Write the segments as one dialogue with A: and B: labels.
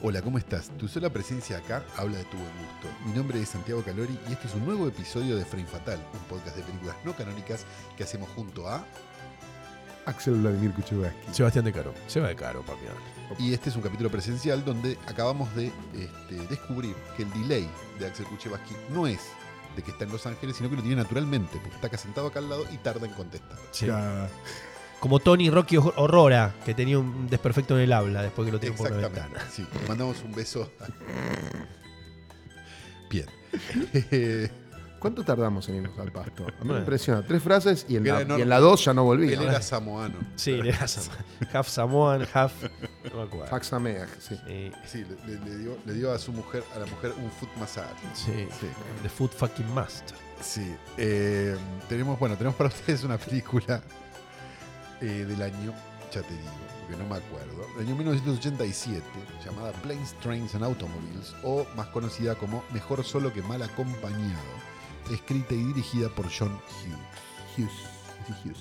A: Hola, ¿cómo estás? Tu sola presencia acá habla de tu buen gusto. Mi nombre es Santiago Calori y este es un nuevo episodio de Frame Fatal, un podcast de películas no canónicas que hacemos junto a...
B: Axel Vladimir Kuchevaski.
C: Sebastián de Caro. Se va de Caro, papi.
A: Y este es un capítulo presencial donde acabamos de este, descubrir que el delay de Axel Kuchevaski no es de que está en Los Ángeles, sino que lo tiene naturalmente, porque está acá sentado acá al lado y tarda en contestar.
C: Sí.
B: Ya,
C: Como Tony Rocky Hor- Horrora, que tenía un desperfecto en el habla después que lo tiró por la
A: Exactamente.
C: ventana.
A: Sí, le mandamos un beso. Bien. Eh,
B: ¿Cuánto tardamos en irnos al pasto? A mí me
C: Bueno.
B: impresiona. Tres frases y en
A: Era
B: la,
A: enorme.
B: y en la dos ya no volví.
A: él era samoano.
C: Sí, le das a- half Samoan, half. No me acuerdo.
B: Faxameag, sí.
C: Sí,
A: Sí, le, le- le dio, le dio a su mujer, a la mujer un foot massage.
C: sí.
A: Sí.
C: The Food Fucking Master.
A: Sí. Eh, tenemos, bueno, tenemos para ustedes una película eh, del año, ya te digo, porque no me acuerdo, del año 1987, llamada Planes, Trains and Automobiles, o más conocida como Mejor Solo que Mal Acompañado, escrita y dirigida por John Hughes.
B: Hughes. Hughes.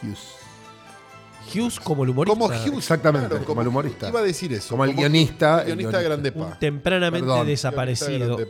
B: Hughes.
C: Hughes como el humorista.
A: Como Hughes,
B: Exactamente,
A: claro,
B: como el humorista.
A: Iba a decir eso.
B: Como el guionista.
A: el guionista grande
C: Un
A: pa.
C: tempranamente
B: Perdón.
A: Guionista
C: desaparecido.
A: grande.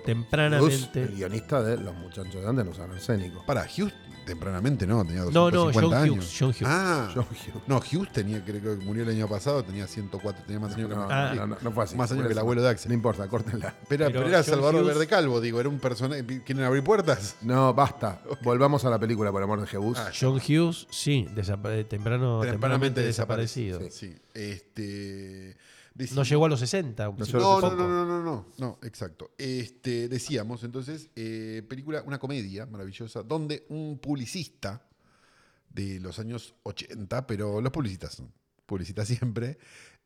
B: Hughes,
C: Tempranamente.
B: el guionista de Los Muchachos de Antes, los arsénicos.
A: Para Hughes, tempranamente no, tenía
C: No, no,
A: 250
C: John
A: años.
C: Hughes. John Hughes.
A: Ah,
B: John Hughes.
A: no, Hughes tenía, creo que murió el año pasado, tenía 104, tenía más años que
B: No,
C: Ah.
B: no, no, no fue así.
A: Más años
B: Por
A: que el
B: eso.
A: abuelo de Axel.
B: No importa, córtenla.
A: Pero,
C: Pero
A: pero era
C: John
A: Salvador
C: Hughes-
A: Verde Calvo, digo, era un personaje. ¿Quieren abrir puertas?
B: No, basta. Volvamos a la película, por amor de Jebus.
A: Ah,
C: John Hughes, sí, desapa- temprano, tempranamente desaparecido.
A: Sí. Este, deci-
C: No llegó a los 60. un
B: Nosotros-
A: no,
C: poco.
A: no, no, no, no, no, no, exacto. Este, decíamos entonces, eh, película, una comedia maravillosa, donde un publicista de los años 80, pero los publicistas son publicistas siempre,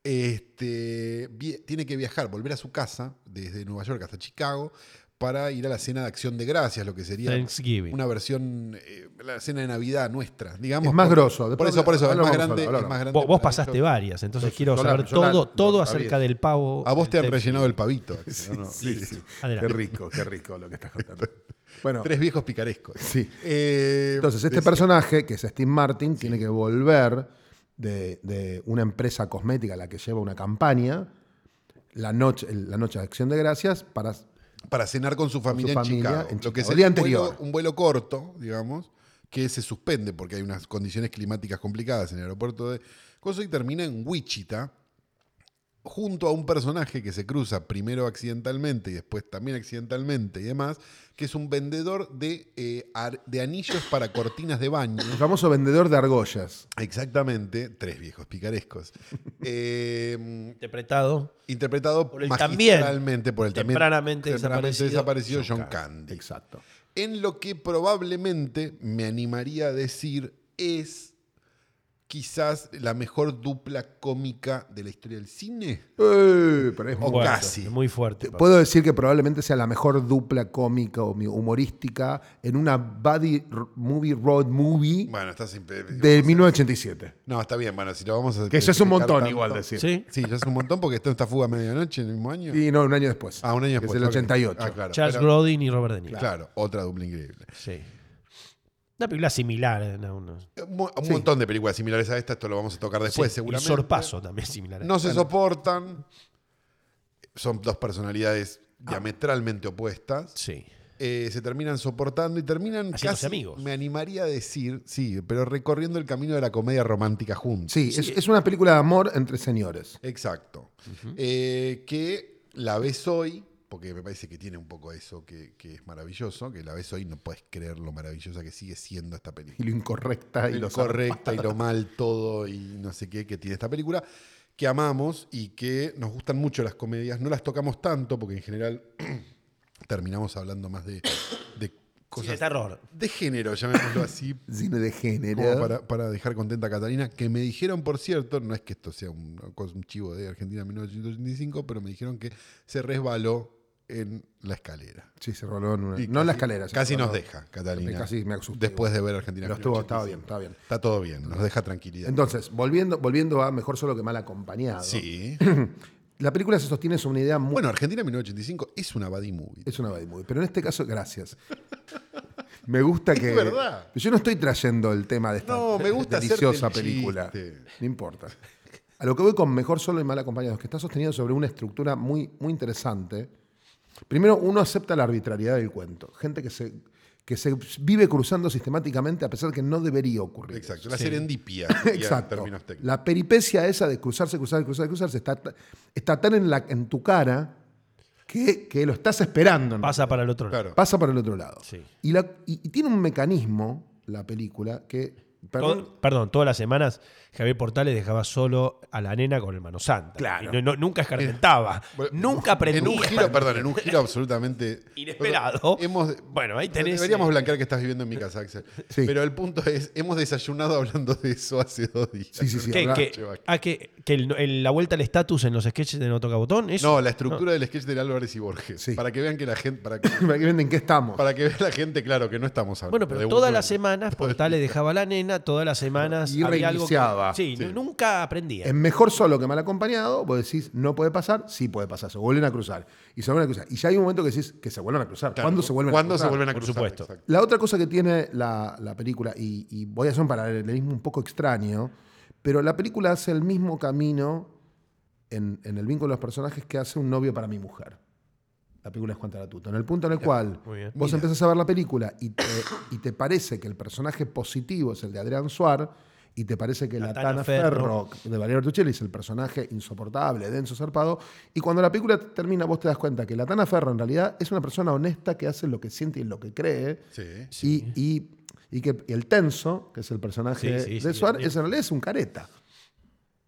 A: este, vi- tiene que viajar, volver a su casa desde Nueva York hasta Chicago para ir a la cena de Acción de Gracias, lo que sería
C: Thanksgiving.
A: una versión, eh, la cena de Navidad nuestra, digamos.
B: Es más
A: Por-
B: grosso.
A: Por
B: después
A: eso, por eso, es
B: hablamos,
A: más grande.
B: hablamos.
A: es más grande
C: Vos, vos
A: para
C: pasaste
A: ellos.
C: varios, entonces
B: Yo-
C: quiero
B: yo la-
C: saber
B: yo la-
C: todo,
B: lo
C: todo
B: atraviesé.
C: acerca del pavo.
A: A vos te han
C: del-
A: rellenado el pavito. Axel, ¿no?
B: Sí, sí, Qué
C: Adelante.
B: rico, qué rico lo que estás contando. Bueno,
A: Tres viejos picarescos.
B: sí.
A: Eh,
B: Entonces, este
A: decía-
B: personaje, que es Steve Martin, tiene que volver de, de una empresa cosmética a la que lleva una campaña la noche, el- la noche de Acción de Gracias para...
A: Para cenar con su familia,
B: familia
A: en Chicago.
B: en
A: Lo que
B: Chicago.
A: sería
B: El día
A: un vuelo-
B: anterior.
A: un vuelo corto, digamos, que se suspende porque hay unas condiciones climáticas complicadas en el aeropuerto de Cosa y termina en Wichita junto a un personaje que se cruza primero accidentalmente y después también accidentalmente y demás, que es un vendedor de, eh, ar- de anillos para cortinas de baño.
B: El famoso vendedor de argollas.
A: Exactamente, tres viejos picarescos. Eh,
C: Interpretado.
A: interpretado
C: Por el
A: magistralmente por el también tempranamente
C: tempranamente desaparecido,
A: desaparecido John,
C: John
A: Candy.
B: Exacto.
A: En lo que probablemente me animaría a decir es quizás la mejor dupla cómica de la historia del cine.
B: Eh, pero es
A: O
B: muy-
C: Fuerte,
A: Oh, casi.
C: Muy fuerte. papá.
B: Puedo decir que probablemente sea la mejor dupla cómica o mi- humorística en una buddy r- movie, road movie
A: Bueno, está siempre.
B: de 1987.
A: No, está bien, bueno, si lo vamos a.
B: Que ya es un
A: especificar
B: montón
A: tanto-
B: igual decir.
C: Sí.
A: Sí, ya es un montón porque está en esta fuga a medianoche en el mismo año.
B: Y no, un año después.
A: ah, un año
B: que
A: después.
B: Es el
A: ok.
B: 88.
A: Ah, claro.
C: Charles
A: pero-
C: Grodin y Robert De Niro.
A: Claro, otra dupla increíble.
C: Sí. Una película similar. eh, no, no.
A: Un mo- un montón de películas similares a esta, esto lo vamos a tocar después,
C: Sí,
A: seguramente.
C: Y Sorpaso también similar. ¿eh?
A: No se soportan. Son dos personalidades diametralmente opuestas.
C: Sí.
A: Eh, se terminan soportando y terminan
C: Haciéndose
A: casi,
C: amigos.
A: Me animaría a decir, sí, pero recorriendo el camino de la comedia romántica juntos.
B: Sí, es, es una película de amor entre señores.
A: Exacto. Eh, que la ves hoy, porque me parece que tiene un poco eso que, que es maravilloso, que la ves hoy no puedes creer lo maravillosa que sigue siendo esta película.
B: Y lo incorrecta
A: y
B: y lo
A: lo correcta y lo mal todo y no sé qué que tiene esta película que amamos y que nos gustan mucho las comedias no las tocamos tanto porque en general terminamos hablando más de, de
C: Sí, de
A: cosas
C: terror.
A: de género llamémoslo así
B: cine de
A: como
B: género.
A: para, para dejar contenta a Catalina que me dijeron por cierto no es que esto sea un, un chivo de Argentina 1985 pero me dijeron que se resbaló en la escalera
B: Sí, se roló en una.
A: Y
B: no en la
A: casi-
B: escalera. se
A: casi
B: roló.
A: nos deja Catalina
B: Casi me asusté.
A: después de ver Argentina
B: Pero estuvo, estaba
A: 1985.
B: bien, estaba bien.
A: está todo bien nos deja tranquilidad
B: Entonces, volviendo, volviendo a Mejor Solo que Mal Acompañado.
A: Sí.
B: La película se sostiene sobre una idea muy.
A: Bueno, Argentina 1985 es una buddy movie.
B: Es una bad movie, pero en este caso, gracias. Me gusta que.
A: verdad.
B: Yo no estoy trayendo el tema de esta
A: No, me gusta hacerte
B: deliciosa
A: el
B: película.
A: chiste.
B: No importa. A lo que voy con mejor solo y mal acompañados, que está sostenido sobre una estructura muy, muy interesante. Primero, uno acepta la arbitrariedad del cuento. Gente que se, que se vive cruzando sistemáticamente a pesar que no debería ocurrir.
A: Exacto, la
C: Sí.
A: serendipia.
B: Exacto.
A: Exacto. En términos técnicos.
B: La peripecia esa de cruzarse, cruzarse, cruzarse, cruzarse, está, ta- está tan en, la, en tu cara que, que lo estás esperando. ¿no?
C: Pasa para el otro lado.
A: Mm, Claro.
B: Pasa para el otro lado.
C: Sí.
B: Y, la- y- y tiene un mecanismo, la película, que...
C: Todo- Perdón. todas las semanas Javier Portales dejaba solo a la nena con el mano santa.
B: Claro.
C: Y no- no- nunca escarmentaba.
A: Bueno,
C: nunca aprendía.
A: En un giro, perdón, en un giro absolutamente
C: Inesperado.
A: Hemos-
C: Bueno, ahí tenés.
A: Deberíamos
C: eh,
A: blanquear que estás viviendo en mi casa, Axel.
B: Sí.
A: Pero el punto es, hemos desayunado hablando de eso hace dos días.
B: Sí, sí, sí.
C: ¿qué-
B: habla-
C: qué- ah, que, que el- el- la vuelta al estatus en los sketches de No Toca Botón. ¿eso?
A: No, la estructura del sketch de Álvarez y Borges.
B: Sí.
A: Para que vean que la gente, para que,
B: Para que vean en qué estamos.
A: para que vea la gente, claro, que no estamos hablando.
C: Bueno, pero
A: de un
C: todas
A: juego.
C: las semanas Portales dejaba a la nena, todas las semanas
B: Y
C: había algo que-
B: reiniciaba.
C: sí,
A: Sí.
C: no- nunca aprendía.
B: Es mejor solo que mal acompañado, vos decís, no puede pasar, sí puede pasar, se vuelven a cruzar. Y se vuelven a cruzar. Y ya hay un momento que decís que se vuelven a cruzar.
A: Claro,
B: ¿Cuándo se vuelven
A: ¿cuándo
B: a
A: se
B: cruzar?
A: vuelven a
C: Por
A: cruzar?
C: supuesto.
A: Exacto.
B: La otra cosa que tiene la, la película, y, y voy a hacer un paralelismo un poco extraño, pero la película hace el mismo camino en, en el vínculo de los personajes que hace un novio para mi mujer. La película es Juan Taratuto. En el punto en el cual
C: muy bien.
B: vos
A: Mira.
B: empezás a ver la película y te, y te parece que el personaje positivo es el de Adrián Suar y te parece que la, Tana, Ferro, de Valerio Artuchelli es el personaje insoportable, denso, zarpado, y cuando la película termina vos te das cuenta que la Tana Ferro en realidad es una persona honesta que hace lo que siente y lo que cree,
A: Sí.
B: y, y- y que el tenso, que es el personaje
C: Sí, sí,
B: de
C: sí,
B: Suar,
C: bien.
B: es, en realidad es un careta.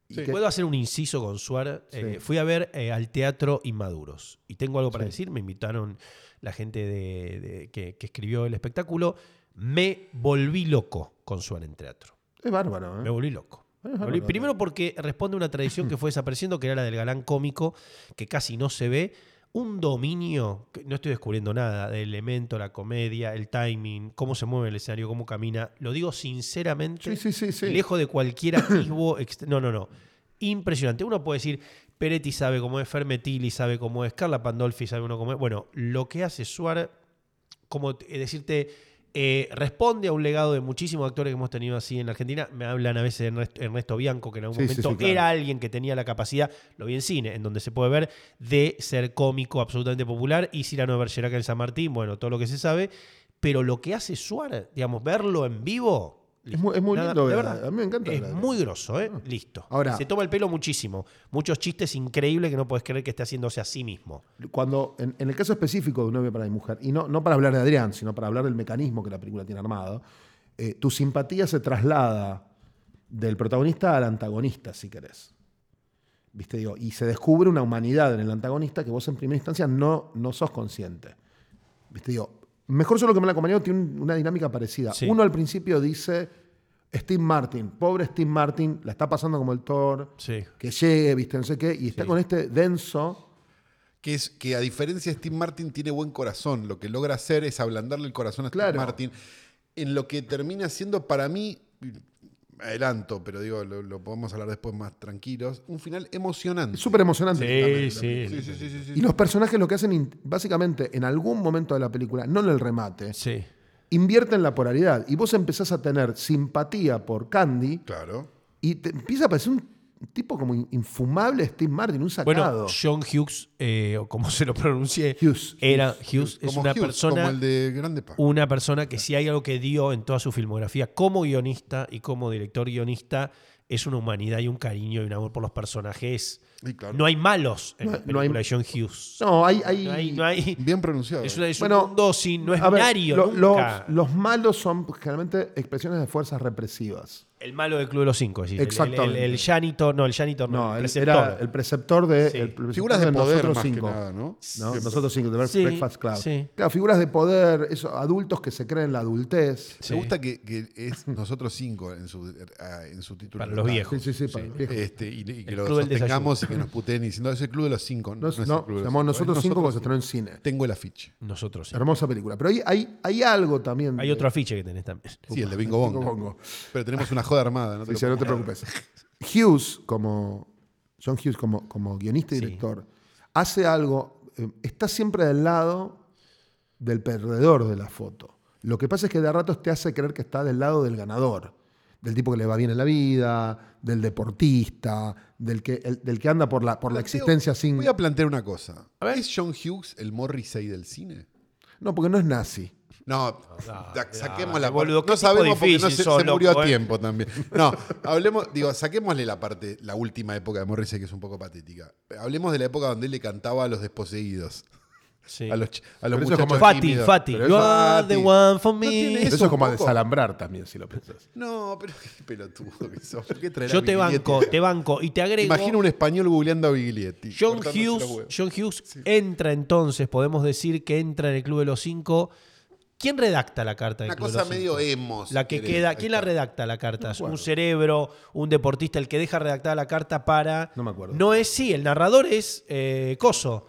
B: Y que-
C: Puedo hacer un inciso con Suar. Eh,
B: Sí.
C: fui a ver eh, al Teatro Inmaduros y tengo algo para
B: Sí.
C: decir. Me invitaron la gente de, de- que, que escribió el espectáculo. Me volví loco con Suar en teatro.
B: es bárbaro, ¿eh?
C: Me volví loco.
B: Es
C: Me
B: bárbaro.
C: volví- primero porque responde a una tradición que fue desapareciendo, que era la del galán cómico, que casi no se ve. Un dominio, que no estoy descubriendo nada, del elemento, la comedia, el timing, cómo se mueve el escenario, cómo camina. Lo digo sinceramente
B: Sí, sí, sí, sí.
C: lejos de cualquier atisbo. ext- no, no, no. Impresionante. Uno puede decir, Peretti sabe cómo es, Fermetili sabe cómo es, Carla Pandolfi sabe uno cómo es. Bueno, lo que hace Suar, como t- eh, decirte, eh, responde a un legado de muchísimos actores que hemos tenido así en la Argentina. Me hablan a veces de Ernest- Ernesto Bianco, que en algún
B: Sí, sí,
C: momento
B: sí, claro.
C: era alguien que tenía la capacidad, lo vi en cine, en donde se puede ver, de ser cómico absolutamente popular. Y Cyrano Bergerac en San Martín, bueno, todo lo que se sabe. Pero lo que hace Suar, digamos, verlo en vivo.
B: Es muy, es muy
C: Nada,
B: lindo,
C: de
B: ¿verdad?
C: verdad.
B: A mí me encanta.
C: Es
B: la-
C: muy grosso, ¿eh? Listo.
B: Ahora-
C: se toma el pelo muchísimo. Muchos chistes increíbles que no puedes creer que esté haciéndose a sí mismo.
B: Cuando, en, en el caso específico de Un novio para mi mujer, y no, no para hablar de Adrián, sino para hablar del mecanismo que la película tiene armado, eh, tu simpatía se traslada del protagonista al antagonista, si querés. ¿Viste? Digo, y se descubre una humanidad en el antagonista que vos en primera instancia no, no sos consciente. ¿Viste? Digo, mejor solo que mal acompañado tiene un- una dinámica parecida.
C: Sí.
B: Uno al principio dice, Steve Martin, pobre Steve Martin, la está pasando como el Thor,
C: Sí.
B: que llegue, ¿viste? No sé qué, y está
C: Sí.
B: con este denso...
A: Que, es, que a diferencia de Steve Martin tiene buen corazón. Lo que logra hacer es ablandarle el corazón a Steve
B: Claro.
A: Martin. En lo que termina siendo para mí, me adelanto, pero digo, lo, lo podemos hablar después más tranquilos, un final emocionante.
B: Es súper emocionante.
C: Sí,
A: Sí,
C: sí.
A: sí, sí, sí, sí.
B: Y los personajes lo que hacen, in- básicamente, en algún momento de la película, no en el remate,
C: Sí.
B: invierten la polaridad. Y vos empezás a tener simpatía por Candy
A: Claro.
B: y te empieza a parecer un tipo como in- infumable Steve Martin, un sacado.
C: Bueno, John Hughes, eh, o como se lo pronuncié,
B: Hughes.
C: era Hughes, es
A: Como
C: una
A: Hughes,
C: persona.
A: Como el de Grande Paz.
C: Una persona que si hay algo que dio en toda su filmografía como guionista y como director guionista es una humanidad y un cariño y un amor por los personajes.
A: Y claro.
C: No hay malos en
B: No-
C: la
B: no hay-
C: película de John Hughes.
B: no, hay... hay-
C: No hay- no hay-
A: Bien pronunciado.
C: es una- es
B: Bueno,
C: un mundo sin, no es
B: a ver,
C: binario.
B: lo-
C: nunca.
B: los, los malos son generalmente expresiones de fuerzas represivas.
C: El malo del Club de los Cinco, es decir, el- El,
B: Exactamente.
C: el, janitor, no, el janitor no,
B: No,
C: el
B: él
C: preceptor.
B: era el preceptor de...
C: Sí.
B: el preceptor
A: Figuras de poder
B: nosotros
A: más
B: cinco.
A: que nada, ¿no?
B: ¿no?
A: Siempre.
B: Nosotros cinco, de Break-
C: Sí,
B: Breakfast Club.
C: sí.
B: Claro, figuras de poder, esos adultos que se creen la adultez.
C: Sí.
A: Me gusta que, que es nosotros cinco en su, ah, en su título.
C: Para los viejos.
B: Sí, sí, sí, para- viejo.
A: Este, y, y que
C: El
A: lo
C: Club del
A: sostengamos y que nos puteen diciendo, es el club de los cinco. No,
B: No,
A: es el
B: no,
A: club de los
B: llamó
A: cinco,
B: Nosotros
A: es
B: Cinco porque se estrenó en cine.
A: Tengo el afiche.
C: Nosotros. sí.
B: Hermosa película. Pero hay, hay, hay algo también.
C: Hay
B: de-
C: otro afiche que tenés también.
A: Sí, el de Bingo Bongo. eh,
B: Bingo Bongo.
A: Pero tenemos una joda armada, ¿no?
B: Sí, sí, no te preocupes. Hughes, como John Hughes, como, como guionista y
C: Sí.
B: director, hace algo, eh, está siempre del lado del perdedor de la foto. Lo que pasa es que de a ratos te hace creer que está del lado del ganador. del tipo que le va bien en la vida, del deportista, del que, el- del que anda por la, por la
A: Planteo-
B: existencia sin...
A: Voy a plantear una cosa.
C: A ver.
A: ¿Es John Hughes el Morrissey del cine?
B: No, porque no es nazi.
A: No, da-
C: dale,
A: saquemos la
C: boludo,
A: parte-
C: qué
A: No
C: tipo
A: sabemos porque no
C: difícil
A: se,
C: sos,
A: se murió
C: loco,
A: a
C: eh.
A: tiempo también. No, hablemos, digo, saquémosle la parte, la última época de Morrissey que es un poco patética. Hablemos de la época donde él le cantaba a los desposeídos,
C: Sí.
A: a los, ch- a los
B: Pero eso es
A: muchachos
B: como-
C: Fati,
A: tímidos.
C: Fati.
B: Pero
C: You
B: eso-
C: are the
A: Fati.
C: one for
A: tiene
C: me.
A: Es
B: Eso
A: un
B: es como
A: poco-
B: desalambrar también, si lo pensás.
A: No, pero qué pelotudo que sos. ¿Por qué traer a
C: Yo te
A: Viglietti?
C: banco, te banco y te agrego.
A: Imagino un español googleando a Viglietti.
C: John
A: cortándose los
C: Hughes,
A: huevos.
C: John Hughes entra entonces, podemos decir que entra en el Club de los Cinco. ¿Quién redacta la carta del
A: Una
C: Club de
A: cosa
C: los Cinco?
A: medio emos.
B: Pues,
C: La que
A: querés.
C: queda,
A: Ahí
C: ¿quién la
A: está.
C: redacta la carta? un cerebro, un deportista, el que deja redactada la carta para.
B: No me acuerdo.
C: No es, sí, el narrador es eh, Coso,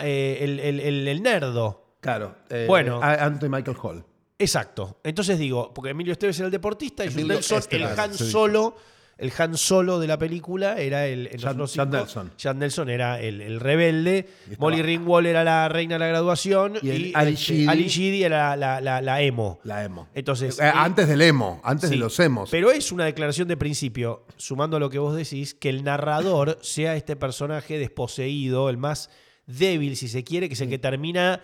C: eh, el, el- el- el nerdo.
B: Claro.
C: Bueno.
B: Ante Michael Hall.
C: Exacto. Entonces digo, porque Emilio Esteves era el deportista y Jules
A: Emilio
C: Nelson, el
A: Estevez,
C: Han
A: se dice.
C: Solo, el Han Solo de la película era el. en
B: Jan-
C: Nosotros
B: Jan
C: Cinco,
B: Nelson.
C: Jan Nelson era el, el rebelde.
B: Y estaba-
C: Molly Ringwald era la reina de la graduación.
B: Y
C: Y,
B: el Ali
C: este,
B: Sheedy.
C: Ali Sheedy era la, la- la- la emo.
B: La emo.
C: Entonces,
B: Eh,
C: él-
B: antes del emo, antes
C: Sí,
B: de los emos.
C: Pero es una declaración de principio, sumando a lo que vos decís, que el narrador sea este personaje desposeído, el más débil, si se quiere, que es el que termina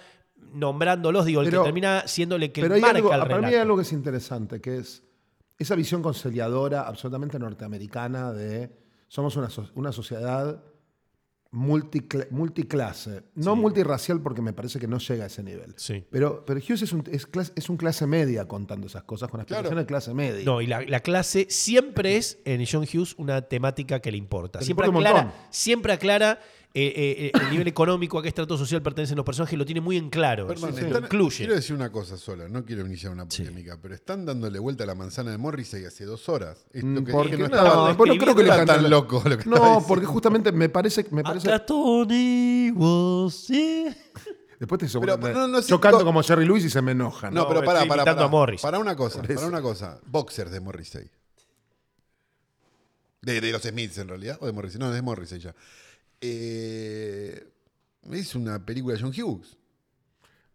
C: nombrándolos, digo, el
B: Pero-
C: que termina siéndole que
B: Pero hay
C: marca
B: algo,
C: el
B: para mí hay
C: relato.
B: algo que es interesante, que es esa visión conciliadora absolutamente norteamericana de somos una, so- una sociedad multicle- multiclase, no multirracial porque me parece que no llega a ese nivel.
C: Sí.
B: Pero, pero Hughes es un, es, clase, es un clase media contando esas cosas con aspiraciones
A: Claro.
B: de clase media.
C: No, y la, la clase siempre es en John Hughes una temática que le importa.
B: Que le
C: Siempre
B: importa un
C: aclara,
B: montón.
C: siempre aclara eh, eh, eh, el nivel económico, a qué estrato social pertenecen los personajes, lo tiene muy en claro.
A: Perdón,
C: eso, lo
A: están-
C: incluye.
A: quiero decir una cosa sola, no quiero iniciar una polémica, pero están dándole vuelta a la manzana de Morrissey hace dos horas. Esto
B: Mm,
A: que
B: ¿por
A: dije
B: qué
A: no
B: no?
A: estaba,
B: Bueno, creo que
A: no
B: lo
A: era tan
B: cantan-
A: loco lo que estaba
B: No,
A: diciendo.
B: porque justamente me parece,
A: Ah,
B: me parece
C: Acá Tony was in-
B: después te
A: Pero,
B: seguro
A: no, no sé,
B: yo canto
A: co-
B: como Jerry Lewis y se me enojan.
A: No,
C: No,
A: pero
C: me
A: pará,
C: estoy
A: pará,
C: imitando
A: pará.
C: a Morrissey.
A: Pará una cosa,
B: Por eso.
A: para una cosa. Boxers de Morrissey. De, de los Smiths, en realidad. O de Morrissey. No, es de Morrissey ya. Eh, es una película de John Hughes.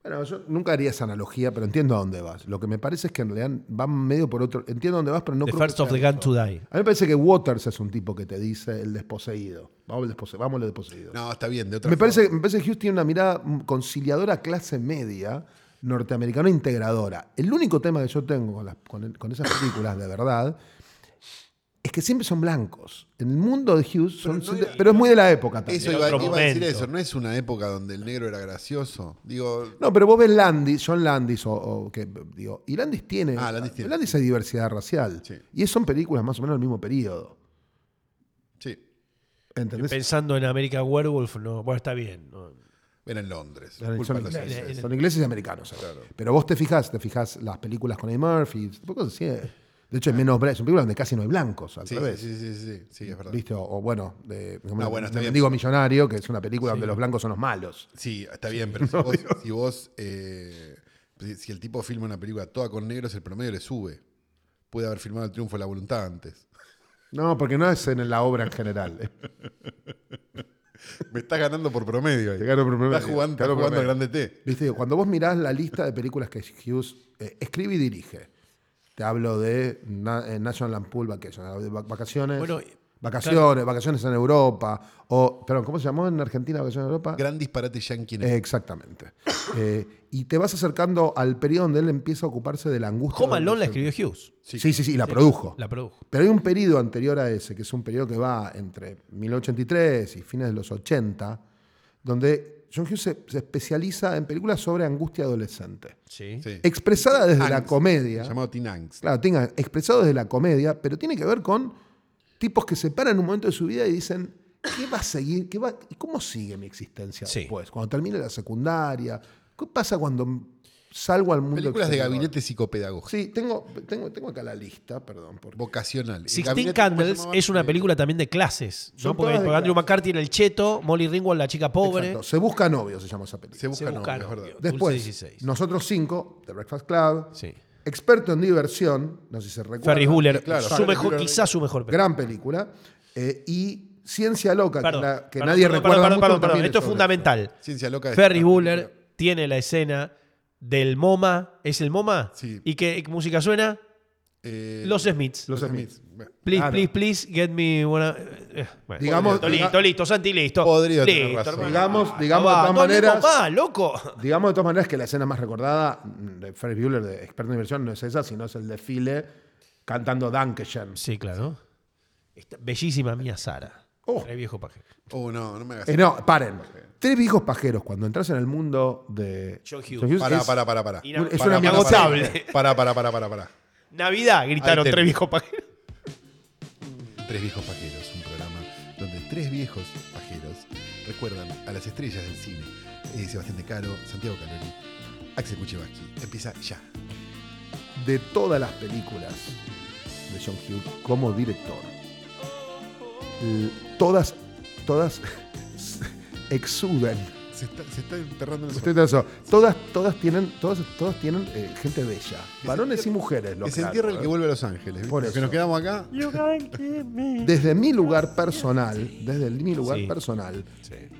B: Bueno, yo nunca haría esa analogía, pero entiendo a dónde vas. Lo que me parece es que en realidad van medio por otro. Entiendo a dónde vas, pero no
C: The
B: creo que
C: first of
B: sea
C: the
B: eso.
C: gun to die.
B: A mí me parece que Waters es un tipo que te dice el desposeído. Vamos al despose- vamos al desposeído.
A: No, está bien, de otra
B: me,
A: forma.
B: parece, me parece que Hughes tiene una mirada conciliadora clase media, norteamericana integradora. El único tema que yo tengo con, las- con el- con esas películas, de verdad, es que siempre son blancos. En el mundo de Hughes, son,
A: no
B: son de-
A: era-
B: pero es muy de la época también.
A: Eso
C: Era
A: iba,
C: otro
A: iba a decir
C: momento.
A: eso. No es una época donde el negro era gracioso. Digo,
B: No, pero vos ves Landis, John Landis, o, o que digo, y Landis tiene.
A: Ah, Landis tiene.
B: hay diversidad racial.
A: Sí.
B: Y son películas más o menos del mismo periodo.
A: sí,
B: ¿Entendés?
C: Pensando en American Werewolf, no, bueno, está bien. no.
A: era en Londres.
B: Son,
A: Culpa de los
B: ingleses,
A: ingleses.
B: son ingleses y americanos. ¿eh? Pero vos te fijás, te fijás las películas con Eddie Murphy, cosas así. eh. De hecho, es menos bla- son películas donde casi no hay blancos, al
A: Sí,
B: revés.
A: sí, sí, sí, sí, sí, es verdad.
B: ¿Viste? O, o bueno, de, como
A: Ah, bueno, está bien.
B: Mendigo Millonario, que es una película donde los blancos son los malos.
A: Sí, está bien, pero si vos, si, vos, eh, si- si el tipo filma una película toda con negros, el promedio le sube. Puede haber filmado El Triunfo de la Voluntad antes.
B: No, porque no es en la obra en general. Es-
A: Me estás ganando por promedio. ahí.
B: Te gano por promedio.
A: Estás jugando,
B: Te
A: estás
B: gano por
A: jugando al
B: promedio.
A: grande T.
B: Viste, cuando vos mirás la lista de películas que Hughes eh, escribe y dirige, te hablo de Na- eh, National Lampoon Vacation, de va- vacaciones,
C: Bueno, eh,
B: vacaciones, vacaciones en Europa, o, perdón, ¿cómo se llamó en Argentina Vacaciones en Europa?
A: Ah. Gran disparate yankee. en-
B: Eh, exactamente. Eh, y te vas acercando al periodo donde él empieza a ocuparse de la angustia.
C: Home
B: del-
C: Alone la escribió Hughes.
B: Sí, sí, sí, y la produjo.
C: La produjo.
B: Pero hay un periodo anterior a ese, que es un periodo que va entre 1983 y fines de los 80, donde John Hughes se, se especializa en películas sobre angustia adolescente.
C: Sí.
A: este. Sí.
B: Expresada desde la
A: Angst.
B: comedia.
A: Llamado Teen Angst.
B: Claro, tenga, expresado desde la comedia, pero tiene que ver con tipos que se paran en un momento de su vida y dicen, ¿qué va a seguir? ¿Qué va, y ¿Cómo sigue mi existencia
C: Sí.
B: después? Cuando termine la secundaria, ¿qué pasa cuando salgo al mundo
A: Películas de
B: exterior?
A: gabinete psicopedagógico.
B: Sí, tengo, tengo, tengo acá la lista, perdón. Porque
A: Vocacional. El
C: Sixteen
A: gabinete- ¿cómo
C: Candles
A: se llamaba?
C: es una
A: Eh,
C: película también de clases. ¿no?
B: Son
C: Porque,
B: todas de
C: porque Andrew
B: clases.
C: McCarthy era el cheto, Molly Ringwald la chica pobre.
B: Exacto, Se busca novio, se llama esa película.
A: Se busca,
C: Se busca
A: no, es
C: novio.
A: verdad.
C: Dulce
B: Después,
C: 16.
B: nosotros cinco, The Breakfast Club,
C: Sí.
B: experto en diversión, no sé si se recuerda.
C: Ferris Bueller,
A: claro,
C: su
A: Ferris
C: mejor,
A: Bueller.
C: quizás su mejor película.
B: Gran película. eh, y Ciencia Loca,
C: Perdón,
B: que, la- que
C: perdón,
B: nadie
C: perdón,
B: recuerda
C: perdón,
B: mucho,
C: perdón,
B: también
C: perdón, Esto es
B: sobre-
C: fundamental.
A: Ciencia loca. de-
C: Ferris Bueller tiene la escena del MoMA. ¿Es el MoMA?
A: Sí.
C: ¿Y qué, qué música suena?
A: Eh,
C: Los Smiths.
B: Los Smiths.
A: Smiths. Bueno,
C: Please,
B: Claro.
C: please, please, get me una. eh, bueno.
B: Digamos-
C: listo,
B: diga-
C: listo, listo, Santi, listo.
A: Podría
C: listo,
A: tener razón.
C: hermano.
B: Digamos,
C: Ah,
B: digamos
C: va,
B: de todas
C: no le digo
B: maneras.
C: más, loco.
B: Digamos de todas maneras que la escena más recordada mm, de Ferris Bueller, de experto en diversión, no es esa, sino es el desfile cantando Dankeschön.
C: Sí, claro. Esta bellísima mía Sara.
B: Oh.
C: Re viejo paje.
A: Oh, no, no me hagas.
B: Eh, no, paren. Tres viejos pajeros, cuando entras en el mundo de
C: John Hughes.
A: Pará,
B: es-
A: pará, pará, pará.
C: Y
B: es
A: Pará,
B: una
A: pará,
C: inagotable.
A: Pará, pará, pará, pará, pará.
C: Navidad, gritaron
A: Ahí te-
C: tres viejos pajeros.
A: Tres viejos pajeros, un programa donde tres viejos pajeros recuerdan a las estrellas del cine. Eh, Sebastián De Caro, Santiago Calori, Axel Kuchevaski. Empieza ya.
B: de todas las películas de John Hughes como director. L- Todas, todas exudan.
A: Se está, se está enterrando en el
B: Estoy
A: sofá.
B: tenso. Todas, todas tienen, todas, todas tienen eh, gente bella. Varones y mujeres. lo
A: Que se
B: aclaro,
A: entierra el
B: ¿eh?
A: que vuelve a Los Ángeles. ¿viste?
B: Por
A: Los que
B: eso.
A: nos quedamos acá.
B: Desde mi lugar personal, desde el- mi lugar
C: Sí.
B: personal,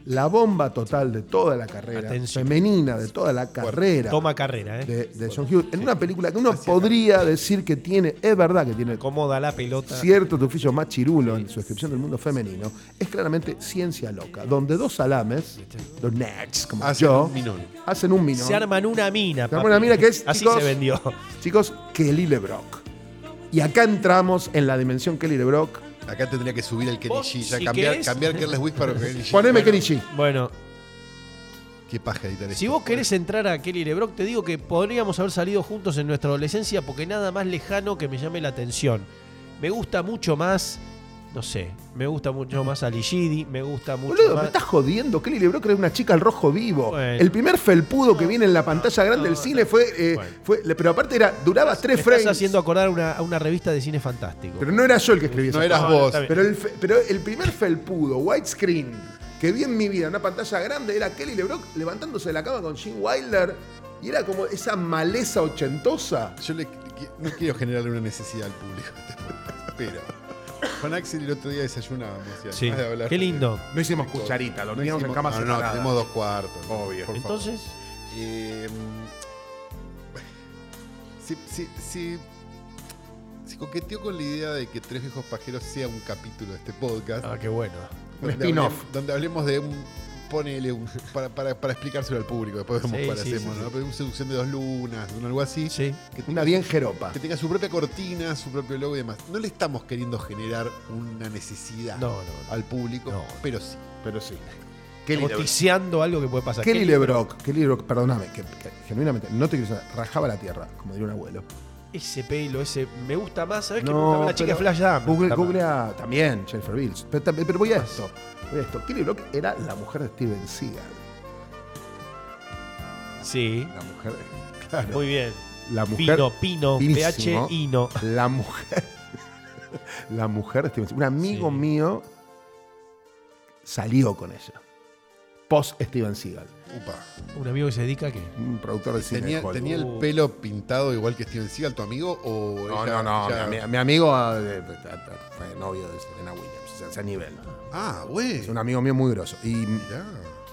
B: la bomba total de toda la carrera,
C: Atención.
B: femenina de toda la carrera
C: Toma carrera, ¿eh?
B: de, de John Hughes, en una película que uno podría decir que tiene, es verdad que tiene
C: Cómo da la pelota.
B: cierto tufillo más chirulo en su descripción del mundo femenino, es claramente ciencia loca, donde dos salames, los nerds como
A: Hacen
B: yo,
A: un minón.
B: hacen un minón.
C: Se arman una mina.
B: Se arma
C: papi.
B: una mina que es,
C: Así
B: chicos,
C: se vendió.
B: Chicos, Kelly LeBrock. Y acá entramos en la dimensión Kelly LeBrock.
A: Acá tendría que subir el Kenny
C: Vos,
A: G. Ya
C: si
A: cambiar,
C: querés-
A: cambiar Careless Whisper por Kenny G.
B: Poneme
A: Bueno,
B: Kelly G.
C: Bueno,
A: Qué paja editar esto.
C: si vos querés entrar a Kelly Lebrock, te digo que podríamos haber salido juntos en nuestra adolescencia porque nada más lejano que me llame la atención. Me gusta mucho más, no sé, me gusta mucho más Ali Gidi, me gusta mucho
B: Boludo, me
C: más...
B: estás jodiendo. Kelly LeBrock era una chica al rojo vivo.
C: Bueno.
B: El primer felpudo que viene en la pantalla grande del
C: no,
B: cine fue, eh,
C: Bueno.
B: fue- Pero aparte era, duraba
C: Me
B: tres
C: estás
B: frames.
C: haciendo acordar a una, a una revista de cine fantástico.
B: Pero no era yo el que escribí
A: No
B: esa
A: eras
C: No,
A: vos.
C: está bien.
B: Pero el, fe- pero el primer felpudo, widescreen, que vi en mi vida, en una pantalla grande, era Kelly LeBrock levantándose de la cama con Jim Wilder. Y era como esa maleza ochentosa.
A: Yo le- no quiero generarle una necesidad al público. a este podcast, Pero con Axel el otro día desayunábamos. y
C: Sí.
A: además de hablar-
C: Qué lindo.
B: No hicimos cucharita, lo teníamos en
A: Hicimos-
B: cama
A: no, no,
B: separada.
A: tenemos dos cuartos.
B: Obvio.
A: Por favor.
C: Entonces,
A: Eh, si, si- si- si coqueteó con la idea de que Tres Viejos Pajeros sea un capítulo de este podcast,
C: ah, qué bueno.
B: un
A: donde
B: spin-off.
A: hablem- donde hablemos de un. Ponele un- para, para, para explicárselo al público, después vemos
C: Sí,
A: cuál
C: sí,
A: hacemos,
C: sí,
A: ¿no? Pero una seducción de dos lunas, un algo así.
C: Sí.
A: Que tenga,
B: Una bien jeropa.
A: que tenga su propia cortina, su propio logo y demás. No le estamos queriendo generar una necesidad
C: No, no, no.
A: al público,
C: No.
A: pero sí.
B: Pero sí.
C: Noticiando algo que puede pasar.
B: Kelly LeBrock, Kelly LeBrock, perdóname, que, que genuinamente, no te quiero saber, rajaba la tierra, como diría un abuelo.
C: Ese pelo, ese. Me gusta más, ¿sabes qué? Me gusta
B: No,
C: más la chica
B: pero-
C: Flash Dam.
B: Google, googlea también Jennifer Bills. Pero, tam- pero voy a esto. Voy a esto. Kelly LeBrock era la mujer de Steven Seagal.
C: Sí.
B: La mujer de- Claro.
C: Muy bien.
B: La mujer.
C: Pino, Pino,
B: finísimo.
C: PH, Ino.
B: La mujer. La mujer de Steven Seagal. Un amigo
C: Sí.
B: mío salió con ella. Post Steven Seagal.
A: Upa.
C: Un amigo que se dedica a qué.
B: Un productor de cine. de
A: ¿Tenía,
B: Hollywood.
A: tenía el
C: Uh.
A: pelo pintado igual que Steven Seagal, tu amigo? O
B: No,
A: ella-
B: no, no.
A: ella-
B: Mi, ami- mi amigo eh, eh, eh, fue novio de Serena Williams. O sea, ese nivel.
A: Ah, güey.
B: Es un amigo mío muy grosso. Y,
A: Mirá.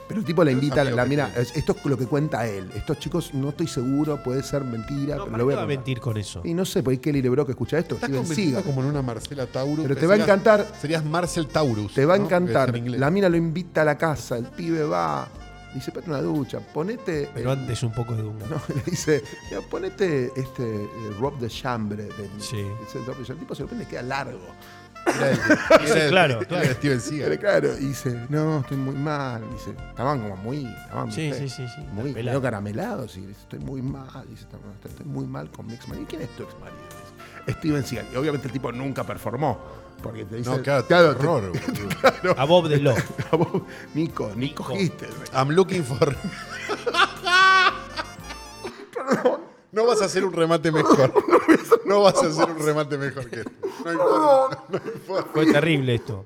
B: pero el tipo la invita,
A: amigo
B: la
A: que
B: mira.
A: tiene.
B: es- Esto es lo que cuenta él. Estos chicos, no estoy seguro, puede ser mentira, pero
C: No, ¿para
B: lo
C: qué
B: voy a
C: va a
B: contar.
C: mentir con eso?
B: Y no sé, por ahí Kelly Lebrock escucha esto.
A: Estás
B: Steven
A: convertido
B: Seagal.
A: como en una Marcela Taurus.
B: Pero
A: que
B: te va a
A: serías-
B: encantar.
A: Serías Marcel Taurus.
B: Te va a
A: ¿no?
B: encantar.
A: Que es en inglés.
B: La mina lo invita a la casa, el pibe va, dice, pete una ducha, ponete.
C: Pero
B: eh,
C: antes un poco de Dunga.
B: no, le dice, "Mira, ponete este eh, Rob de Chambre. Del,
C: Sí.
B: ese Rob de Chambre. El tipo se lo prende, queda largo.
A: Era el- era el-
C: claro,
A: era
C: claro.
A: el Steven
B: Pero
A: Seagal.
B: claro, y dice, no, estoy muy mal. Dice, estaban como muy. Estaban
C: Sí,
B: ¿viste?
C: sí, sí, sí.
B: Muy
C: Pelado.
B: medio caramelados. Y dice, estoy muy mal. Dice, "Estamos- estoy, estoy muy mal con mi ex marido. ¿Y quién es tu ex marido? Dice, Steven Seagal. Y obviamente el tipo nunca performó. Porque te dice,
A: No, claro,
B: claro, te-
A: terror. boludo.
C: A Bob de Love.
B: a vos, Nico, ni
C: Nico.
B: cogiste.
A: I'm looking for. No vas a hacer un remate mejor. No vas a hacer un remate mejor que este. No importa.
C: Fue terrible esto.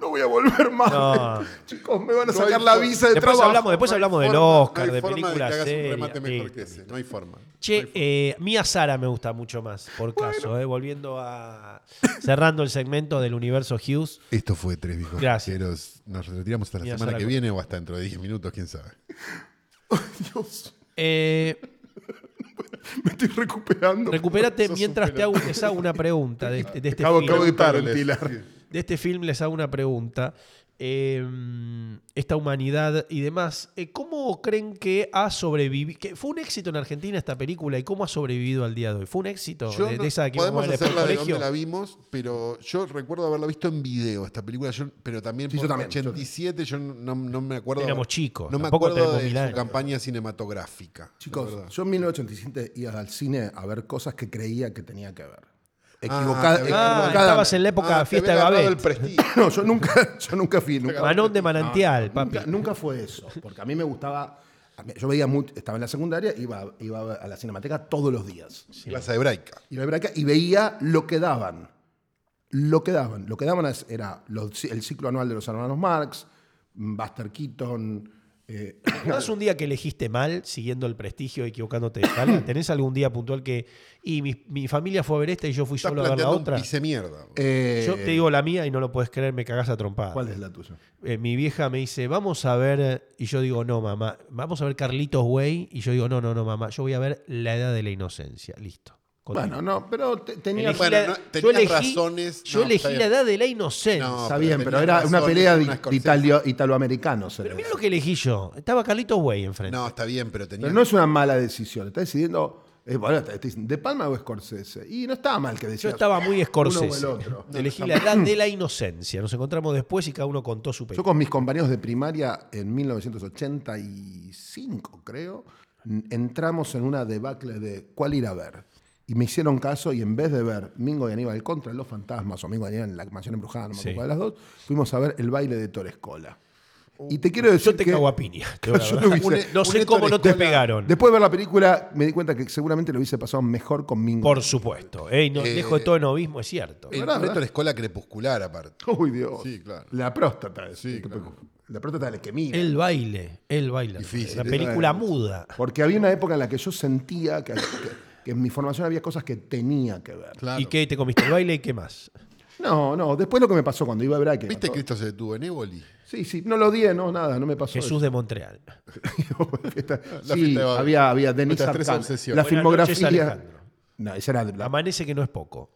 B: No voy a volver más.
C: No.
B: Chicos, me van a
A: No
B: sacar
A: hay
B: la
A: forma.
B: visa de
C: Después
B: trabajo.
C: hablamos, después
A: No hay
C: hablamos del
A: forma-
C: Oscar,
A: no hay
C: de
A: forma
C: películas.
A: que hagas un
C: serias.
A: remate mejor
C: Sí.
A: que ese. No hay forma.
C: Che, eh, Mía Sara me gusta mucho más, por caso, eh, volviendo a. cerrando el segmento del universo Hughes.
A: Esto fue Tres Viejos
C: Gracias.
A: Pajeros. Nos retiramos hasta la
C: Mira,
A: semana
C: Sara,
A: que
C: con-
A: viene o hasta dentro de 10 minutos, quién sabe.
B: Dios.
C: Eh,
B: Me estoy recuperando.
C: Recupérate
A: Sos
C: mientras
A: un
C: te hago, les hago una pregunta de, este- de este
B: Acabo-
C: film.
B: acabo de parar
A: Preguntarles.
B: el pilar.
C: de este film les hago una pregunta. Eh, esta humanidad y demás, eh, ¿cómo creen que ha sobrevivido? Que ¿Fue un éxito en Argentina esta película y cómo ha sobrevivido al día de hoy? ¿Fue un éxito?
A: Yo
C: de,
A: no-
C: de esa que
A: podemos
C: vamos a ver después
A: hacerla de
C: del
A: donde la
C: colegio?
A: vimos, pero yo recuerdo haberla visto en video esta película, yo- pero también
B: Sí,
A: por
B: yo también, yo-
A: 87 yo no, no me acuerdo.
C: Éramos chicos,
A: No me
C: tampoco
A: acuerdo
C: tenemos
A: de
C: mil
A: su
C: años.
A: campaña cinematográfica. la
B: Chicos,
A: verdad.
B: yo en 1987 iba al cine a ver cosas que creía que tenía que ver.
A: Ah,
B: Equivocada.
A: te había
C: Ah,
B: equivocadamente.
C: estabas en la época
A: Ah, te
C: fiesta de
A: había agarrado
C: Babel.
A: el prestigio.
B: No, yo nunca, yo nunca fui. Nunca,
C: Manón de manantial, papi.
B: Nunca, nunca fue eso, porque a mí me gustaba. a mí- Yo veía mucho, estaba en la secundaria, iba, iba a la cinemateca todos los días.
A: Ibas a Hebraica.
B: Iba a Hebraica y veía lo que daban. Lo que daban. Lo que daban es- era los- el ciclo anual de los hermanos Marx, Buster Keaton. eh,
C: ¿No es un día que elegiste mal, siguiendo el prestigio, equivocándote de tal? ¿Tenés algún día puntual que... Y mi, mi familia fue a ver esta y yo fui
A: Estás
C: solo a ver la
A: planteando
C: otra.
A: un pise mierda.
B: eh,
C: Yo te digo la mía y no lo puedes creer, me cagás a trompada.
B: ¿Cuál es la tuya?
C: Eh, mi vieja me dice, vamos a ver, y yo digo, no, mamá, vamos a ver Carlitos Way, y yo digo, no, no, no, mamá, yo voy a ver La Edad de la Inocencia, listo. Continúo.
B: Bueno, no, pero te- tenía.
C: Elegí
A: bueno,
C: la-
A: no,
C: yo
A: tenías
C: elegí-
A: razones, no,
C: Yo
A: está
C: elegí
A: bien.
C: La Edad de la Inocencia.
A: No,
B: Está
A: pero
B: bien,
A: tenía
B: pero era una
A: razones,
B: pelea de,
A: una
B: de
A: Scorsese.
B: italo- italoamericanos. era
C: Pero mira
B: eso.
C: lo que elegí yo, estaba Carlitos Way enfrente.
A: No, está bien, pero tenía.
B: Pero no es una mala decisión. Está decidiendo. eh, bueno, te- te dicen, ¿De Palma o Scorsese? Y no estaba mal que decías.
C: yo estaba muy Scorsese.
B: Uno o el otro.
C: elegí La Edad de la Inocencia, nos encontramos después y cada uno contó su
B: Yo
C: película.
B: con mis compañeros de primaria en 1985, creo, n- entramos en una debacle de cuál ir a ver. Y me hicieron caso y en vez de ver Mingo y Aníbal contra los fantasmas o Mingo y Aníbal en la mansión embrujada, no me acuerdo
C: Sí.
B: cuál de las dos, fuimos a ver el baile de Torescola.
A: Uh,
B: Y te quiero decir
C: Yo te
B: que
C: cago a piña. te digo la
B: Yo
C: verdad.
B: lo hice.
C: No sé cómo no te pegaron.
B: después de ver la película me di cuenta que seguramente lo hubiese pasado mejor con Mingo.
C: Por supuesto. Ey, no,
A: Eh,
C: dejo de todo novismo, es cierto.
A: El
B: ¿Verdad,
A: reto
B: verdad?
A: era escuela crepuscular, aparte.
B: Uy, Dios.
A: Sí, claro.
B: La próstata. es-
A: Sí, claro.
B: La próstata de la isquemia.
C: El baile, el baile.
A: Difícil,
C: la
A: el
C: película muda.
B: Porque había una época en la que yo sentía que, que- que en mi formación había cosas que tenía que ver.
A: Claro.
C: ¿Y qué? ¿Te comiste el baile y qué más?
B: No, no, después lo que me pasó cuando iba a ver que
A: ¿Viste que Cristo se detuvo en Éboli?
B: Sí, sí, no lo di, no, nada, no me pasó.
C: Jesús de Montreal.
B: eso. Fiesta-
A: La
B: sí,
A: fiesta de Babel.
B: había, había Denis
A: Nuestras tres
B: Arcand.
A: obsesiones.
B: La
A: Buenas
C: noches,
B: filmografía.
C: Alejandro.
B: No, esa era la-
C: Amanece que no es poco.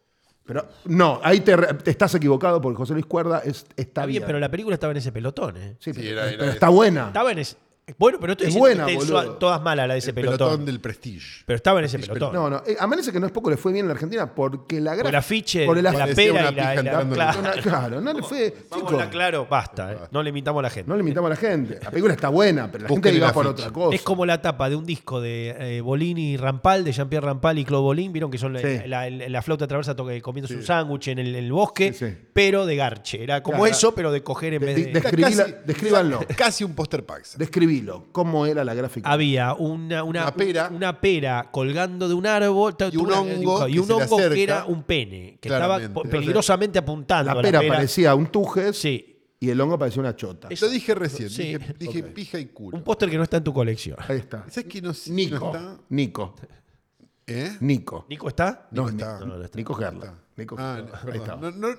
B: Pero, no, ahí te, re- te estás equivocado porque José Luis Cuerda es, está
C: Está bien, pero la película estaba en ese pelotón, ¿eh?
B: Sí,
A: Sí,
B: pero,
A: era- era
B: pero
A: eso.
B: está buena.
C: Estaba en ese. Bueno, pero no estoy
B: Es
C: diciendo que
B: buena,
C: esté
B: boludo.
C: su- todas malas la de ese
A: El
C: pelotón.
A: pelotón, del Prestige.
C: Pero estaba en ese pelotón.
B: No, no. eh, amanece que no es poco, le fue bien en la Argentina porque la
C: Por
B: gran-
C: el afiche,
B: Por el
C: de
B: afiche.
C: la
A: Parecía
C: pera
A: una
C: y la.
A: pija
C: y la-
A: entrando en el
C: claro.
B: Claro, no le fue.
C: Vamos a
B: chicos,
C: hablar claro, basta. ¿eh? No le imitamos a la gente.
B: no le invitamos a la gente. La película está buena, pero la gente
A: Busquen el
B: iba por
A: afiche.
B: otra cosa.
C: Es como la tapa de un disco de eh, Bolini y Rampal, de Jean-Pierre Rampal y Claude Bolin. Vieron que son la,
B: Sí.
C: la- la- la flauta traversa toque- comiéndose un sándwich en el, en el bosque,
B: Sí, sí.
C: pero de garche. Era como
B: Claro.
C: eso, pero de coger en
B: De-
C: vez de.
B: de- Describila- descríbanlo.
A: Casi un póster Pax.
B: Describilo. ¿Cómo era la gráfica?
C: Había una, una,
A: Una pera.
C: una pera colgando de un árbol ta-
A: Y un
C: una-
A: hongo
C: dibujado, y
A: que
C: un
A: se le
C: hongo que
A: acerca.
C: era un pene, que
A: Claramente.
C: estaba po- peligrosamente apuntando.
B: la
C: a
B: pera parecía un tujes
C: Sí,
B: y el hongo parecía una chota.
A: Lo dije recién.
C: Sí.
A: Dije, dije pija y
C: un
A: culo.
C: póster que no está en tu colección.
B: Ahí está.
A: ¿Sabes que no, no
B: Nico.
A: está?
B: Nico.
A: ¿Eh?
B: Nico.
C: ¿Nico está?
A: Nico
B: No,
A: está.
B: Ni-
C: No, no está.
B: Nico Gerla.
A: Está.
B: Nico
A: Ah,
B: Gerla.
A: no,
B: Ahí está.
A: perdón. No, no,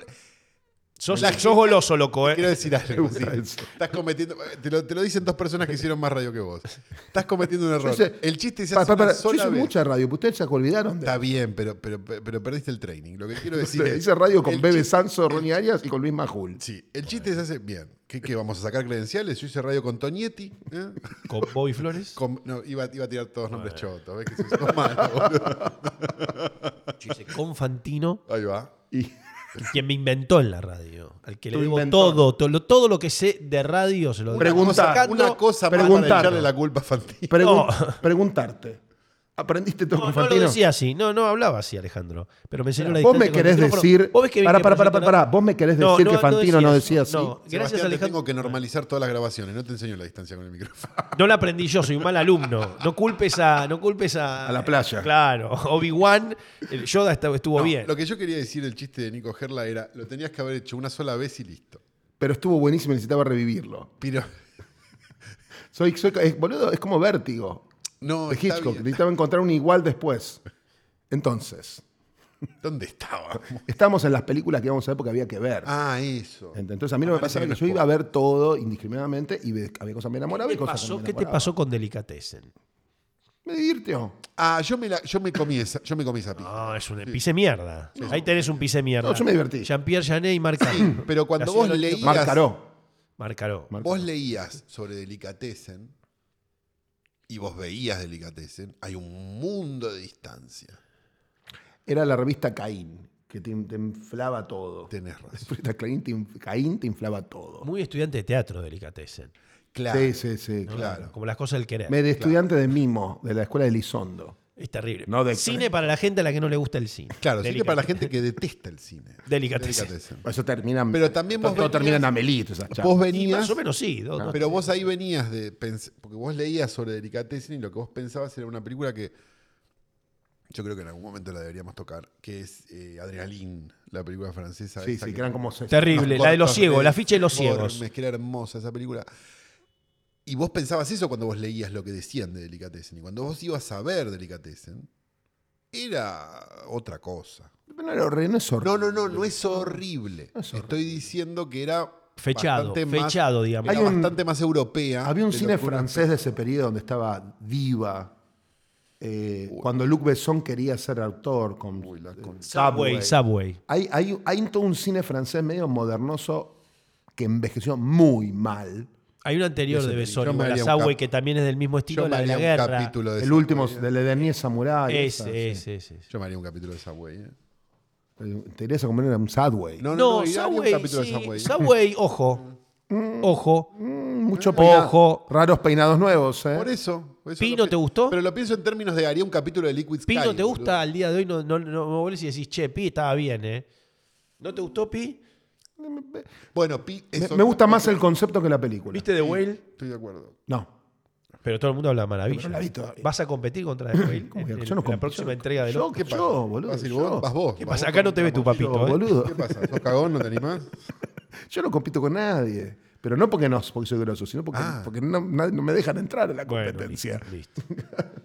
C: Sos,
A: La-
C: sos goloso, loco,
A: quiero
C: ¿eh?
A: decir algo.
B: gusta
A: sí.
B: eso.
A: Estás cometiendo. Te lo, te lo dicen dos personas que hicieron más radio que vos. Estás cometiendo un error.
B: hice-
A: el chiste se
B: Pa-
A: hace
B: pa-
A: una
B: para, yo
A: sola
B: hice
A: vez.
B: mucha radio, pero ustedes se olvidaron de.
A: Está bien, pero, pero, pero perdiste el training. Lo que quiero decir es.
B: Hice radio con
A: el
B: Bebe
A: chiste-
B: Sanso, Ronnie Arias y con Luis Majul.
A: Sí, el chiste se hace. Bien. ¿Qué, qué, vamos a sacar credenciales? Yo hice radio con Toñetti. ¿eh?
C: Con Bobby Flores.
A: Con- no, iba, iba a tirar todos nombres chotos. ¿ves? Que sos- sos malo, boludo.
C: Dice, Con Fantino,
A: Ahí va.
B: Y
C: quien me inventó en la radio. Al que le
B: Tu
C: debo
B: inventor.
C: todo, todo, lo- todo lo que sé de radio se lo debo.
B: Pregunta,
C: Estamos sacando-
A: Una cosa más para
B: preguntar.
A: echarle la culpa a Fantino.
B: pregun- preguntarte. ¿Aprendiste todo
C: No,
B: con
C: no lo
B: Fantino?
C: decía así. No, no hablaba así, Alejandro. Pero me enseñó la
B: Vos me
C: distancia con el
B: querés
C: micrófono.
B: decir.
C: Vos ves que
B: Pará,
C: que
B: pará,
C: por
B: pará,
C: ejemplo-
B: pará. Vos me querés
C: No,
B: decir que
C: no, no
B: Fantino no decía
C: eso.
B: así.
C: No, gracias,
A: Sebastián, te
C: Alejandro.
A: tengo que normalizar todas las grabaciones. No te enseño la distancia con el micrófono.
C: No la aprendí yo, soy un mal alumno. No culpes a. No culpes a,
B: A la playa.
C: Claro. Obi-Wan, el Yoda esta- estuvo
A: No,
C: bien.
A: Lo que yo quería decir del chiste de Nico Gerla era, lo tenías que haber hecho una sola vez y listo.
B: Pero estuvo buenísimo, necesitaba revivirlo.
A: Pero
B: Soy, soy- es, boludo, es como vértigo.
A: no,
B: de
A: está
B: Hitchcock.
A: bien.
B: Necesitaba encontrar un igual después. Entonces,
A: ¿dónde estaba?
B: estábamos en las películas que íbamos a ver porque había que ver.
A: Ah, eso.
B: Entonces, a mí lo que me pasaba es que yo iba a ver todo indiscriminadamente y ve- había cosas que me enamoraban
C: ¿Qué
B: y
C: te
B: cosas que
C: pasó,
B: no me
C: ¿Qué te
B: enamoraban.
C: pasó con Delicatessen?
B: Me divirtió.
A: Ah, yo me, la- yo me comí esa, yo me comí esa pija.
C: No, es un pise mierda. Ahí tenés un pise mierda.
B: No, yo me divertí.
C: Jean-Pierre Janet y Marc Caro.
A: Pero cuando
C: La
A: vos
C: ciudad de los
A: leías,
C: tíos.
B: Marc Caró.
C: Marc Caro.
B: Marc
A: vos
B: Caró.
A: leías sobre Delicatessen y vos veías Delicatessen, hay un mundo de distancia.
B: Era la revista Caín, que te, te inflaba todo.
A: Tenés razón.
B: La revista Caín te, inf- Caín te inflaba todo.
C: Muy estudiante de teatro, Delicatessen.
A: Claro.
B: Sí, sí, sí,
C: ¿no?
B: claro.
A: Claro.
C: Como las cosas del querer.
B: Me de estudiante de mimo, de la escuela de Lizondo.
C: Es terrible.
B: No, de-
C: cine para la gente a la que no le gusta el cine.
A: Claro, sí que para la gente
C: Delicatessen.
A: que detesta el cine.
C: Delicatessen.
B: Eso terminan.
A: Pero también vos
B: todo, todo
A: venías-
B: termina en Amelie, todas esas charlas.
A: Vos
C: Y
A: venías,
C: más o menos sí. dos- dos-
A: pero vos ahí venías de pens- porque vos leías sobre Delicatessen y lo que vos pensabas era una película que yo creo que en algún momento la deberíamos tocar, que es eh, Adrenaline, la película francesa.
B: Sí,
A: esa
B: sí,
A: que-
B: que eran como se-
C: Terrible. La de los
A: cortos
C: ciegos, la ficha de los
A: Bormes,
C: ciegos.
A: Que era hermosa esa película. Y vos pensabas eso cuando vos leías lo que decían de Delicatessen. Y cuando vos ibas a ver Delicatessen, era otra cosa.
B: No, era horrible, no es horrible.
A: No, no, no, no es horrible. Estoy diciendo que era.
C: Fechado,
A: bastante más-
C: fechado, digamos.
A: Era
B: Hay un-
A: bastante más europea.
B: Había un
A: de
B: cine
A: lo que uno-
B: francés de ese periodo donde estaba Diva. eh, cuando Luc Besson quería ser autor con, eh,
C: Subway, Subway.
B: Hay, hay, hay todo un cine francés medio modernoso que envejeció muy mal.
C: Hay una anterior
A: Ese
C: de
A: te-
C: Besson,
A: yo me
C: igual a
A: haría un
C: Subway,
A: cap-
C: que también es del mismo estilo,
A: Yo me
C: la de la
A: haría un
C: guerra.
A: capítulo de
B: El
A: esa-
B: último de la Dernier Samurai. esa,
C: Ese,
B: sí.
C: ese, ese.
A: Yo me haría un capítulo de esa güey. ¿eh?
B: Eh, Te irías a comer era un Sadway.
A: No,
C: No,
A: no, no, y haría un
C: Subway,
A: capítulo
C: sí,
A: de Subway. Mm.
C: Subway, ojo. Ojo.
B: Mucho peinado.
C: Ojo.
B: Raros peinados nuevos, ¿eh?
A: Por eso. por eso
C: ¿Pino
A: lo pi-
C: te gustó?
A: Pero lo pienso en términos de haría un capítulo de Liquid Sky.
C: Pi no te
A: boludo.
C: gusta al día de hoy, no, no, no me volvés y decís, che, Pi estaba bien, ¿eh? ¿No te gustó Pi?
A: Bueno, Pi. es
B: Me,
A: otra
B: me gusta
A: cosa.
B: más el concepto que la película.
C: ¿Viste The Whale?
A: Estoy de acuerdo.
B: No.
C: Pero todo el mundo habla maravilla.
B: Pero no la vi todavía.
C: Vas a competir contra The Whale.
B: ¿Cómo que-
C: en-
B: yo
C: en
B: no
C: la
B: compito.
C: próxima entrega del
B: Yo,
C: Oscar.
B: ¿qué
A: pasa?
B: Yo, boludo,
A: Vas, a ir
B: yo.
A: vos, vas vos.
C: ¿Qué
A: vas
C: pasa?
A: vos
C: Acá no
A: con
C: te
A: la
C: ve tu
A: mochila.
B: Yo,
C: papito. ¿eh?
B: boludo.
A: ¿Qué pasa? ¿Sos cagón? ¿No te animás?
B: Yo no compito con nadie. Pero no porque no porque soy groso, sino porque,
A: Ah.
B: porque no, nadie- no me dejan entrar a la
C: Bueno,
B: competencia.
C: listo, listo.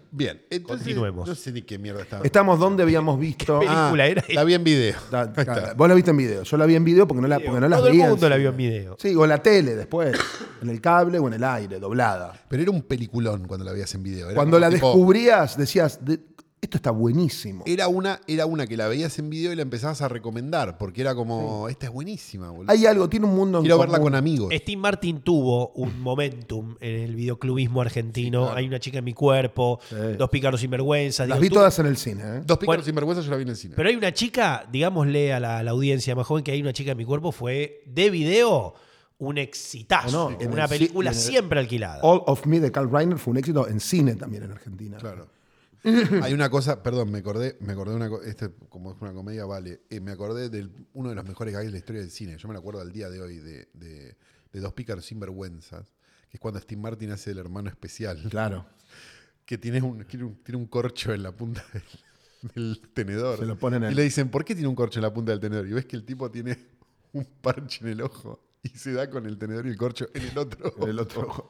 A: Bien, entonces.
C: Continuemos.
A: No sé ni qué mierda estaba.
B: Estamos donde habíamos visto.
C: ¿Qué
B: Ah,
C: película era?
A: La vi en video.
B: da-
A: Ahí está.
B: da- vos la viste en video. Yo la vi en video porque no la, porque no la
C: Todo el
B: veía en
C: mundo la
B: cine.
C: vio en video.
B: Sí, o en la tele después. en el cable o en el aire, doblada.
A: Pero era un peliculón cuando la veías en video. Era
B: Cuando
A: como
B: la
A: tipo-
B: descubrías, decías, "De- esto está buenísimo.
A: Era una, era una que la veías en video y la empezabas a recomendar, porque era como, esta es buenísima, boludo.
B: Hay algo, tiene un mundo en
A: Quiero verla
B: común.
A: con amigos.
C: Steve Martin tuvo un momentum en el videoclubismo argentino. Hay una chica en mi cuerpo, dos pícaros sinvergüenzas.
B: Las
C: digo,
B: vi
C: tú-
B: todas en el cine. ¿eh?
A: Dos pícaros
C: Bueno.
A: sin vergüenza yo la vi en el cine.
C: Pero hay una chica, digámosle a la, a la audiencia más joven que hay una chica en mi cuerpo, fue de video un exitazo.
B: Ah, No, no, en
C: una
B: el ci-
C: película
B: en el- Oh,
C: siempre alquilada.
B: All of Me de Carl Reiner fue un éxito en cine también en Argentina.
A: Claro. Hay una cosa, perdón, me acordé, me acordé de una cosa, este, como es una comedia, vale, Eh, me acordé de uno de los mejores gags de la historia del cine, yo me lo acuerdo al día de hoy, de, de- de Dos pícaros sin vergüenzas, que es cuando Steve Martin hace el hermano especial,
B: Claro.
A: que tiene un, tiene un, tiene un corcho en la punta del, del tenedor.
B: Se lo ponen
A: Y
B: en-
A: le dicen, ¿por qué tiene un corcho en la punta del tenedor? Y ves que el tipo tiene un parche en el ojo y se da con el tenedor y el corcho en el otro.
B: En el otro.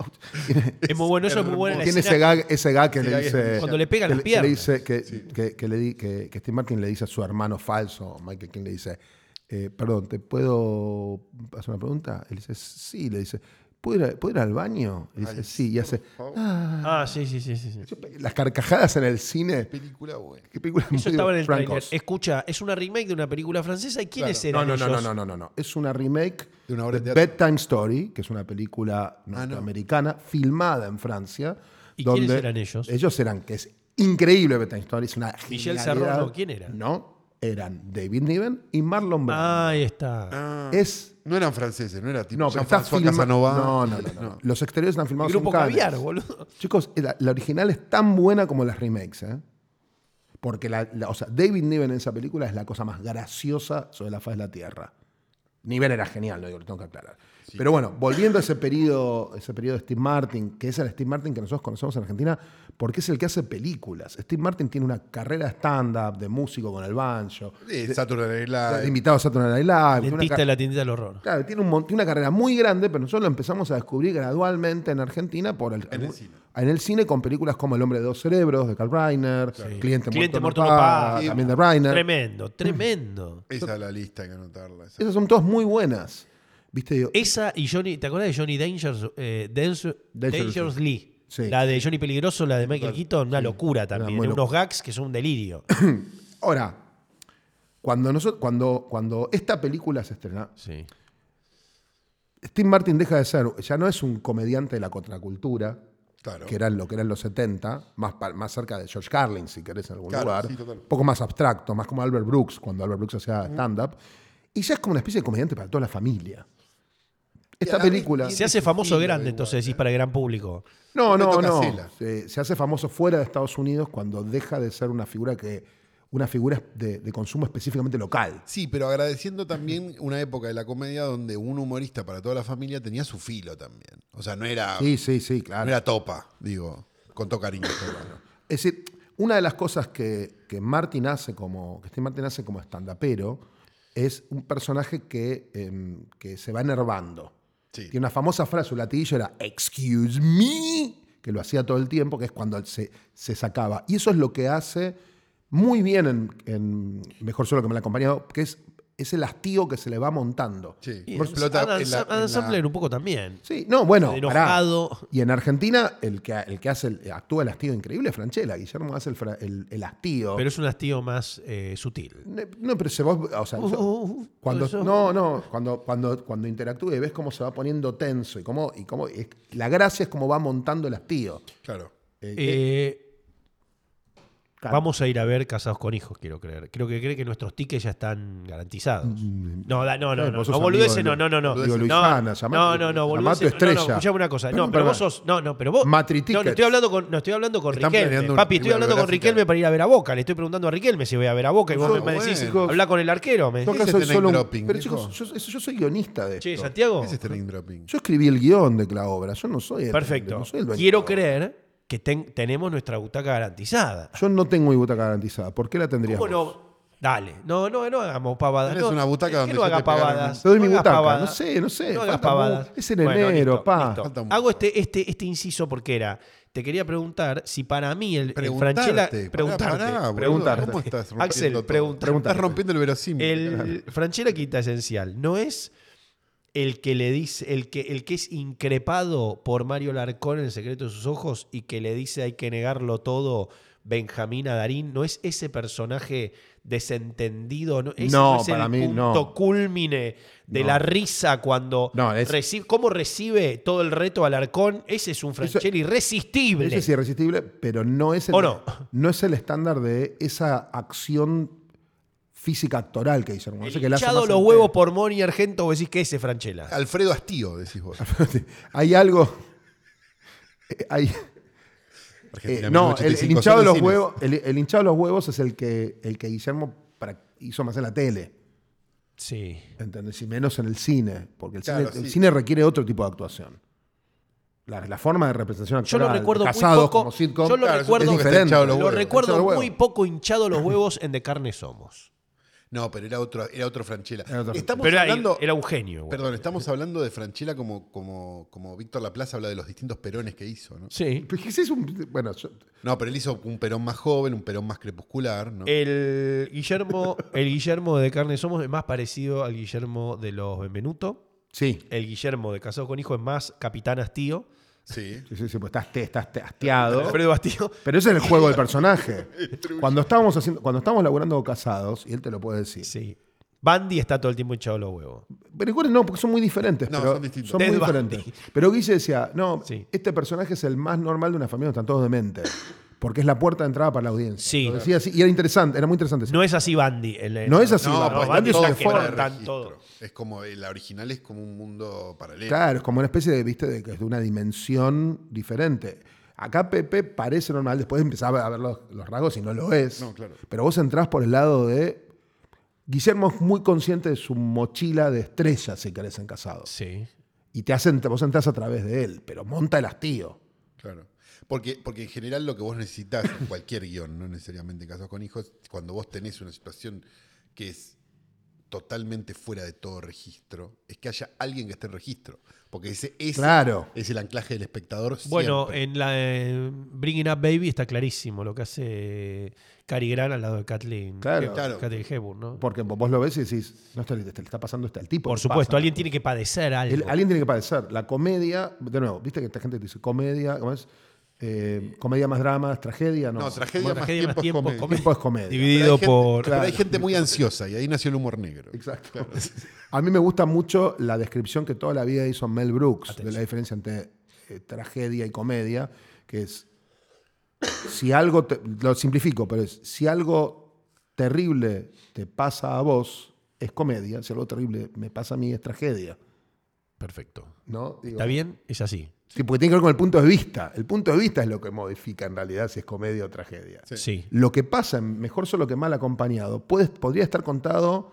C: es muy bueno, eso es muy bueno. en la
B: tiene ese
C: escena
B: gag, ese gag que
A: Ese
B: le
A: gag es
B: dice.
C: Cuando le pegan
B: que
C: las
B: que le
C: piernas.
B: dice que, que- que le di- que- que Steve Martin le dice a su hermano falso, Michael King, le dice: eh, Perdón, ¿te puedo hacer una pregunta? Él dice: Sí, le dice. ¿Puedo ir, a- puedo ir al baño? Y dice, sí, y hace
C: Ah, sí, sí, sí. sí, sí.
B: las carcajadas en el cine.
A: Película buena.
B: Qué película
C: Eso
B: muy
C: estaba en el
B: francos.
C: trailer. Escucha, es una remake de una película francesa. ¿Y quiénes
B: No,
C: eran
B: no, no, no,
C: ellos?
B: no, no, no, no. Es una remake
A: De una obra de teatro.
B: Bedtime Story, que es una película
A: no.
B: norteamericana filmada en Francia.
C: Ah, ¿Y
B: donde
C: quiénes eran ellos?
B: Ellos eran, que es increíble Bedtime Story, es una
C: Michel
B: genialidad.
C: Serrano, ¿quién era?
B: No, eran David Niven y Marlon Brando.
C: Ah, Ahí está.
B: es...
A: No eran franceses, no era tipo
B: No, pero está
A: Jean-François
B: filma-
A: Casanova.
B: No, no, no, no. Los exteriores están filmados
C: Grupo
B: en Cannes.
C: Caviar, boludo.
B: Chicos, la, la original es tan buena como las remakes, ¿eh? Porque la, la- o sea, David Niven en esa película es la cosa más graciosa sobre la faz de la Tierra. Niven era genial, lo digo, lo tengo que aclarar. Pero bueno, volviendo a ese periodo, ese periodo de Steve Martin, que es el Steve Martin que nosotros conocemos en Argentina, porque es el que hace películas. Steve Martin tiene una carrera de stand-up, de músico con el banjo,
A: Eh, Saturday Night
B: de
A: Live.
B: invitado a Saturday Night Live. tiene una
C: Dentista
B: ca-
C: de la tiendita del horror.
B: Claro, tiene, un, mon- tiene una carrera muy grande, pero nosotros lo empezamos a descubrir gradualmente en Argentina por el,
A: En el cine.
B: en el cine con películas como El hombre de dos cerebros de Carl Reiner, Cliente,
C: Cliente
B: muerto,
C: muerto no
B: no paga,
C: paga.
B: también de Reiner.
C: Tremendo,
B: Mm.
C: tremendo.
A: Esa es la lista, hay que anotarla. esa.
B: Esas son todas muy buenas. ¿Viste? Digo,
C: Esa y Johnny, ¿te acuerdas de Johnny Dangers, eh, Dance-
B: Dangerous.
C: Dangerously?
B: Sí.
C: La de Johnny Peligroso, la de Michael
B: Total.
C: Keaton, una locura también.
B: muy
C: Unos gags que son un delirio.
B: Ahora, cuando, nosotros, cuando, cuando esta película se estrena,
C: Sí.
B: Steve Martin deja de ser, ya no es un comediante de la contracultura,
A: Claro.
B: que eran lo que eran los 70, más, pa- más cerca de George Carlin, si querés, en algún
A: Claro,
B: lugar.
A: sí, total.
B: Un poco más abstracto, más como Albert Brooks, cuando Albert Brooks hacía stand-up. Y ya es como una especie de comediante para toda la familia. Esta
A: a ver,
B: película.
A: y-
C: Se hace famoso
A: Igual,
C: grande,
A: eh.
C: entonces decís para el gran público.
B: No,
A: Beto
B: no, no.
A: Casella.
B: Se, se hace famoso fuera de Estados Unidos cuando deja de ser una figura que. una figura de, de consumo específicamente local.
A: Sí, pero agradeciendo también una época de la comedia donde un humorista para toda la familia tenía su filo también. O sea, no era,
B: Sí, sí, sí,
A: no
C: Ah,
B: claro.
A: era topa, digo, con todo cariño. pero bueno.
B: Es decir, una de las cosas que, que Martin hace como. que Steve Martin hace como estandapero es un personaje que, em, que se va enervando.
A: Sí.
B: Tiene una famosa frase, su latillo era Excuse me, que lo hacía todo el tiempo, que es cuando se, se sacaba. Y eso es lo que hace muy bien en, en Mejor Solo que me la acompañado, que es, es el hastío que se le va montando.
A: Sí.
C: Y
A: Vos explota
C: Adam,
A: en la-
C: Sa- Adam
A: en la-
C: Sandler un poco también.
B: Sí, no, bueno. pará.
C: Enojado.
B: Y en Argentina, el que, el que hace el- actúa el hastío increíble es Franchella. Guillermo hace el, fra- el, el hastío.
C: Pero es un hastío más eh, sutil.
B: Ne- no, pero se vos, o sea,
C: Uh, uh, uh,
B: Cuando,
C: eso-
B: no, no, cuando, cuando, cuando interactúa y ves cómo se va poniendo tenso y cómo, y cómo es- la gracia es cómo va montando el hastío.
A: Claro.
B: Eh,
C: Eh,
B: Claro.
C: vamos a ir a ver Casados con Hijos, quiero creer. Creo que cree que nuestros tickets ya están garantizados. No, da- no, no,
B: Mm, Claro,
C: no.
B: vos
C: No,
B: sos
C: boludeces,
B: amigo
C: no,
B: de-
C: no, no. No,
B: digo,
C: no,
B: Luisana,
C: no,
B: llamá-
C: no, no,
B: llamá a tu
C: boludeces, no, No, no,
B: estrella.
C: escuchame una cosa. No,
B: Perdón,
C: pero
B: perdón.
C: vos sos. No, no, pero vos.
B: Matri
C: No, no, estoy
B: tickets.
C: hablando con, no, estoy hablando con
A: Están
C: Riquelme.
A: planeando una
C: Papi, estoy
A: película
C: hablando con
A: biográfica.
C: Riquelme para ir a ver a Boca. Le estoy preguntando a Riquelme si voy a ver a Boca. Y vos
A: No,
C: me- me decís,
A: bueno.
C: habla con el arquero.
B: yo
C: Me
A: ¿qué
B: acá
A: es
B: soy
A: este
B: solo un-
A: name dropping,
B: Pero
A: viejo?
B: chicos, yo, eso- yo soy guionista de esto.
C: Che, Santiago.
A: ¿Qué es este link dropping?
B: Yo escribí el guión de la obra, yo no soy el-
C: Perfecto.
B: no soy el dueño
C: Quiero
B: de la obra.
C: creer que ten- tenemos nuestra butaca garantizada.
B: Yo no tengo mi butaca garantizada. ¿Por qué la tendría?
C: ¿Cómo no? Dale, no, no, no hagamos pavadas.
A: Tenés
C: No,
A: una butaca
C: ¿qué
A: donde
C: no
A: yo
C: haga
A: te pegaron
C: pavadas?
B: Te doy mi
C: hagas
B: butaca,
C: pavadas.
B: no sé, no sé,
C: No hagas
B: falta
C: pavadas.
B: mucho. Es en
C: Bueno,
B: enero,
C: listo,
B: pa.
C: listo.
A: Falta mucho.
C: Hago este, este, este inciso porque era. Te quería preguntar si para mí el, el Eh, Franchella.
A: Preguntarte.
C: Preguntarte.
A: pará, pará, boludo,
B: preguntarte.
A: ¿Cómo estás rompiendo
C: Axel,
A: todo?
C: preguntarte.
A: Estás rompiendo el
B: Mm,
A: verosímil.
C: El Franchella Quinta Esencial no es el que le dice, el que, el que es increpado por Mario Larcón en El secreto de sus ojos y que le dice hay que negarlo todo, Benjamín Darín, no es ese personaje desentendido, no, Ese
B: No,
C: es
B: para
C: el
B: mí,
C: punto
B: no.
C: culmine de
B: No.
C: la risa cuando
B: No, es-
C: recibe, cómo recibe todo el reto Alarcón, ese es un Franchella irresistible.
B: Eso es irresistible, pero no es el,
C: ¿O no?
B: no es el estándar de esa acción física actoral que Guillermo. hace, que la hace
C: Hinchado
B: más
C: los
B: entera.
C: huevos por Moni Argento, vos decís que ese es Franchella.
A: Alfredo Hastío, decís vos.
B: Hay algo. eh, Hay, eh,
A: Argentina,
B: no, el, el
A: 1985,
B: hinchado
A: solo
B: de los
A: cines.
B: huevos, el, el hinchado de los huevos es el que, el que Guillermo pra- hizo más en la tele.
C: Sí.
B: ¿Entendés? Y menos en el cine, porque el,
A: Claro,
B: cine, el
A: sí.
B: cine requiere otro tipo de actuación. La, la forma de representación
C: Yo
B: actoral,
C: lo recuerdo muy
B: casados
C: poco.
B: como sitcom,
C: yo lo
A: claro, es un
C: recuerdo,
B: tipo que está hinchado los
C: lo
B: huevos.
C: recuerdo
B: Hinchado los
C: muy
B: huevos.
C: poco hinchado los huevos en De Carne Somos.
A: No, pero era otro, era otro Franchella.
B: Era otro
A: Estamos
C: Pero era,
A: hablando.
C: era un genio. güey.
A: Perdón, estamos hablando de Franchella como, como, como Víctor Laplace habla de los distintos perones que hizo, ¿no?
C: Sí.
B: Pero ese es un- bueno, yo-
A: No, pero él hizo un perón más joven, un perón más crepuscular, ¿no?
C: Eh, El Guillermo, el Guillermo de Carne Somos es más parecido al Guillermo de los Benvenuto.
B: sí.
C: El Guillermo de Casado con Hijo es más Capitán Hastío.
A: sí.
B: Sí, sí, sí, pues estás, te- estás te- hastiado.
C: Alfredo Hastío.
B: Pero ese es el juego del personaje. Cuando estábamos haciendo, cuando estábamos laburando casados, y él te lo puede decir.
C: Sí. Bandy está todo el tiempo hinchado los huevos.
B: Pero igual no, porque son muy diferentes.
A: No,
B: pero
A: son distintos.
B: Son muy
C: Ted Bundy.
B: diferentes. Pero Guille decía, no,
C: Sí.
B: este personaje es el más normal de una familia donde están todos dementes. Porque es la puerta de entrada para la audiencia.
C: Sí.
B: Lo decía así, y era interesante, era muy interesante.
C: No es así Bandy. el- el-
B: No es así,
A: No,
B: Bandy.
A: porque
B: Bandy
A: Bandy
B: es
A: todo
B: una
A: fuera de
B: forma.
C: Están
A: registro.
C: todos.
A: Es como eh, la original es como un mundo paralelo.
B: Claro, es como una especie de, viste, de, de una dimensión diferente. Acá Pepe parece normal, después empezaba a ver los, los rasgos y no lo es.
A: No, claro.
B: Pero vos entrás por el lado de. Guillermo es muy consciente de su mochila de estrellas, si querés, en casados.
C: Sí.
B: Y te hacen, vos entrás a través de él, pero monta el hastío.
A: Claro. Porque, porque en general lo que vos necesitas en cualquier guión, no necesariamente en casos con hijos, cuando vos tenés una situación que es totalmente fuera de todo registro, es que haya alguien que esté en registro. Porque ese, ese
B: Claro.
A: es el anclaje del espectador.
C: Bueno, eh,
A: siempre.
C: en la de Bringing Up Baby está clarísimo lo que hace Cary Grant al lado de Kathleen,
B: Claro.
C: Hep-
A: Claro.
C: Kathleen Hepburn, ¿no? Por,
B: Porque vos lo ves y decís, no, esto le, te le está pasando esto al tipo. le
C: supuesto,
B: pasa.
C: alguien tiene que padecer algo.
B: El- alguien tiene que padecer. La comedia, de nuevo, viste que esta gente te dice comedia, ¿cómo es? Eh, comedia más dramas, tragedia, no.
A: No, tragedia más
C: tragedia más
A: tiempo es
C: tiempo es
A: comedia.
B: Tiempo es comedia.
C: comedia.
A: Pero hay
C: Dividido
A: gente-
C: por.
A: Pero hay gente muy ansiosa y ahí nació el humor negro.
B: Exacto. A mí me gusta mucho la descripción que toda la vida hizo Mel Brooks de la diferencia entre eh, tragedia y comedia, que es, si algo, te- lo simplifico, pero es, si algo terrible te pasa a vos, es comedia, si algo terrible me pasa a mí, es tragedia.
C: Perfecto.
B: ¿no? Digo,
C: ¿Está bien? Es así.
B: Sí, porque tiene que ver con el punto de vista. El punto de vista es lo que modifica en realidad si es comedia o tragedia.
A: Sí.
C: Sí.
B: Lo que pasa, en mejor solo que mal acompañado, puede- podría estar contado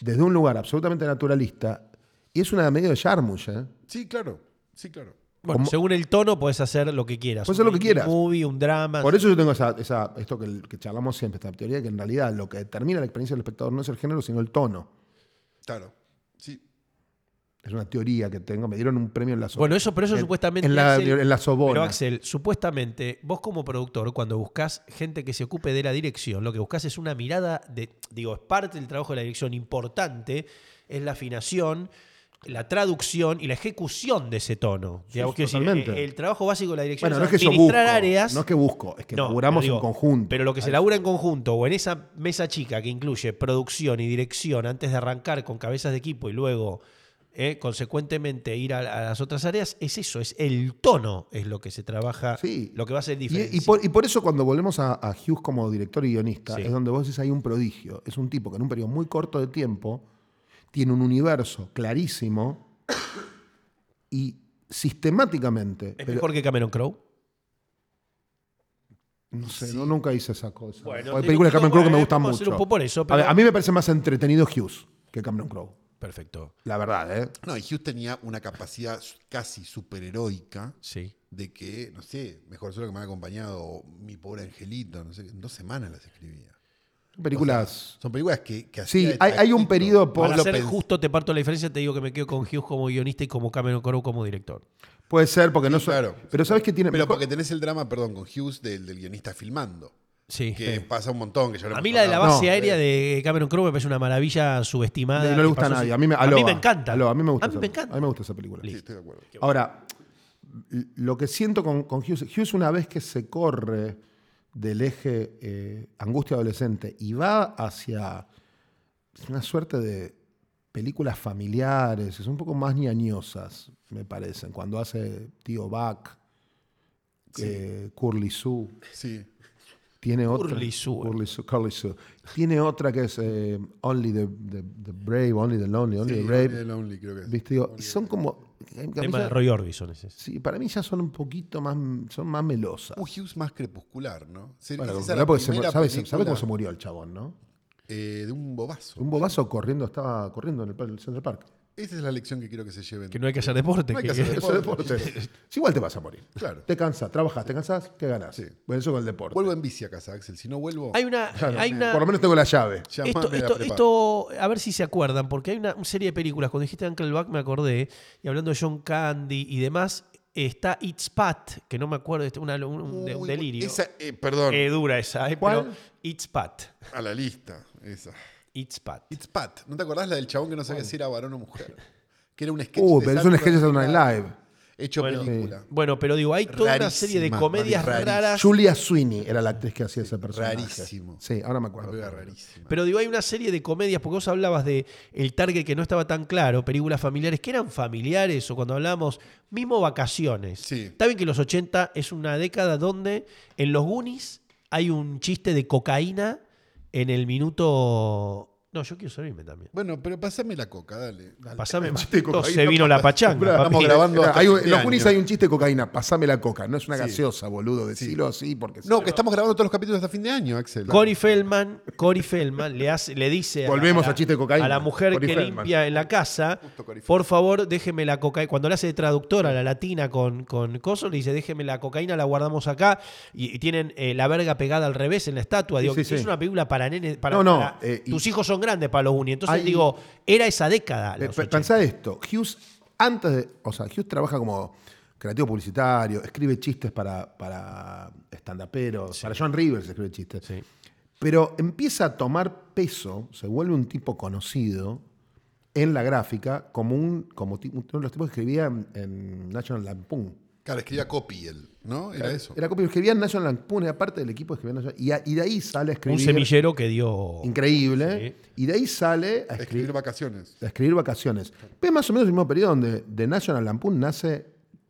B: desde un lugar absolutamente naturalista. Y es una medio de Jarmusch, ¿eh?
A: Sí, claro. Sí, claro.
C: Bueno,
B: Como-
C: según el tono puedes hacer lo que quieras.
B: Puedes hacer lo
C: Un
B: que quieras.
C: movie, un drama.
B: Por eso yo tengo esa, esa- esto que, que charlamos siempre, esta teoría que en realidad lo que determina la experiencia del espectador no es el género, sino el tono.
A: Claro. Sí.
B: Es una teoría que tengo. Me dieron un premio en la Sobo-
C: Bueno, eso, pero eso
B: en-
C: supuestamente.
B: En la,
C: Axel-
B: en la Sorbona.
C: Pero Axel, supuestamente, vos como productor, cuando buscas gente que se ocupe de la dirección, lo que buscas es una mirada de, digo, es parte del trabajo de la dirección importante, es la afinación, la traducción y la ejecución de ese tono.
B: Sí,
C: Digamos, quiero decir,
B: totalmente.
C: eh, el trabajo básico de la dirección
B: bueno, no
C: es
B: es que yo busco.
C: administrar áreas.
B: No es que busco, es que
C: No,
B: laburamos
C: pero digo,
B: en conjunto.
C: Pero lo que se labura en conjunto o en esa mesa chica que incluye producción y dirección antes de arrancar con cabezas de equipo y luego eh, consecuentemente ir a, a las otras áreas, es eso, es el tono, es lo que se trabaja,
B: Sí.
C: lo que va a ser diferente.
B: Y, y por, y por eso cuando volvemos a, a Hughes como director y guionista,
C: Sí.
B: es donde vos decís hay un prodigio. Es un tipo que en un periodo muy corto de tiempo tiene un universo clarísimo y sistemáticamente...
C: ¿Es
B: pero-
C: mejor que Cameron Crowe?
B: no sé, no- nunca hice esa cosa.
C: Bueno,
B: Hay películas de
C: digo,
B: Cameron Crowe que me
C: bueno,
B: gustan
C: podemos hacer
B: mucho.
C: un poco por eso,
B: A
C: pero-
B: ver, a, mí me parece más entretenido Hughes que Cameron Crowe.
C: Perfecto,
B: La verdad, ¿eh?
A: No, y Hughes tenía una capacidad casi superheroica
C: sí.
A: de que, no sé, mejor solo que me ha acompañado o mi pobre angelito, no sé, en dos semanas las escribía.
B: Películas...
A: Son películas que, que
B: Sí,
A: hacía de
B: hay- hay un
A: taquito.
B: periodo por-
C: Para
B: lo
C: ser
B: pens-
C: justo, te parto la diferencia, te digo que me quedo con Hughes como guionista y como Cameron Crowe como director.
B: Puede ser, porque no...
A: Sí,
B: so-
A: claro.
B: Pero ¿sabes qué tiene?
A: Pero porque tenés el drama, perdón, con Hughes del, del guionista filmando.
C: Sí.
A: Que pasa un montón. Que ya lo
C: A
A: hemos
C: mí la de la
A: hablado.
C: base
B: No, eh.
C: aérea de Cameron Crowe me parece una maravilla subestimada.
B: no le
C: que
B: gusta a
C: pasó
B: nadie.
C: sin-
B: A mí me,
C: a mí
B: Aloha.
C: me encanta.
B: Aloha, a mí me gusta.
C: A mí
B: esa-
C: me encanta.
B: A mí me gusta esa película.
A: Sí, estoy de acuerdo.
B: Ahora, l- lo que siento con, con Hughes, Hughes una vez que se corre del eje eh, angustia adolescente y va hacia una suerte de películas familiares, que son un poco más ñañosas, me parecen, cuando hace Tío Buck, eh, Curly Sue,
A: Sí.
B: tiene otra.
C: Curly Sue.
B: Curly Sue, Curly Sue. Tiene otra que es eh, Only the, the- the Brave, Only the Lonely, Only
A: Sí,
B: the Brave.
A: el Only, creo que es.
B: ¿Viste? Digo, y son como...
C: Tema de Roy Orbison ese.
B: Sí, para mí ya son un poquito más, son más melosas.
A: Un Hughes más crepuscular, ¿no? Se-
B: Bueno,
A: esa es
B: porque se-
A: primera
B: ¿sabes,
A: película,
B: sabes cómo se murió el chabón, no?
A: eh, de un bobazo.
B: Un bobazo corriendo, estaba corriendo en el, par- el Central Park.
A: Esa es la lección que quiero que se lleven.
C: Que no hay que hacer deporte.
A: No hay que
C: que-
A: hacer
B: Eso es deporte. Sí, igual te vas a morir.
A: Claro.
B: Te cansas, trabajas, te cansas, ¿qué ganas?
A: Sí.
B: Bueno, eso con el deporte.
A: Vuelvo en bici a casa, Axel. Si no vuelvo,
C: Hay una.
B: Claro,
C: hay una
B: Por lo menos tengo la llave.
A: llamame
C: esto,
A: la
C: esto,
A: prepa.
C: esto- a ver si se acuerdan, porque hay una, una serie de películas. Cuando dijiste Uncle Buck me acordé, y hablando de John Candy y demás, está It's Pat, que no me acuerdo, este, una- un, un- de- un
A: Uy,
C: delirio.
A: esa, eh, perdón,
C: Eh, dura esa, eh,
B: ¿Cuál?
C: pero It's Pat.
A: a la lista. Esa.
C: It's Pat.
A: It's Pat. ¿No te acordás la del chabón que no sabía si era varón o mujer? Que era un sketch.
B: Uh,
A: de
B: pero es un
A: Saturday
B: sketch de Night Live.
A: Hecho
C: Bueno,
A: película.
C: Bueno, pero digo, hay toda una serie de
A: Rarísima,
C: comedias
A: rarísima.
C: raras.
B: Julia Sweeney era la actriz que hacía ese personaje.
A: rarísimo.
B: Sí, ahora me acuerdo.
A: Era rarísima.
C: Pero digo, hay una serie de comedias, porque vos hablabas de el target que no estaba tan claro, películas familiares, que eran familiares, o cuando hablamos, mismo vacaciones.
A: Sí.
C: Está bien que los 80 es una década donde en los Goonies hay un chiste de cocaína en el minuto. No, yo quiero servirme también.
A: Bueno, pero pasame la coca, dale. dale.
C: Pasame más.
B: chiste de cocaína
C: Se vino la pachanga.
A: Estamos
C: papi.
A: grabando
B: Era-
A: hasta
B: hay un-
A: fin
B: en
A: de
B: los Goonies
A: año.
B: hay un chiste de cocaína, pasame la coca. No es una
A: Sí.
B: gaseosa, boludo. Decilo así porque...
A: No, que estamos grabando todos los capítulos hasta fin de año, Axel.
C: Cory Feldman, Cory Feldman le, hace, le dice a la-
B: Volvemos
C: a, la,
B: al chiste de cocaína.
C: a la mujer
B: Cory
C: que
B: Feldman.
C: limpia en la casa,
A: Justo Cory Feldman.
C: por favor, déjeme la cocaína. Cuando le hace de traductora a la latina con, con Coso, le dice, déjeme la cocaína, la guardamos acá. Y, y tienen eh, la verga pegada al revés en la estatua.
B: Sí,
C: Digo,
B: sí, sí.
C: Es una película para nenes. Para,
B: No, no,
C: para-
B: eh, y-
C: tus hijos son grandes para los uni. Entonces,
B: Hay-
C: digo, era esa década.
B: Pe-
C: los
B: pe-
C: 80.
B: Pensá esto, Hughes antes de, o sea, Hughes trabaja como creativo publicitario, escribe chistes para para estandaperos, para John Rivers escribe chistes.
C: Sí.
B: Pero empieza a tomar peso, se vuelve un tipo conocido en la gráfica como un como ti- uno de los tipos que escribía en, en National Lampoon.
A: Claro, escribía copy él, ¿no? Era eso.
B: Era copia, escribía National Lampoon, era parte del equipo de escribir National y, a- y de ahí sale a escribir.
C: Un semillero que dio.
B: Increíble. Y de ahí sale a
A: Escribir
B: escribir,
A: vacaciones.
B: a escribir vacaciones. Pero es más o menos el mismo periodo donde de National Lampoon nace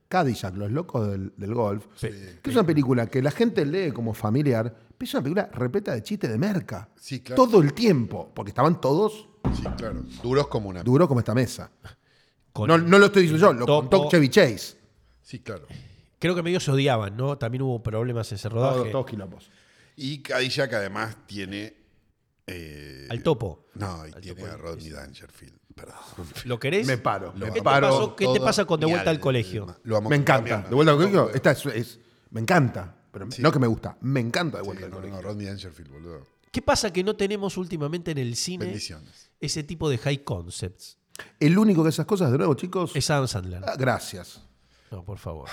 B: Cadillac, Los Locos del, del Golf.
C: Sí.
B: Que es una película que la gente lee como familiar, pero es una película repleta de chistes de merca.
A: Sí, claro.
B: Todo el tiempo, porque estaban todos
A: Sí, claro. Duros como una.
B: duros como esta mesa.
C: Con-
B: No, no lo estoy diciendo yo, lo
C: Topo.
B: contó Chevy Chase.
A: Sí, claro.
C: Creo que medio se odiaban, ¿no? También hubo problemas en ese
B: Todos,
C: rodaje.
B: todos quilombos.
A: Y Cadillac además tiene. eh,
C: Al topo.
A: No, y
C: Al
A: tiene
C: topo.
A: a Rodney Dangerfield. Perdón.
C: ¿Lo querés?
B: Me paro,
A: Lo
B: me
A: amo
C: ¿Qué te
B: paro.
C: pasó? ¿Qué te
A: todo
C: pasa con De
A: mi
C: Vuelta al
A: alma.
C: Colegio?
A: Lo amo
B: Me
A: con
B: encanta.
A: toda mi alma.
B: De vuelta al
A: No,
B: colegio,
A: bueno.
B: esta es, es- me encanta. Pero
A: Sí.
B: no que me gusta, me encanta de
A: Sí,
B: vuelta al
A: no,
B: colegio.
A: no, Rodney Dangerfield, boludo.
C: ¿Qué pasa que no tenemos últimamente en el cine
A: Bendiciones.
C: ese tipo de high concepts?
B: El único que esas cosas, de nuevo, chicos.
C: Es Adam Sandler.
B: ah, gracias.
C: No, por favor.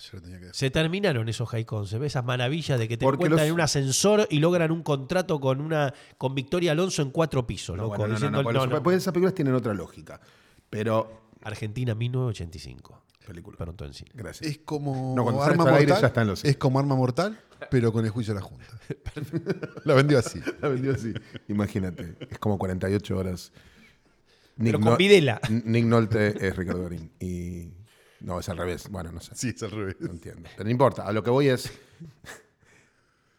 A: Yo lo tenía que decir.
C: Se terminaron esos high concepts, esas maravillas de que te
B: Porque
C: encuentran
B: los-
C: en un ascensor y logran un contrato con una con Victoria Alonso en cuatro pisos.
B: No,
C: loco,
B: bueno, no, no,
C: diciendo-
B: no, por
C: no,
B: eso-
C: no.
B: pues esas películas tienen otra lógica. Pero.
C: Argentina 1985.
B: Película.
C: Pronto en cine.
B: Gracias.
A: Es como
B: No, cuando sale
A: arma
B: para el aire
A: mortal.
B: ya está en los-
A: es como arma mortal, pero con el juicio de la Junta. la vendió así.
B: La vendió así. Imagínate. Es como 48 horas.
C: Pero
B: Nick
C: con
B: Nol-
C: Videla.
B: Nick Nolte es Ricardo Darín. Y. No, es al revés. Bueno, no sé.
A: Sí, es al revés.
B: No entiendo. Pero no importa. A lo que voy es.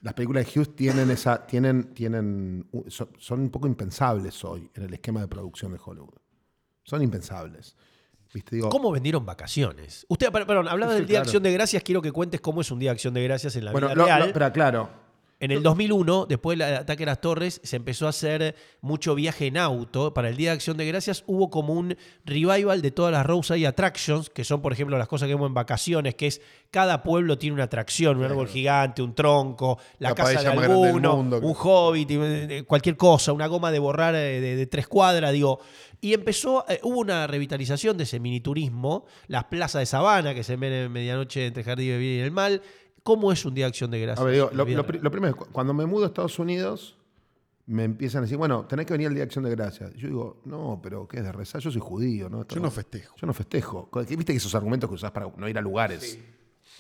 B: Las películas de Hughes tienen esa. Tienen, tienen, u- son, son un poco impensables hoy en el esquema de producción de Hollywood. Son impensables. ¿Viste? Digo,
C: ¿Cómo vendieron vacaciones? Usted, per- perdón,
B: Sí,
C: hablaba
B: sí,
C: del Día de
B: claro.
C: Acción de Gracias. Quiero que cuentes cómo es un Día de Acción de Gracias en la
B: Bueno,
C: vida
B: lo- lo-
C: real.
B: pero claro.
C: En el 2001, después del ataque a las torres, se empezó a hacer mucho viaje en auto. Para el Día de Acción de Gracias hubo como un revival de todas las Roadside Attractions, que son, por ejemplo, las cosas que vemos en vacaciones, que es cada pueblo tiene una atracción, un árbol gigante, un tronco, la
A: La
C: casa de
A: paella más grande del
C: alguno,
A: mundo.
C: un hobbit, y, eh, cualquier cosa, una goma de borrar eh, de, de tres cuadras, digo. Y empezó, eh, hubo una revitalización de ese miniturismo, las plazas de Sabana, que se ven en medianoche entre Jardín y Bien y el Mal. ¿Cómo es un Día de Acción de Gracias?
B: A ver, digo,
C: en la
B: lo,
C: vida
B: lo
C: real?
B: pri- lo primero es, cu- cuando me mudo a Estados Unidos, me empiezan a decir, bueno, tenés que venir el Día de Acción de Gracias. Yo digo, no, pero ¿qué es de rezar? Yo soy judío, ¿no? Esto
A: Yo no festejo.
B: Yo no festejo. Co- que- Viste que esos argumentos que usás para no ir a lugares.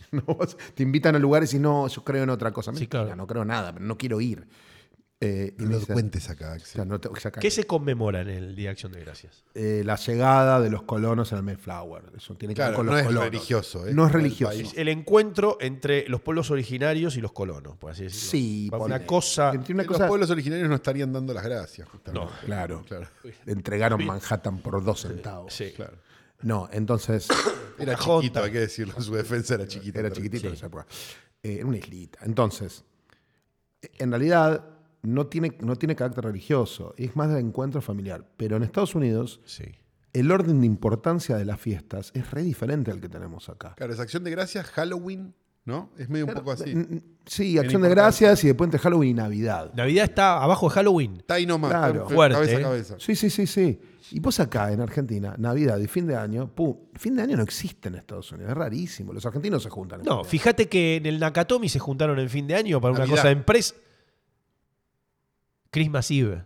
B: No, vos te invitan a lugares y no, yo creo en otra cosa.
C: Sí,
B: Mentira,
C: claro.
B: No creo en nada, pero no quiero ir. Eh, y
A: No
B: me
A: lo
B: dicen,
A: cuentes acá, Axel.
B: o sea, no tengo que sacar-
C: ¿Qué se conmemora en el Día de Acción de Gracias?
B: eh, la llegada de los colonos en el Mayflower. Eso tiene que ver
A: Claro,
B: con
A: no
B: los
A: es
B: colonos.
A: religioso, ¿eh?
B: No es
A: Para el
B: religioso.
A: país.
C: El encuentro entre los pueblos originarios y los colonos, por así decirlo.
B: Sí,
C: una
B: ponele.
C: cosa.
B: Tiene una
A: Que
B: cosa-
A: Los pueblos originarios no estarían dando las gracias, justamente.
B: Claro.
A: Claro.
B: Entregaron Manhattan por dos centavos.
C: Sí.
A: claro.
B: No, entonces
A: Era
C: Pocahontas.
A: chiquito, hay que decirlo. Su defensa era chiquita.
B: era chiquitito en esa época. Eh, era una islita. Entonces, e, en realidad no tiene, no tiene carácter religioso, es más de encuentro familiar. Pero en Estados Unidos,
C: Sí.
B: el orden de importancia de las fiestas es re diferente al que tenemos acá.
A: Claro, es acción de gracias, Halloween, ¿no? Es medio un poco así.
B: N- n- Sí,
A: importancia.
B: acción de gracias y después entre Halloween y Navidad.
C: Navidad está abajo de Halloween.
A: Está ahí nomás.
B: Claro.
A: está en-
C: Fuerte,
A: Cabeza a
C: ¿eh?
A: cabeza.
B: Sí, sí, sí, sí. Y vos acá en Argentina, Navidad y fin de año, pum, fin de año no existe en Estados Unidos, es rarísimo. Los argentinos se juntan. en
C: No,
B: fin de año.
C: fíjate que en el Nakatomi se juntaron en fin de año para una
A: Navidad.
C: cosa de empresa. Christmas Eve,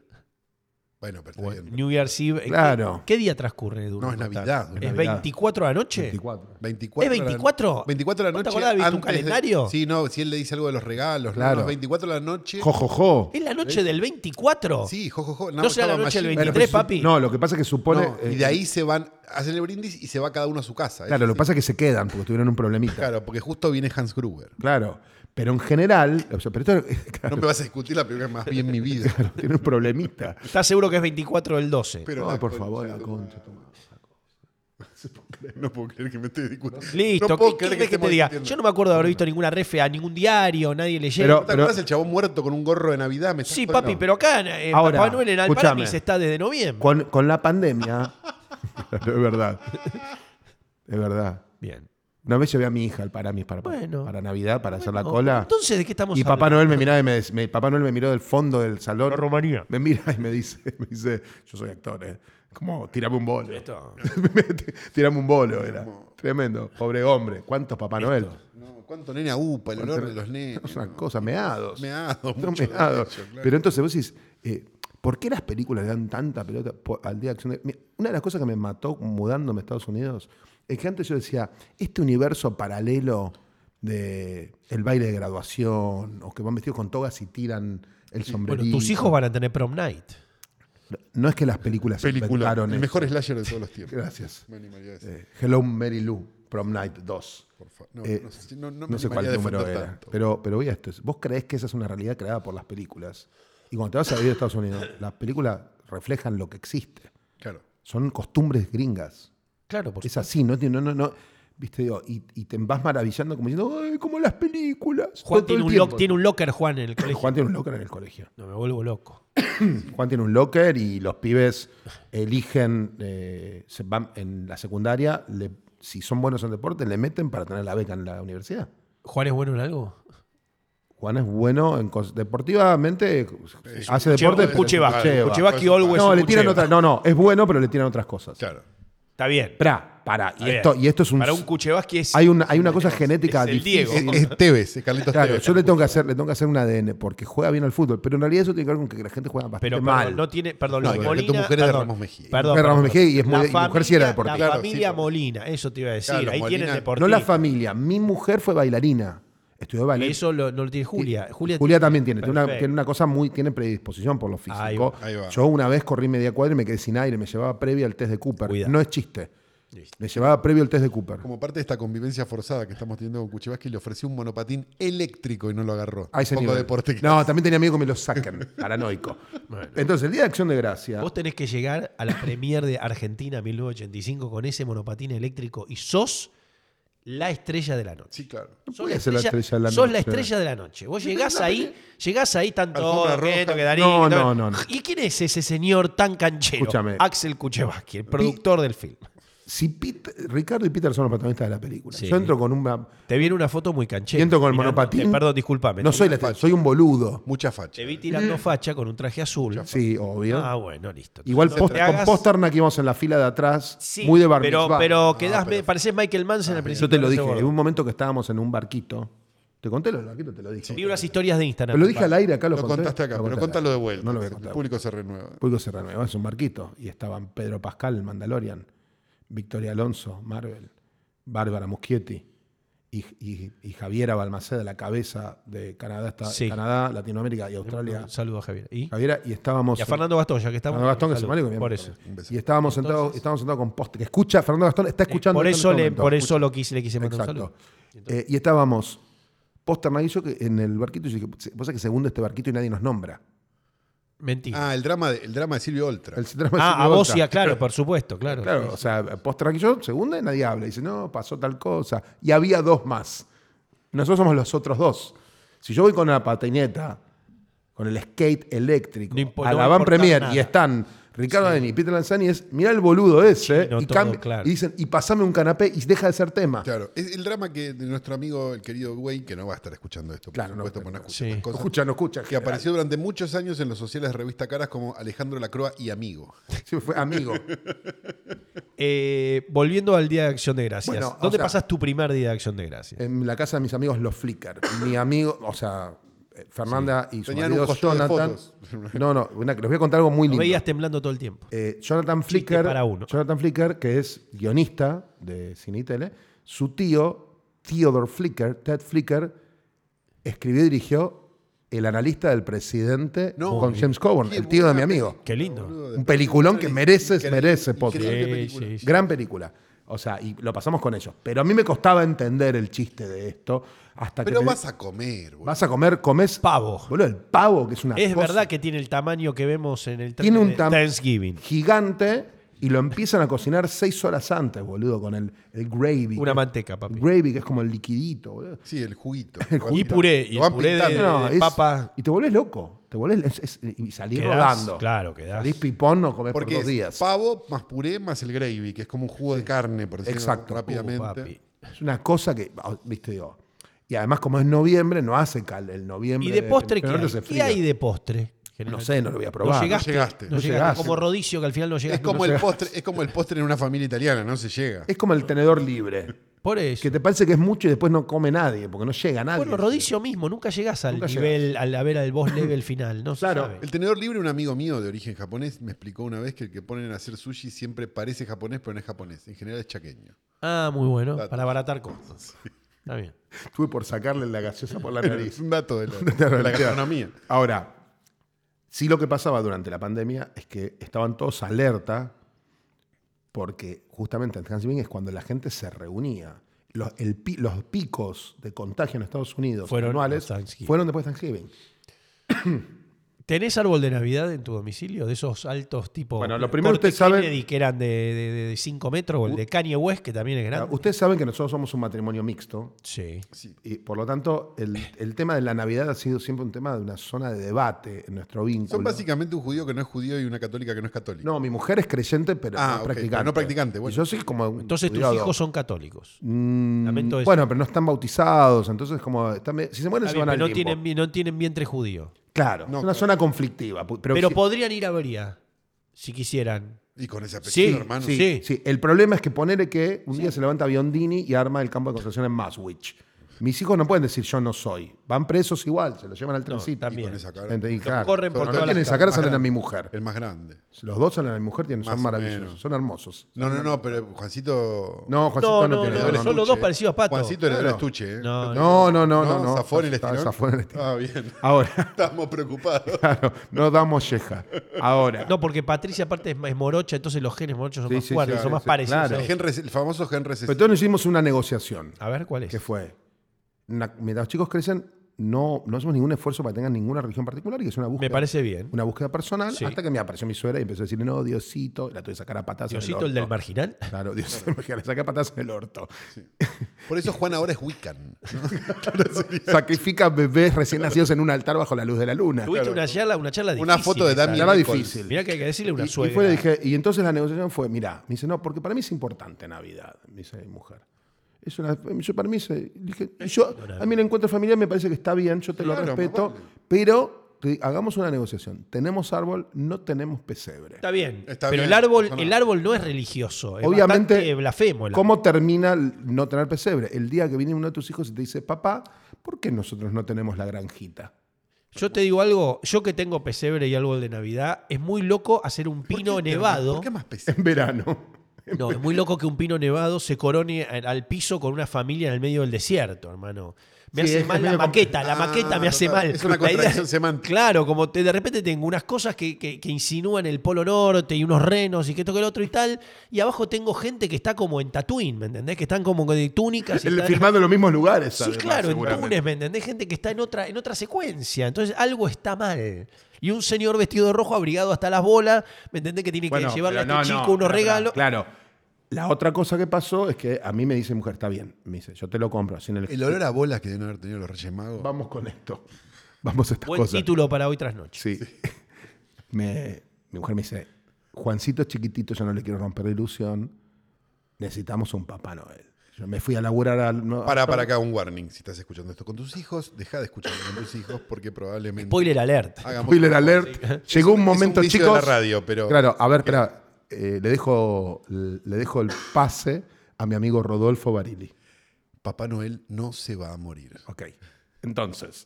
A: Bueno, pero está
C: o
A: bien.
C: New Year's Eve. ¿Qué-
B: Claro.
C: ¿Qué, día transcurre Duro?
A: No, es
C: Mortal?
A: Navidad, es
C: ¿Es
B: Navidad.
C: 24 de la noche?
B: 24.
A: 24
C: ¿Es 24?
A: 24 de la
C: ¿Vos te
A: noche.
C: acordás de tu
A: antes de-
C: calendario?
A: sí, no, si él le dice algo de los regalos. Claro.
B: Claro.
A: 24 de la noche.
B: Jo, jo, jo.
C: ¿Es la noche del 24?
A: Sí, jo, jo, jo.
C: ¿No será la
A: estaba
C: noche del
A: Machine-
B: Bueno,
C: 23,
B: pero su-
C: papi.
B: No, lo que pasa es que supone.
A: No, y
B: eh,
A: de ahí se van, hacen el brindis y se va cada uno a su casa.
B: Claro,
A: Eso
B: lo
A: sí.
B: que pasa es que se quedan porque tuvieron un problemita. Claro.
A: Claro, porque justo viene Hans Gruber.
B: Pero en general. o sea, pero esto- claro,
A: No me vas a discutir la primera más bien mi vida.
B: tiene un problemita.
C: ¿Estás seguro que es 24 del 12?
A: Pero
B: Ay,
A: la
B: por
A: concha
B: favor, la
A: de tu
B: concha. tu madre.
A: No puedo creer que me esté discutiendo.
C: Listo,
A: no
C: ¿qué- ¿qué querés que,
A: estemos
C: te diga?
A: discutiendo.
C: Yo no me acuerdo de haber visto ninguna refe a ningún diario, nadie leyendo.
A: ¿Te
B: Pero-
A: acuerdas el chabón muerto con un gorro de Navidad? Me estás
C: sí,
A: jodiendo.
C: papi, pero acá eh,
B: Ahora,
C: Papá Noel en
B: escúchame.
C: Albaniz está desde noviembre.
B: Con, con la pandemia. es verdad. Es verdad.
C: Bien.
B: Una vez llevé a mi hija al Paramis para,
C: Bueno.
B: para Navidad, para hacer la
C: Bueno,
B: cola.
C: Entonces, ¿de qué estamos
B: y Papá
C: hablando?
B: Noel me miraba y me, des- me- Papá Noel me miró del fondo del salón.
C: Rumanía.
B: Me mira y me dice, me dice, yo soy actor, ¿eh? ¿Cómo? Tirame un eh". bolo.
C: Esto.
B: Tirame un bolo, era. Tremendo. Pobre hombre. ¿Cuántos Papá Noel?
A: No, ¿Cuánto nene agupa? El olor de los nenes.
B: Es una
A: ¿no?
B: cosa, meados.
A: Meados,
B: Son
A: mucho
B: meados.
A: de ellos, claro.
B: Pero entonces vos decís, eh, ¿Por qué las películas le dan tanta pelota po- al Día de Acción de... Mi- Una de las cosas que me mató mudándome a Estados Unidos es que antes yo decía, este universo paralelo de el baile de graduación, o que van vestidos con togas y tiran el sombrerito.
C: Bueno, tus hijos van a tener prom night.
B: No es que las películas
A: Película.
B: inventaron
A: El
B: eso.
A: mejor slasher de todos los tiempos.
B: Gracias.
A: Me animaría a decir,
B: Eh, Hello Mary Lou, Prom Night 2.
A: por favor. No,
B: eh,
A: no sé, si- no- no me
B: No sé cuál
A: animaría a
B: número
A: defender
B: era.
A: tanto.
B: Pero, pero oye esto, es- vos creés que esa es una realidad creada por las películas. Y cuando te vas a vivir a Estados Unidos, las películas reflejan lo que existe.
A: Claro.
B: Son costumbres gringas.
C: Claro, porque
B: Es así, no, tiene- no, no, no. Viste, digo, y, y te vas maravillando como diciendo, ¡ay, como las películas!
C: Juan
B: Todo- todo
C: tiene
B: el
C: un, lock-
B: tiempo.
C: tiene un locker, Juan, en el colegio.
B: Juan tiene un locker en el colegio.
C: No, me vuelvo loco.
B: Juan tiene un locker y los pibes eligen, eh, se van en la secundaria, le- si son buenos en deporte, le meten para tener la beca en la universidad.
C: ¿Juan es bueno en algo?
B: Juan es bueno en cos- deportivamente, hace
C: Puche-
B: deporte. pero-
C: Puchevasqui.
B: Puchevasqui.
C: Puchevasqui always
B: No,
C: es
B: le tiran
C: Pucheva.
B: otra- no, no, es bueno, pero le tiran otras cosas.
A: Claro.
C: Está bien.
B: Pará, pará, y
C: Está
B: esto,
C: bien.
B: y esto es un...
C: Para un Kuchevaski es.
B: hay, una, hay una cosa genética
C: es el
B: difícil.
A: Es,
C: Diego.
A: es Tevez, es Carlitos
B: Claro,
A: Tevez.
B: yo le tengo que hacer, le tengo que hacer un ADN porque juega bien al fútbol, pero en realidad eso tiene que ver con que la gente juega bastante
C: Pero perdón,
B: mal.
C: no tiene. Perdón,
A: No,
C: los
A: porque
C: Molina.
A: tu mujer es de
C: perdón,
A: Ramos Mejía.
C: Perdón.
B: Mujer de Ramos
C: perdón,
B: Mejía y es
C: perdón.
B: muy-
C: La
B: y mujer sí era
C: familia-
B: deportista.
C: La
A: Claro,
C: familia
A: sí, pero-
C: Molina, eso te iba a decir.
A: Claro, los
C: Ahí
A: Molina-
C: tienes
A: No
B: No
C: deportista.
B: la familia, mi mujer fue bailarina. Estudió
C: Y
B: ballet.
C: eso lo, no lo tiene Julia. Julia,
B: Julia también tiene, tiene una,
C: Perfecto.
B: tiene una cosa muy, tiene predisposición por lo físico.
C: Ahí va,
A: ahí va.
B: Yo una vez corrí media cuadra y me quedé sin aire, me llevaba previo al test de Cooper.
C: Cuidado.
B: No es chiste.
C: Listo.
B: Me llevaba previo al test de Cooper.
A: Como parte de esta convivencia forzada que estamos teniendo con Kuchevaski, le ofrecí un monopatín eléctrico y no lo agarró.
B: A ese
A: Poco
B: nivel.
A: deporte que-
B: No, también tenía amigos que me lo saquen, paranoico.
C: Bueno.
B: Entonces, el día de acción de gracia.
C: Vos tenés que llegar a la premier de Argentina 1985 con ese monopatín eléctrico y sos la estrella de la noche.
A: Sí, claro.
B: No
C: Sos la
B: podía ser la
C: estrella-
B: estrella de la
C: Sos la
B: noche.
C: estrella de la noche. Vos
B: Sí,
C: llegás
B: pero no,
C: ahí, llegás ahí, tanto
A: Alfombra roja.
C: que Darín.
B: No,
C: que todo-
B: no, no, no.
C: ¿Y quién es ese señor tan canchero?
B: Escúchame.
C: Axel Kuchevaski, el productor del film.
B: Si Pete- Ricardo y Peter son los protagonistas de la película.
C: Sí.
B: Yo entro con una.
C: Te viene una foto muy canchera.
B: Siento con el
C: mirando-
B: monopatín.
C: Te- perdón, discúlpame.
B: No
C: Te-
B: soy Mm. la estrella, soy un boludo.
A: Mucha facha.
B: Eh,
C: Te vi tirando facha con un traje azul.
B: Sí, obvio.
C: Ah, bueno, listo.
B: ¿eh? Igual
C: No
B: post-
C: te
B: con
C: hagas-
B: Posternak íbamos en la fila de atrás,
C: Sí,
B: muy de Bar
C: Pero,
B: Mitzvah.
C: pero
A: Ah,
C: quedás,
A: pero-
C: pareces Michael Manson al principio.
B: Yo te lo
C: de
B: dije,
C: ese
B: en
C: gordo.
B: un momento que estábamos en un barquito. Te conté lo del barquito, te lo dije.
C: Vi unas historias de Instagram.
B: pero lo dije al aire, acá lo,
A: Lo
B: conté.
A: contaste acá,
B: Lo
A: pero
B: conté
A: contalo
B: acá.
A: de vuelta.
B: No lo voy a
A: El
B: contar.
A: público se renueva.
B: Público se renueva, es un barquito. Y estaban Pedro Pascal, el Mandalorian, Victoria Alonso, Marvel, Bárbara Muschietti y, y- y Javiera Balmaceda, la cabeza de Canadá, está-
C: Sí.
B: Canadá, Latinoamérica y Australia.
C: Un saludo a Javier. ¿Y?
B: Javiera, y estábamos.
C: Y a Fernando Gastón, ya que estamos.
B: Fernando Gastón, que se
C: Salud.
B: muere con mi
C: Por
B: amigo
C: eso. Eh,
B: también.
A: Un beso.
B: Y estábamos sentados, estábamos sentados con post. Que escucha, Fernando Gastón está escuchando.
C: Por
B: esto en
C: eso,
B: este
C: le,
B: momento.
C: por eso lo quise, le quise mandar un
B: Exacto.
C: saludo.
B: Eh, y estábamos post y yo que en el barquito. Y yo dije, pasa que segundo este barquito y nadie nos nombra.
C: Mentira. Ah,
A: Ah, el drama de, el drama de Silvio Oltra.
B: El drama de
C: a
B: Silvio
C: vos
B: Oltra.
C: y a claro, por supuesto, claro.
B: Claro, o sea, post y yo, segunda y nadie habla. Dice, no, pasó tal cosa. Y había dos más. Nosotros somos los otros dos. Si yo voy con la patineta, con el skate eléctrico,
C: No impo-
B: a la
C: no va a
B: van
C: importar
B: Premier
C: nada.
B: y están Ricardo Deni y Peter Lanzani, es, mirá el boludo ese.
C: Chino,
B: y,
C: todo,
B: cambia-
C: claro.
B: y dicen, y pasame un canapé y deja de ser tema.
A: Claro, es el drama que de nuestro amigo, el querido Wayne, que no va a estar escuchando esto, por
B: Claro, no,
A: supuesto, por no, escuchar
C: sí.
A: estas
B: No
A: cosas,
B: escucha, no escucha. en
A: que
B: general.
A: apareció durante muchos años en los sociales de revista Caras como Alejandro Lacroa y Amigo.
B: Sí, fue amigo.
C: Eh, volviendo al Día de Acción de Gracias.
B: Bueno, o
C: ¿Dónde
B: sea-
C: pasás tu primer Día de Acción de Gracias?
B: en la casa de mis amigos los Flickr. Mi amigo, o sea, eh, Fernanda y su
A: Tenían
B: marido
A: un costón de
B: Jonathan.
A: fotos.
B: No, no, una, que les voy a contar algo muy
C: Lo
B: lindo.
C: veías temblando todo el tiempo.
B: Eh, Jonathan
C: Chiste
B: Flicker,
C: para uno.
B: Jonathan Flicker, que es guionista de cine y tele, su tío, Theodore Flicker, Ted Flicker, escribió y dirigió El analista del presidente
A: No.
B: con James Coburn,
A: Qué
B: el tío de mi
A: buena
B: amigo.
C: Qué lindo.
A: Boludo,
B: Un
A: de-
B: peliculón que mereces,
A: Increíble,
B: mereces podcast.
A: increíble
C: Sí,
A: película.
C: sí, sí.
B: Gran película. O sea, y lo pasamos con ellos. Pero a mí me costaba entender el chiste de esto hasta que
A: Pero
B: me-
A: vas a comer, boludo.
B: vas a comer, comes
C: Pavo.
B: Boludo, el pavo que es una
C: Es
B: cosa
C: verdad que tiene el tamaño que vemos en
B: tiene
C: el trailer
B: un
C: de
B: tamaño
C: Thanksgiving.
B: gigante y lo empiezan a cocinar seis horas antes, boludo, con el, el gravy.
C: Una
B: que-
C: manteca, papi.
B: el gravy que es como el liquidito, boludo.
A: Sí, el juguito.
C: Y puré, y
A: Lo van
C: puré Eh, de-
A: pintando.
B: No, es-
C: papa.
B: Y te volvés loco. Te volvés, es- es- y salís
C: Quedás-
B: rodando.
C: Claro, quedás.
B: Salís pipón, no comés por
A: Porque
B: dos
A: es
B: días.
A: pavo más puré más el gravy, que es como un jugo de carne, por decirlo
B: Exacto.
A: rápidamente.
C: Uh, papi.
B: Es una cosa que, ah, viste, digo. Y además, como es noviembre, no hace cal el noviembre.
C: ¿Y de postre qué
B: pero no
C: hay?
B: hace
C: ¿Qué
B: frío.
C: hay de postre?
B: No sé, no lo voy a
C: No
B: probar.
C: llegaste, no llegaste,
A: llegaste.
B: No llegaste.
C: Como rodicio que al final no
A: Es
C: llegaste.
A: como el postre, es como el postre en una familia italiana, no se llega.
B: Es como el tenedor libre.
C: Por eso.
B: Que te parece que es mucho y después no come nadie, porque no llega nadie.
C: Bueno, Rodicio mismo, nunca llegás al
B: Nunca
C: nivel, a la vera del boss level final, no se
B: Claro,
C: sabe.
A: El tenedor libre, un amigo mío de origen japonés, me explicó una vez que el que ponen a hacer sushi siempre parece japonés, pero no es japonés. En general es chaqueño.
C: Ah, muy bueno,
A: Datos.
C: para abaratar costos. Está bien.
B: Estuve por sacarle la gaseosa por la
A: Es
B: nariz.
A: un dato de la,
B: La
A: de la
B: realidad.
A: gastronomía.
B: Ahora, sí lo que pasaba durante la pandemia es que estaban todos alerta porque justamente en Thanksgiving es cuando la gente se reunía. Los, el pi- los picos de contagio en Estados Unidos
C: Fueron
B: anuales
C: los Thanksgiving.
B: fueron después de Thanksgiving.
C: ¿Tenés árbol de Navidad en tu domicilio? De esos altos tipo.
B: Bueno, lo primero
C: Corte
B: ustedes saben-
C: Kennedy, que eran de 5 metros, o el de Kanye West, que también es grande.
B: Ustedes saben que nosotros somos un matrimonio mixto
C: Sí.
A: Sí.
B: y por lo tanto el, el tema de la Navidad ha sido siempre un tema de una zona de debate en nuestro vínculo.
A: Son básicamente un judío que no es judío y una católica que no es católica.
B: No, mi mujer es creyente, pero
A: Ah,
B: no
A: ok,
B: practicante.
A: pero no practicante,
B: Y
A: bueno.
B: yo soy como un
C: Entonces tus
B: cuidado.
C: hijos son católicos.
B: Mm,
C: Lamento eso.
B: Bueno, pero no están bautizados, entonces como están me- si se mueren
C: Está
B: se
C: bien,
B: van al
C: pero no
B: limbo.
C: tienen, vi- no tienen vientre judío.
B: Claro,
A: No,
B: es una
A: claro.
B: zona conflictiva. pu- Pero,
C: Pero
B: sí,
C: podrían ir a Vería, si quisieran.
A: Y con ese apellido,
C: Sí,
A: hermano.
C: sí,
B: sí, sí. el problema es que ponele que un día se levanta Biondini y arma el campo de concentración en Maswich. Mis hijos no pueden decir yo no soy. Van presos igual, se lo llevan al trencito.
A: Y
C: también.
A: con esa cara.
B: Entendí, claro.
C: corren por
B: no
C: todas
B: tienen
C: las
B: esa cara,
A: calles.
B: salen a mi mujer.
A: El más grande.
B: Los dos salen a mi mujer, tienen, son
A: Más o
B: maravillosos,
A: menos.
B: son hermosos.
A: No, no, no, pero Juancito.
B: No, Juancito
C: No,
B: no,
C: no,
B: tiene.
C: no,
B: no,
C: son los dos parecidos a Pato.
A: Juancito era el
B: Claro.
A: estuche, ¿eh?
B: No,
C: No,
B: no, no, no. no.
A: Zafón el
B: Está-
A: estirón.
B: Zafón el estirón.
A: Ah, bien.
B: Ahora,
A: Estamos preocupados.
B: claro, no damos yeja. Ahora.
C: No, porque Patricia aparte es, es morocha, entonces los genes morochos son
B: Sí,
C: más
B: sí,
C: fuertes,
B: sí,
C: son
B: sí,
C: más
B: sí,
C: parecidos.
B: claro.
C: a
A: El,
C: ellos.
A: gen rec- el famoso gen
B: Pero
A: recesivo.
B: entonces hicimos una negociación,
C: A ver, ¿cuál es?
B: que fue, na- mientras los chicos crecen, no, no hacemos ningún esfuerzo para que tengan ninguna religión particular y que es una búsqueda,
C: Me parece bien.
B: una búsqueda personal,
C: Sí.
B: hasta que me apareció mi suegra y empezó a decir, no, Diosito, la tuve que sacar a patas en
C: Diosito, el
B: orto.
C: del marginal.
B: Claro, Diosito, la saqué a patas en el orto.
A: Por eso Juan ahora es Wiccan.
B: Sacrifica bebés recién nacidos en un altar bajo la luz de la luna.
C: Tuviste una charla, una charla difícil.
A: Una foto de
C: esa.
A: Dami
B: Era
A: Nichols.
B: difícil.
C: Mirá que hay que decirle una
B: Y, y
C: suegra.
B: fue, le dije, y entonces la negociación fue, mirá, me dice, no, porque para mí es importante Navidad, me dice mi mujer. Es una, yo para mí, se, dije, yo, a mí el encuentro familiar me parece que está bien, yo te
A: Claro,
B: lo
A: más
B: respeto,
A: vale.
B: pero te- hagamos una negociación. Tenemos árbol, no tenemos pesebre.
C: Está bien.
A: Está
C: pero
A: bien,
C: el árbol,
A: no pasa
C: el
A: nada.
C: árbol no es religioso. Es
B: Obviamente,
C: bastante blasfemo. el árbol.
B: ¿Cómo termina el no tener pesebre? El día que viene uno de tus hijos y te dice, papá, ¿por qué nosotros no tenemos la granjita?
C: Yo te digo algo, yo que tengo pesebre y árbol de Navidad, es muy loco hacer un
A: ¿Por qué
C: pino
A: te-
C: nevado.
A: ¿Por qué más pesado?
B: En verano.
C: No, es muy loco que un pino nevado se corone al al piso con una familia en el medio del desierto, hermano. Me
B: Sí,
C: hace
B: es-
C: mal
B: es
C: la
B: medio compl-
C: maqueta, la
A: Ah,
C: maqueta me hace
A: total,
C: mal.
A: es una
C: La idea-
A: contradicción semántica.
C: Claro, como te- de repente tengo unas cosas que, que- que insinúan el polo norte y unos renos y que esto que el otro y tal, y abajo tengo gente que está como en Tatooine, ¿me entendés? Que están como de túnicas y
B: El-
C: están-
B: filmando en los mismos lugares.
C: Sí,
B: además,
C: claro, en
B: seguramente.
C: Túnez, ¿me entendés? Gente que está en otra, en otra secuencia. Entonces algo está mal. Y un señor vestido de rojo, abrigado hasta las bolas, ¿me entendés? Que tiene
B: Bueno,
C: que llevarle a este
B: pero no,
C: chico
B: no, pero,
C: unos regalos.
B: Claro. La otra cosa que pasó es que a mí me dice mi mujer, está bien. Me dice, yo te lo compro. Sin el,
A: El olor a bolas que deben haber tenido los Reyes Magos.
B: Vamos con esto. Vamos a estas
C: Buen
B: cosas.
C: título para hoy tras noche.
B: Sí. Me- mi mujer me dice, Juancito es chiquitito, yo no le quiero romper la ilusión. Necesitamos un Papá Noel. Yo me fui a laburar al... no-
A: Para, para acá un warning. Si estás escuchando esto con tus hijos, deja de escucharlo con tus hijos porque probablemente.
C: Spoiler alert.
A: hagamos-
B: Spoiler alert. Llegó un
A: es un
B: momento,
A: vicio de
B: chicos.
A: la radio, pero-
B: Claro, a ver, espera. Eh, le, dejo, le dejo el pase a mi amigo Rodolfo Barili.
A: Papá Noel no se va a morir.
B: Ok. Entonces,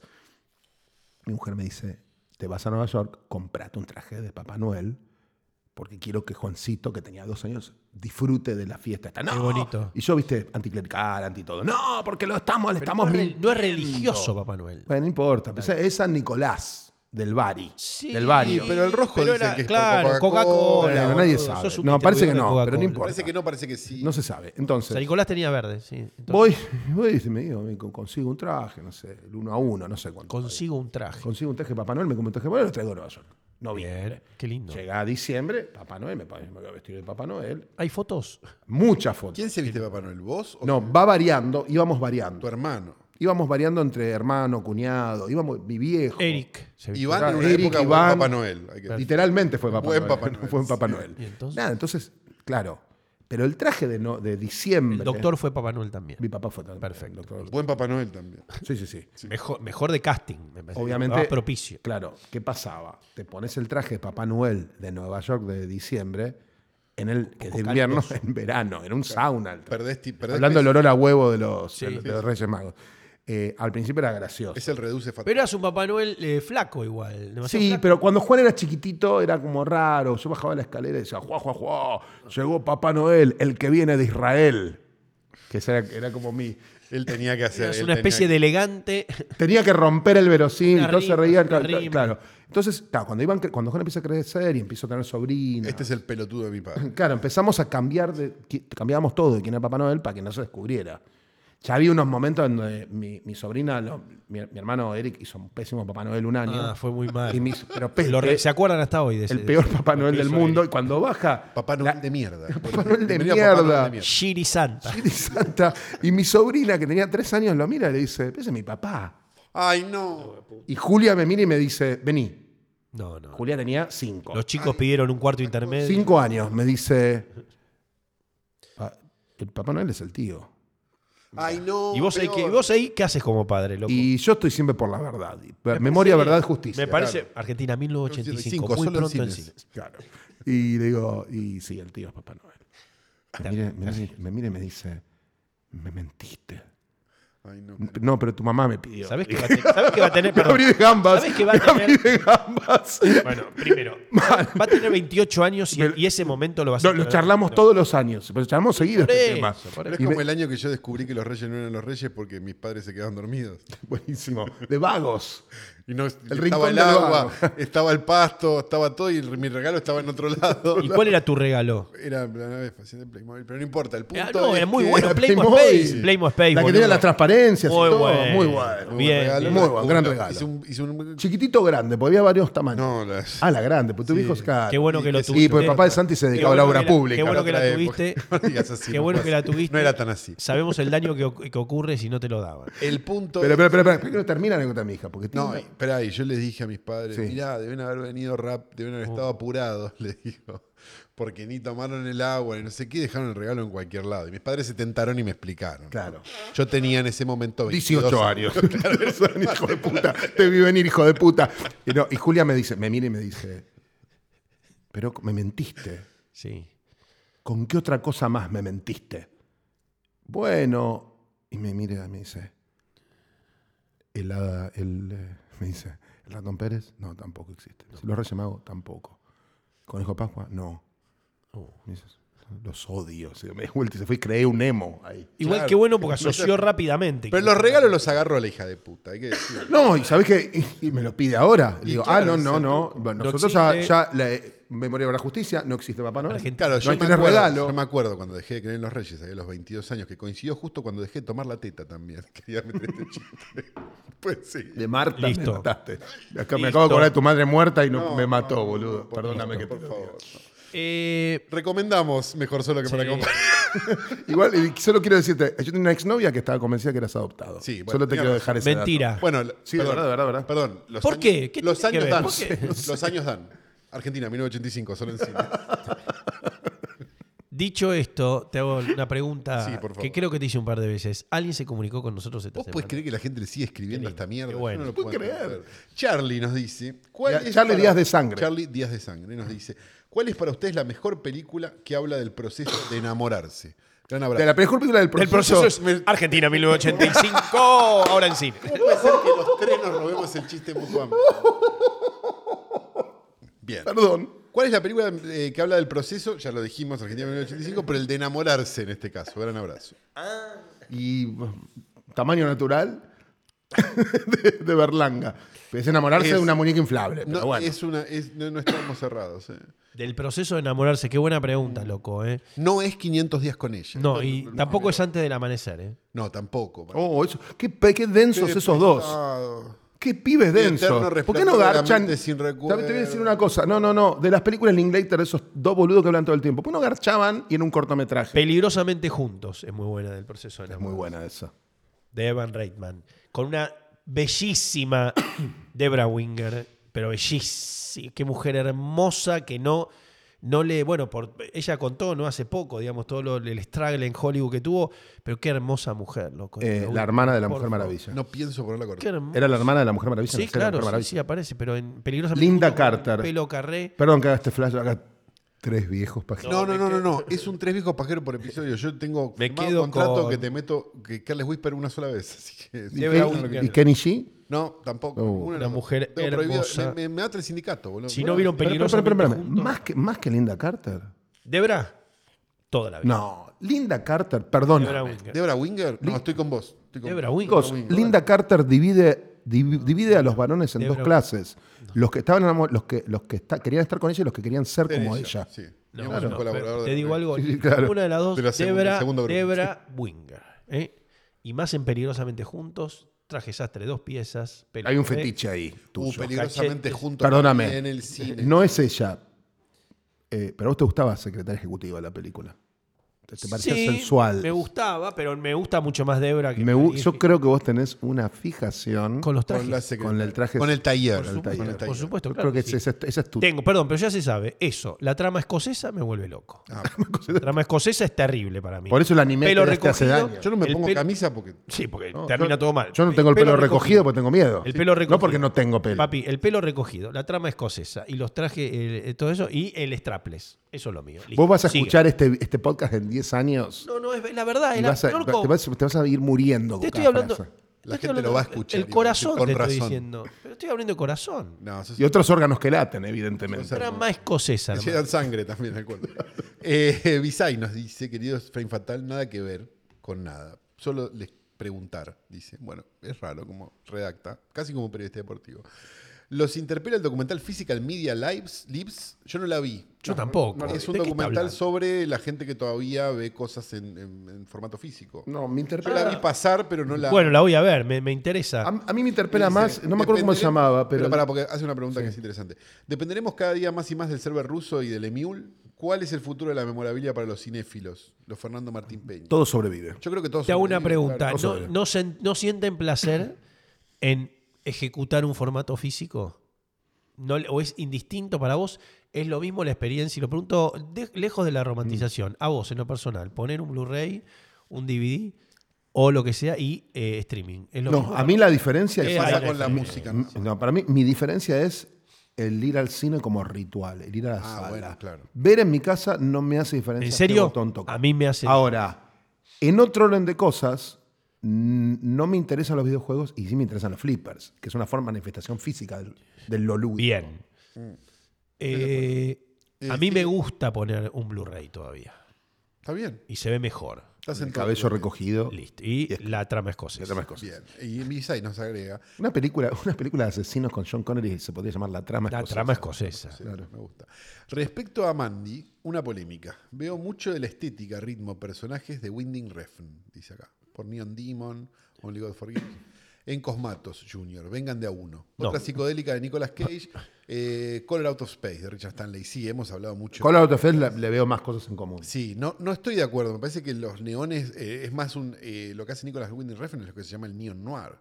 B: mi mujer me dice, te vas a Nueva York, comprate un traje de Papá Noel, porque quiero que Juancito, que tenía dos años, disfrute de la fiesta. Está, no.
C: Qué bonito.
B: Y yo, viste, anticlerical, anti todo. No, porque lo estamos, le
C: No
B: estamos...
C: es, re-
B: mintiendo".
C: no es religioso, Papá Noel.
B: Bueno, no importa. pero es San Nicolás, del Bari.
C: Sí,
B: del barrio.
A: pero el rojo dicen que es por
C: claro,
A: Coca-Cola,
C: Coca-Cola.
B: Bueno, nadie
C: boludo,
B: sabe.
C: sos un
B: No, parece que
C: distribuidor de
B: no, pero no
C: Coca-Cola.
B: importa.
A: Parece que no, parece que sí.
B: No se sabe. Entonces...
C: San Nicolás tenía verde, sí. Entonces,
B: Voy, voy y me digo, me con- consigo un traje, no sé, el uno a uno, no sé cuánto.
C: Consigo un traje.
B: Consigo un traje de Papá Noel, me compro un traje de Papá Noel, lo traigo a Nueva York. Noviembre.
C: Bien, qué lindo.
B: Llega a diciembre, Papá Noel, me, pa- me voy a vestir de Papá Noel.
C: ¿Hay fotos?
B: Muchas fotos.
A: ¿Quién se viste de Papá Noel? ¿Vos o
B: No, va variando, íbamos
A: tu
B: variando.
A: hermano?
B: Íbamos variando entre hermano, cuñado, íbamos, mi viejo.
C: Eric. se viste.
A: Iván en una
B: Eric,
A: época
B: Iván.
A: fue Papá Noel. hay que decir.
B: Literalmente fue Papá
A: Buen
B: Noel.
A: Papá Noel.
B: Fue un Papá Noel.
C: ¿Y entonces?
B: Nada, entonces, claro. Pero el traje de, no- de diciembre.
C: El doctor fue Papá Noel también.
B: Mi papá fue también.
C: Perfecto.
B: doctor.
A: Buen Papá Noel también.
B: Sí, sí, sí.
C: Mejor, mejor de casting, me parece.
B: Obviamente.
C: Más propicio.
B: Claro, ¿qué pasaba? Te pones el traje de Papá Noel de Nueva York de diciembre, en el que es de
C: poco
B: invierno,
C: cálidos.
B: en verano, en un sauna. el-
A: Perdés, ti- perdés
B: hablando del olor a huevo de los,
C: Sí,
B: de los-
C: sí,
B: de los Reyes Magos. Eh, al principio era gracioso.
A: Es el reduce fatal.
C: Pero eras un Papá Noel eh, flaco igual. demasiado
B: Sí,
C: flaco.
B: pero cuando Juan era chiquitito era como raro. Yo bajaba la escalera y decía, ¡Juá, juá, juá! Llegó Papá Noel, el que viene de Israel. Que esa era, era como mi...
A: Él tenía que hacer.
C: Eras
A: él
C: una
A: tenía
C: especie
A: que-
C: de elegante.
B: Tenía que romper el verosímil,
C: Una
B: entonces se
C: rima,
B: reían.
C: una
B: cla- cla-
C: rima.
B: Claro. Entonces, claro, cuando, iban, cre- cuando Juan empieza a crecer y empieza a tener sobrinos.
A: Este es el pelotudo de mi padre.
B: Claro, empezamos a cambiar, de, qui- cambiábamos todo de quién era Papá Noel para que no se descubriera. Ya había unos momentos en donde mi, mi sobrina, lo- mi, mi hermano Eric hizo un pésimo Papá Noel un año.
C: Ah, fue muy mal.
B: Y me hizo- pero pe-
C: Lo re-
B: pe-
C: ¿Se acuerdan hasta hoy de ese?
B: el peor Papá Noel del
C: hizo
B: mundo. Y cuando baja,
A: Papá Noel de mierda.
B: Papá Noel de
A: Bienvenido a Papá
B: mierda.
A: Noel de mierda.
C: Shiri Santa.
B: Giri Santa, y mi sobrina que tenía tres años lo mira y le dice, ese es mi papá.
A: Ay, no.
B: Y Julia me mira y me dice, vení.
C: No, no.
B: Julia tenía cinco.
C: Los chicos pidieron un cuarto intermedio.
B: Cinco años. Me dice, "Pa- el Papá Noel es el tío.
A: Ay, no.
C: ¿Y vos, ahí, qué,
A: peor.
C: y vos ahí qué haces como padre, loco?
B: Y yo estoy siempre por la verdad. Y- Memoria, verdad, justicia.
C: Me parece Argentina 1985,
A: Cinco,
C: muy
A: solo en
C: pronto en
A: cines.
C: cines.
B: Claro. Y le digo, y sí, el tío es Papá Noel. Me mira, me dice- me mira y me dice, me mentiste.
A: Ay, no.
B: No, pero tu mamá me pidió.
C: ¿Sabés que, va a te- sabés que va a tener?
B: Me
C: perdón.
B: abrí de gambas.
C: ¿Sabés que va a
B: me abrí
C: tener-
B: de gambas.
C: Bueno, primero, va a tener 28 años y, y ese momento lo vas a
B: No, lo charlamos todos los años, pero charlamos seguido
C: Por
B: este
C: eso,
B: tema.
C: por
A: Pero es
B: Y
A: como
B: me-
A: el año que yo descubrí que los reyes no eran los reyes porque mis padres se quedaban dormidos.
B: Buenísimo. De vagos.
A: Y no, estaba
B: rincón
A: el
B: del
A: agua,
B: vago.
A: estaba el pasto, estaba todo y el- mi regalo estaba en otro lado.
C: ¿Y cuál era tu regalo?
A: Era la nave espacial de Playmobil, pero no importa. El punto
C: Ah, no,
A: es
C: era muy
A: que-
C: bueno.
B: era
C: Playmo
B: Playmobil.
C: Space. Playmo Space.
B: La que
C: boludo.
B: tenía las transparencias. y
C: Muy
B: todo,
C: bueno.
B: muy bueno.
C: Bien,
A: regalo,
B: muy buen, gran
A: Hice
B: regalo.
A: un- hice un-
B: Chiquitito o grande, porque había varios tamaños.
A: no, las-
B: Ah, la grande, porque tu
A: Sí.
B: viejo es caro.
C: Qué bueno que lo
B: Sí,
C: tuviste.
B: porque el papá de Santi se
C: Qué
B: dedicaba a la
C: bueno
B: obra
C: que la-
B: pública.
C: Qué bueno que la
A: otra
C: tuviste.
A: época. No digas así,
C: Qué
A: no
C: bueno
A: fue
C: que la
A: así.
C: tuviste.
A: No era tan así.
C: Sabemos el daño que, o- que ocurre si no te lo daban.
A: El punto
B: Pero,
A: es-
B: pero, pero, pero, ¿por qué no termina la anécdota, mi hija? Porque tiene
A: No,
B: una-
A: espera, y yo les dije a mis padres,
B: Sí.
A: mirá, deben haber venido rap, deben haber estado apurados, les digo, porque ni tomaron el agua, ni no sé qué, dejaron el regalo en cualquier lado. Y mis padres se tentaron y me explicaron.
B: Claro.
A: Yo tenía en ese momento 22
B: 18
A: años.
B: años. Claro, es un hijo de puta. Te vi venir, hijo de puta. Y, no, y Julia me dice, me mira y me dice, pero me mentiste.
C: Sí.
B: ¿Con qué otra cosa más me mentiste? Bueno. Y me mira y me dice, el, hada- el, eh, me dice, ¿el ratón Pérez? No, tampoco existe. ¿Los Reyes Magos? Tampoco. ¿Conejo Pascua? No. Me dice, los odio. Se me dio vuelta y se fue y creé un emo ahí.
C: Igual
A: Claro.
C: qué bueno porque asoció rápidamente.
A: Pero los regalos los agarró la hija de puta, hay que decirlo.
B: No, y sabes que y me lo pide ahora. Le
A: Y
B: digo,
A: claro,
B: ah, no,
A: ese
B: no,
A: es el
B: no. Bueno,
C: No
B: nosotros ya,
C: existe.
B: ya la eh, memoria de la justicia, no existe Papá Noel.
C: Argentina.
A: Claro, yo,
B: ahí
A: me
B: tenés
A: acuerdo,
B: regalo.
A: yo me acuerdo cuando dejé de creer en los Reyes, ahí a los 22 años, que coincidió justo cuando dejé de tomar la teta también. Quería meter este chiste. Pues sí.
B: De Marta
C: Listo.
B: me mataste. Acá
C: Listo.
B: me acabo de acordar de tu madre muerta y no,
A: No,
B: me
A: no,
B: mató,
A: no, no,
B: boludo.
A: por
B: Perdóname
A: favor,
B: que te
A: por
B: lo
A: favor.
C: Eh,
A: Recomendamos mejor solo que para
C: Sí.
A: comprar.
B: diga. Igual, eh, solo quiero decirte, yo tenía una exnovia que estaba convencida que eras adoptado.
A: Sí, bueno,
B: solo te
A: tenía
B: quiero
A: razón.
B: dejar ese
C: mentira.
A: Bueno, la-
B: Sí, de verdad, de verdad, de verdad.
A: Perdón. Los
C: ¿Por
A: años-
C: qué? ¿Qué
A: los
C: tiene
A: años
C: que
A: dan.
C: ver? ¿Por
A: Los años dan. Argentina, 1985, solo en cine.
C: Dicho esto, te hago una pregunta
A: Sí, por favor.
C: que creo que te hice un par de veces. ¿Alguien se comunicó con nosotros esta
A: ¿Vos podés
C: semana?
A: creer que la gente le sigue escribiendo
C: Qué
A: esta
C: lindo,
A: mierda?
C: qué bueno.
A: Yo
C: No
A: lo puedo
B: puedo creer.
A: Charlie nos dice. ¿cuál
B: Ya-
A: es
B: Charlie Díaz de Sangre.
A: Charlie Díaz de Sangre nos dice. ¿Cuál es para ustedes la mejor película que habla del proceso de enamorarse? Gran
B: dato.
A: abrazo.
B: De la mejor película del
C: El
B: proceso.
C: proceso es Argentina 1985, ahora en cine.
A: ¿Cómo puede ser que los tres nos robemos el chiste mutuamente? Bien.
B: Perdón.
A: ¿Cuál es la película eh, que habla del proceso? Ya lo dijimos, Argentina 1985, pero el de enamorarse en este caso. Gran abrazo.
B: Y bueno, tamaño natural de, de Berlanga. Es enamorarse
A: Es-
B: de una muñeca inflable. Pero
A: No,
B: bueno.
A: es una, es- no, no estamos cerrados. eh.
C: Del proceso de enamorarse, qué buena pregunta, loco, ¿eh?
A: No es 500 días con ella.
C: No, y tampoco es antes del amanecer, ¿eh?
A: No, tampoco.
B: Oh, eso- qué, pe- qué densos esos dos.
A: dos.
B: Qué pibes
A: Eterno
B: densos. ¿Por qué
A: resplandor
B: no
A: de la
B: garchan?
A: mente sin
B: ¿Sabes?
A: recuerdo.
B: Te voy a decir una cosa. No, no, no. De las películas Linklater, esos dos boludos que hablan todo el tiempo. ¿Por qué no garchaban y en un cortometraje?
C: Peligrosamente juntos es muy buena del proceso de
B: Es
C: enamorarse.
B: muy buena esa.
C: de Evan Reitman. Con una bellísima Debra Winger, pero bellísima. Qué mujer hermosa que no, no le. Bueno, por, ella contó no hace poco, digamos, todo lo- el struggle en Hollywood que tuvo, pero qué hermosa mujer, loco.
B: Eh,
C: Uy,
B: la hermana de la
C: por
B: Mujer
C: favor.
B: Maravilla.
A: No pienso ponerla
C: Qué
A: correcta.
C: hermosa.
B: Era la hermana de la Mujer Maravilla.
C: Sí,
B: no sé, la
C: claro,
B: Mujer
C: sí,
B: Maravilla.
C: sí, aparece, pero en peligrosamente.
B: Linda
C: Juntos con
B: Carter.
C: Pelo carré.
B: Perdón que haga este flash acá. Tres viejos pajeros.
A: No, no,
C: me
A: no, no,
C: quedo-
A: no. Es un tres viejos pajeros por episodio. Yo tengo
C: Me
A: firmado
C: quedo
A: un contrato
C: con-
A: que te meto que Carles Whisper una sola vez. Así que
B: ¿Y,
C: Debe
B: Ken-
C: haber un-
A: lo que-
B: y Kenny G?
A: No, tampoco.
B: No.
A: ninguna de
C: Una
A: las dos.
C: mujer
A: Tengo prohibido-
C: hermosa.
A: Me, me- me ata el sindicato, boludo.
C: Si no vieron
B: Pero, pero, pero,
C: peligrosamente
B: pero, pero,
C: juntos.
B: más, que, más que Linda Carter.
C: Debra, toda la vida.
B: No, Linda Carter,
C: Debra
B: perdón.
C: Winger.
A: Debra Winger, no,
B: Li-
A: estoy con vos. estoy con
C: Debra
A: vos.
C: Winger.
B: Chicos, Linda Carter divide, divi- divide a los varones en
C: De
B: dos
C: bro-
B: clases. Los que estaban enamo- los que, los que esta- querían estar con ella y los que querían ser
A: Ser
B: como ella.
A: Sí.
C: No,
A: Digamos,
C: no,
A: un colaborador
C: pero
A: de uh,
C: te digo
A: Red.
C: algo.
B: Sí, sí, claro.
C: Una de las dos,
A: De la segun-
C: Debra,
A: segundo grupo,
C: Debra Winger. ¿eh? Y más en Peligrosamente Juntos, traje sastre, dos piezas.
B: Hay un
C: película, ¿eh?
B: fetiche ahí.
A: Tú,
B: tuyo.
A: peligrosamente
C: cachetes.
A: juntos
B: Perdóname.
A: en el cine.
B: No es ella. Eh, pero a vos te gustaba secretaria ejecutiva de la película. Te, te parecía
C: Sí,
B: sensual.
C: Me gustaba, pero me gusta mucho más Debra que
B: Me gu-
C: Peli-
B: yo creo que vos tenés una fijación
C: con los trajes.
A: Con, la
B: con el traje.
A: Con el taller.
B: Por
A: el
B: supuesto,
A: taller.
C: Por supuesto,
B: Yo
C: claro
B: creo que
C: que sí.
B: ese, ese- ese es tu.
C: Tengo, perdón, pero ya se sabe, eso, la trama escocesa me vuelve loco.
A: Ah,
C: La trama escocesa es terrible para mí.
B: Por eso el anime
C: Pelo
B: te, te hace
C: recogido,
B: daño.
A: yo no me
C: El
A: pongo
C: pelo-
A: camisa porque.
C: Sí, porque
B: No,
C: termina
B: yo-
C: todo mal.
B: Yo no tengo el pelo, recogido porque tengo miedo.
C: El pelo recogido.
B: No porque no tengo pelo.
C: Papi, el pelo recogido, la trama escocesa y los trajes, eh, todo eso, y el strapless. Eso es lo mío. Listo,
B: Vos vas a
C: sigue.
B: escuchar este, este podcast en 10 años
C: No, no, es la verdad.
B: y
C: es la-
B: vas a-
C: Norco,
B: te, vas, te vas a ir muriendo. con
C: te estoy
B: cada
C: hablando.
B: frase.
A: La
C: te estoy
A: gente lo va a escuchar y va a
C: El
A: decir,
C: corazón
A: con
C: te estoy
A: razón.
C: diciendo. Pero estoy hablando de corazón.
A: No, eso
B: Y otros órganos que laten, evidentemente.
A: Cosa-
C: Trama escocesa.
A: Le
C: hermano.
A: llegan sangre también al cuerpo. eh, Visay nos dice, queridos Frame Fatal, nada que ver con nada. Solo les preguntar, dice. Bueno, es raro como redacta, casi como un periodista deportivo. Los interpela el documental Physical Media Lives, Lives. Yo no la vi.
C: Yo
A: Es
C: tampoco. ¿De
A: un
C: qué está
A: documental
C: hablando?
A: sobre la gente que todavía ve cosas en, en- en formato físico.
B: No,
A: Yo la
B: me
C: Ah.
B: interpela.
A: vi pasar, pero no la.
C: Bueno, la voy a ver, me, me interesa.
B: A, a mí me interpela
A: Dice,
B: más, no me acuerdo cómo se
A: "Dependere-
B: llamaba, pero.
A: pará, porque hace una pregunta que es interesante. Dependeremos cada día más y más del server ruso y del Emiul. ¿Cuál es el futuro de la memorabilia para los cinéfilos? Los Fernando Martín Peña.
B: todo sobrevive.
A: Yo creo que todos.
C: Te hago una
A: sobreviven,
C: pregunta.
A: claro.
B: eh, claro,
C: ¿No,
B: obvio.
C: no sen- no sienten placer en ejecutar un formato físico? ¿No, le- ¿O es indistinto para vos? ¿Es lo mismo la experiencia? Y lo pregunto de- lejos de la romantización.
B: Mm.
C: A vos, en lo personal, poner un Blu-ray, un DVD o lo que sea y eh, streaming. ¿Es lo mismo?
B: No, a mí la diferencia
C: Eh,
A: ¿Qué
B: es.
A: pasa
C: ahí
A: con la
C: está.
A: música? no?
B: No, para mí, mi diferencia es el ir al cine como ritual, el ir a la
A: Ah,
B: sala.
A: bueno, claro.
B: Ver en mi casa no me hace diferencia.
C: ¿En
B: qué
C: serio?
B: botón toco.
C: A mí me hace.
B: Ahora, en otro orden de cosas, n- no me interesan los videojuegos y sí me interesan los flippers, que es una forma de manifestación física del, del lo lúdico.
C: bien. Eh, a mí me gusta poner un Blu-ray todavía.
A: Está bien.
C: Y se ve mejor.
A: Estás en
B: El
A: todo.
B: cabello recogido.
C: Listo. Y
B: Y es-
C: la trama escocesa.
B: y otras más cosas.
A: Bien. Y Visay nos agrega.
B: Una película, una película de asesinos con John Connery se podría llamar La Trama
C: La
B: Escocesa.
C: trama escocesa.
A: Sí, me gusta. Respecto a Mandy, una polémica. Veo mucho de la estética, ritmo, personajes de Winding Refn, dice acá. Por Neon Demon, Only God Forgives. En Cosmatos Jr., Vengan de a uno.
C: No.
A: Otra psicodélica de Nicolas Cage, eh, Color Out of Space de Richard Stanley. Sí, hemos hablado mucho.
B: Con la otra vez la- le veo más cosas en común.
A: Sí, no, no estoy de acuerdo. Me parece que los neones eh, es más un. eh, lo que hace Nicolas Winding Refn es lo que se llama el neon noir.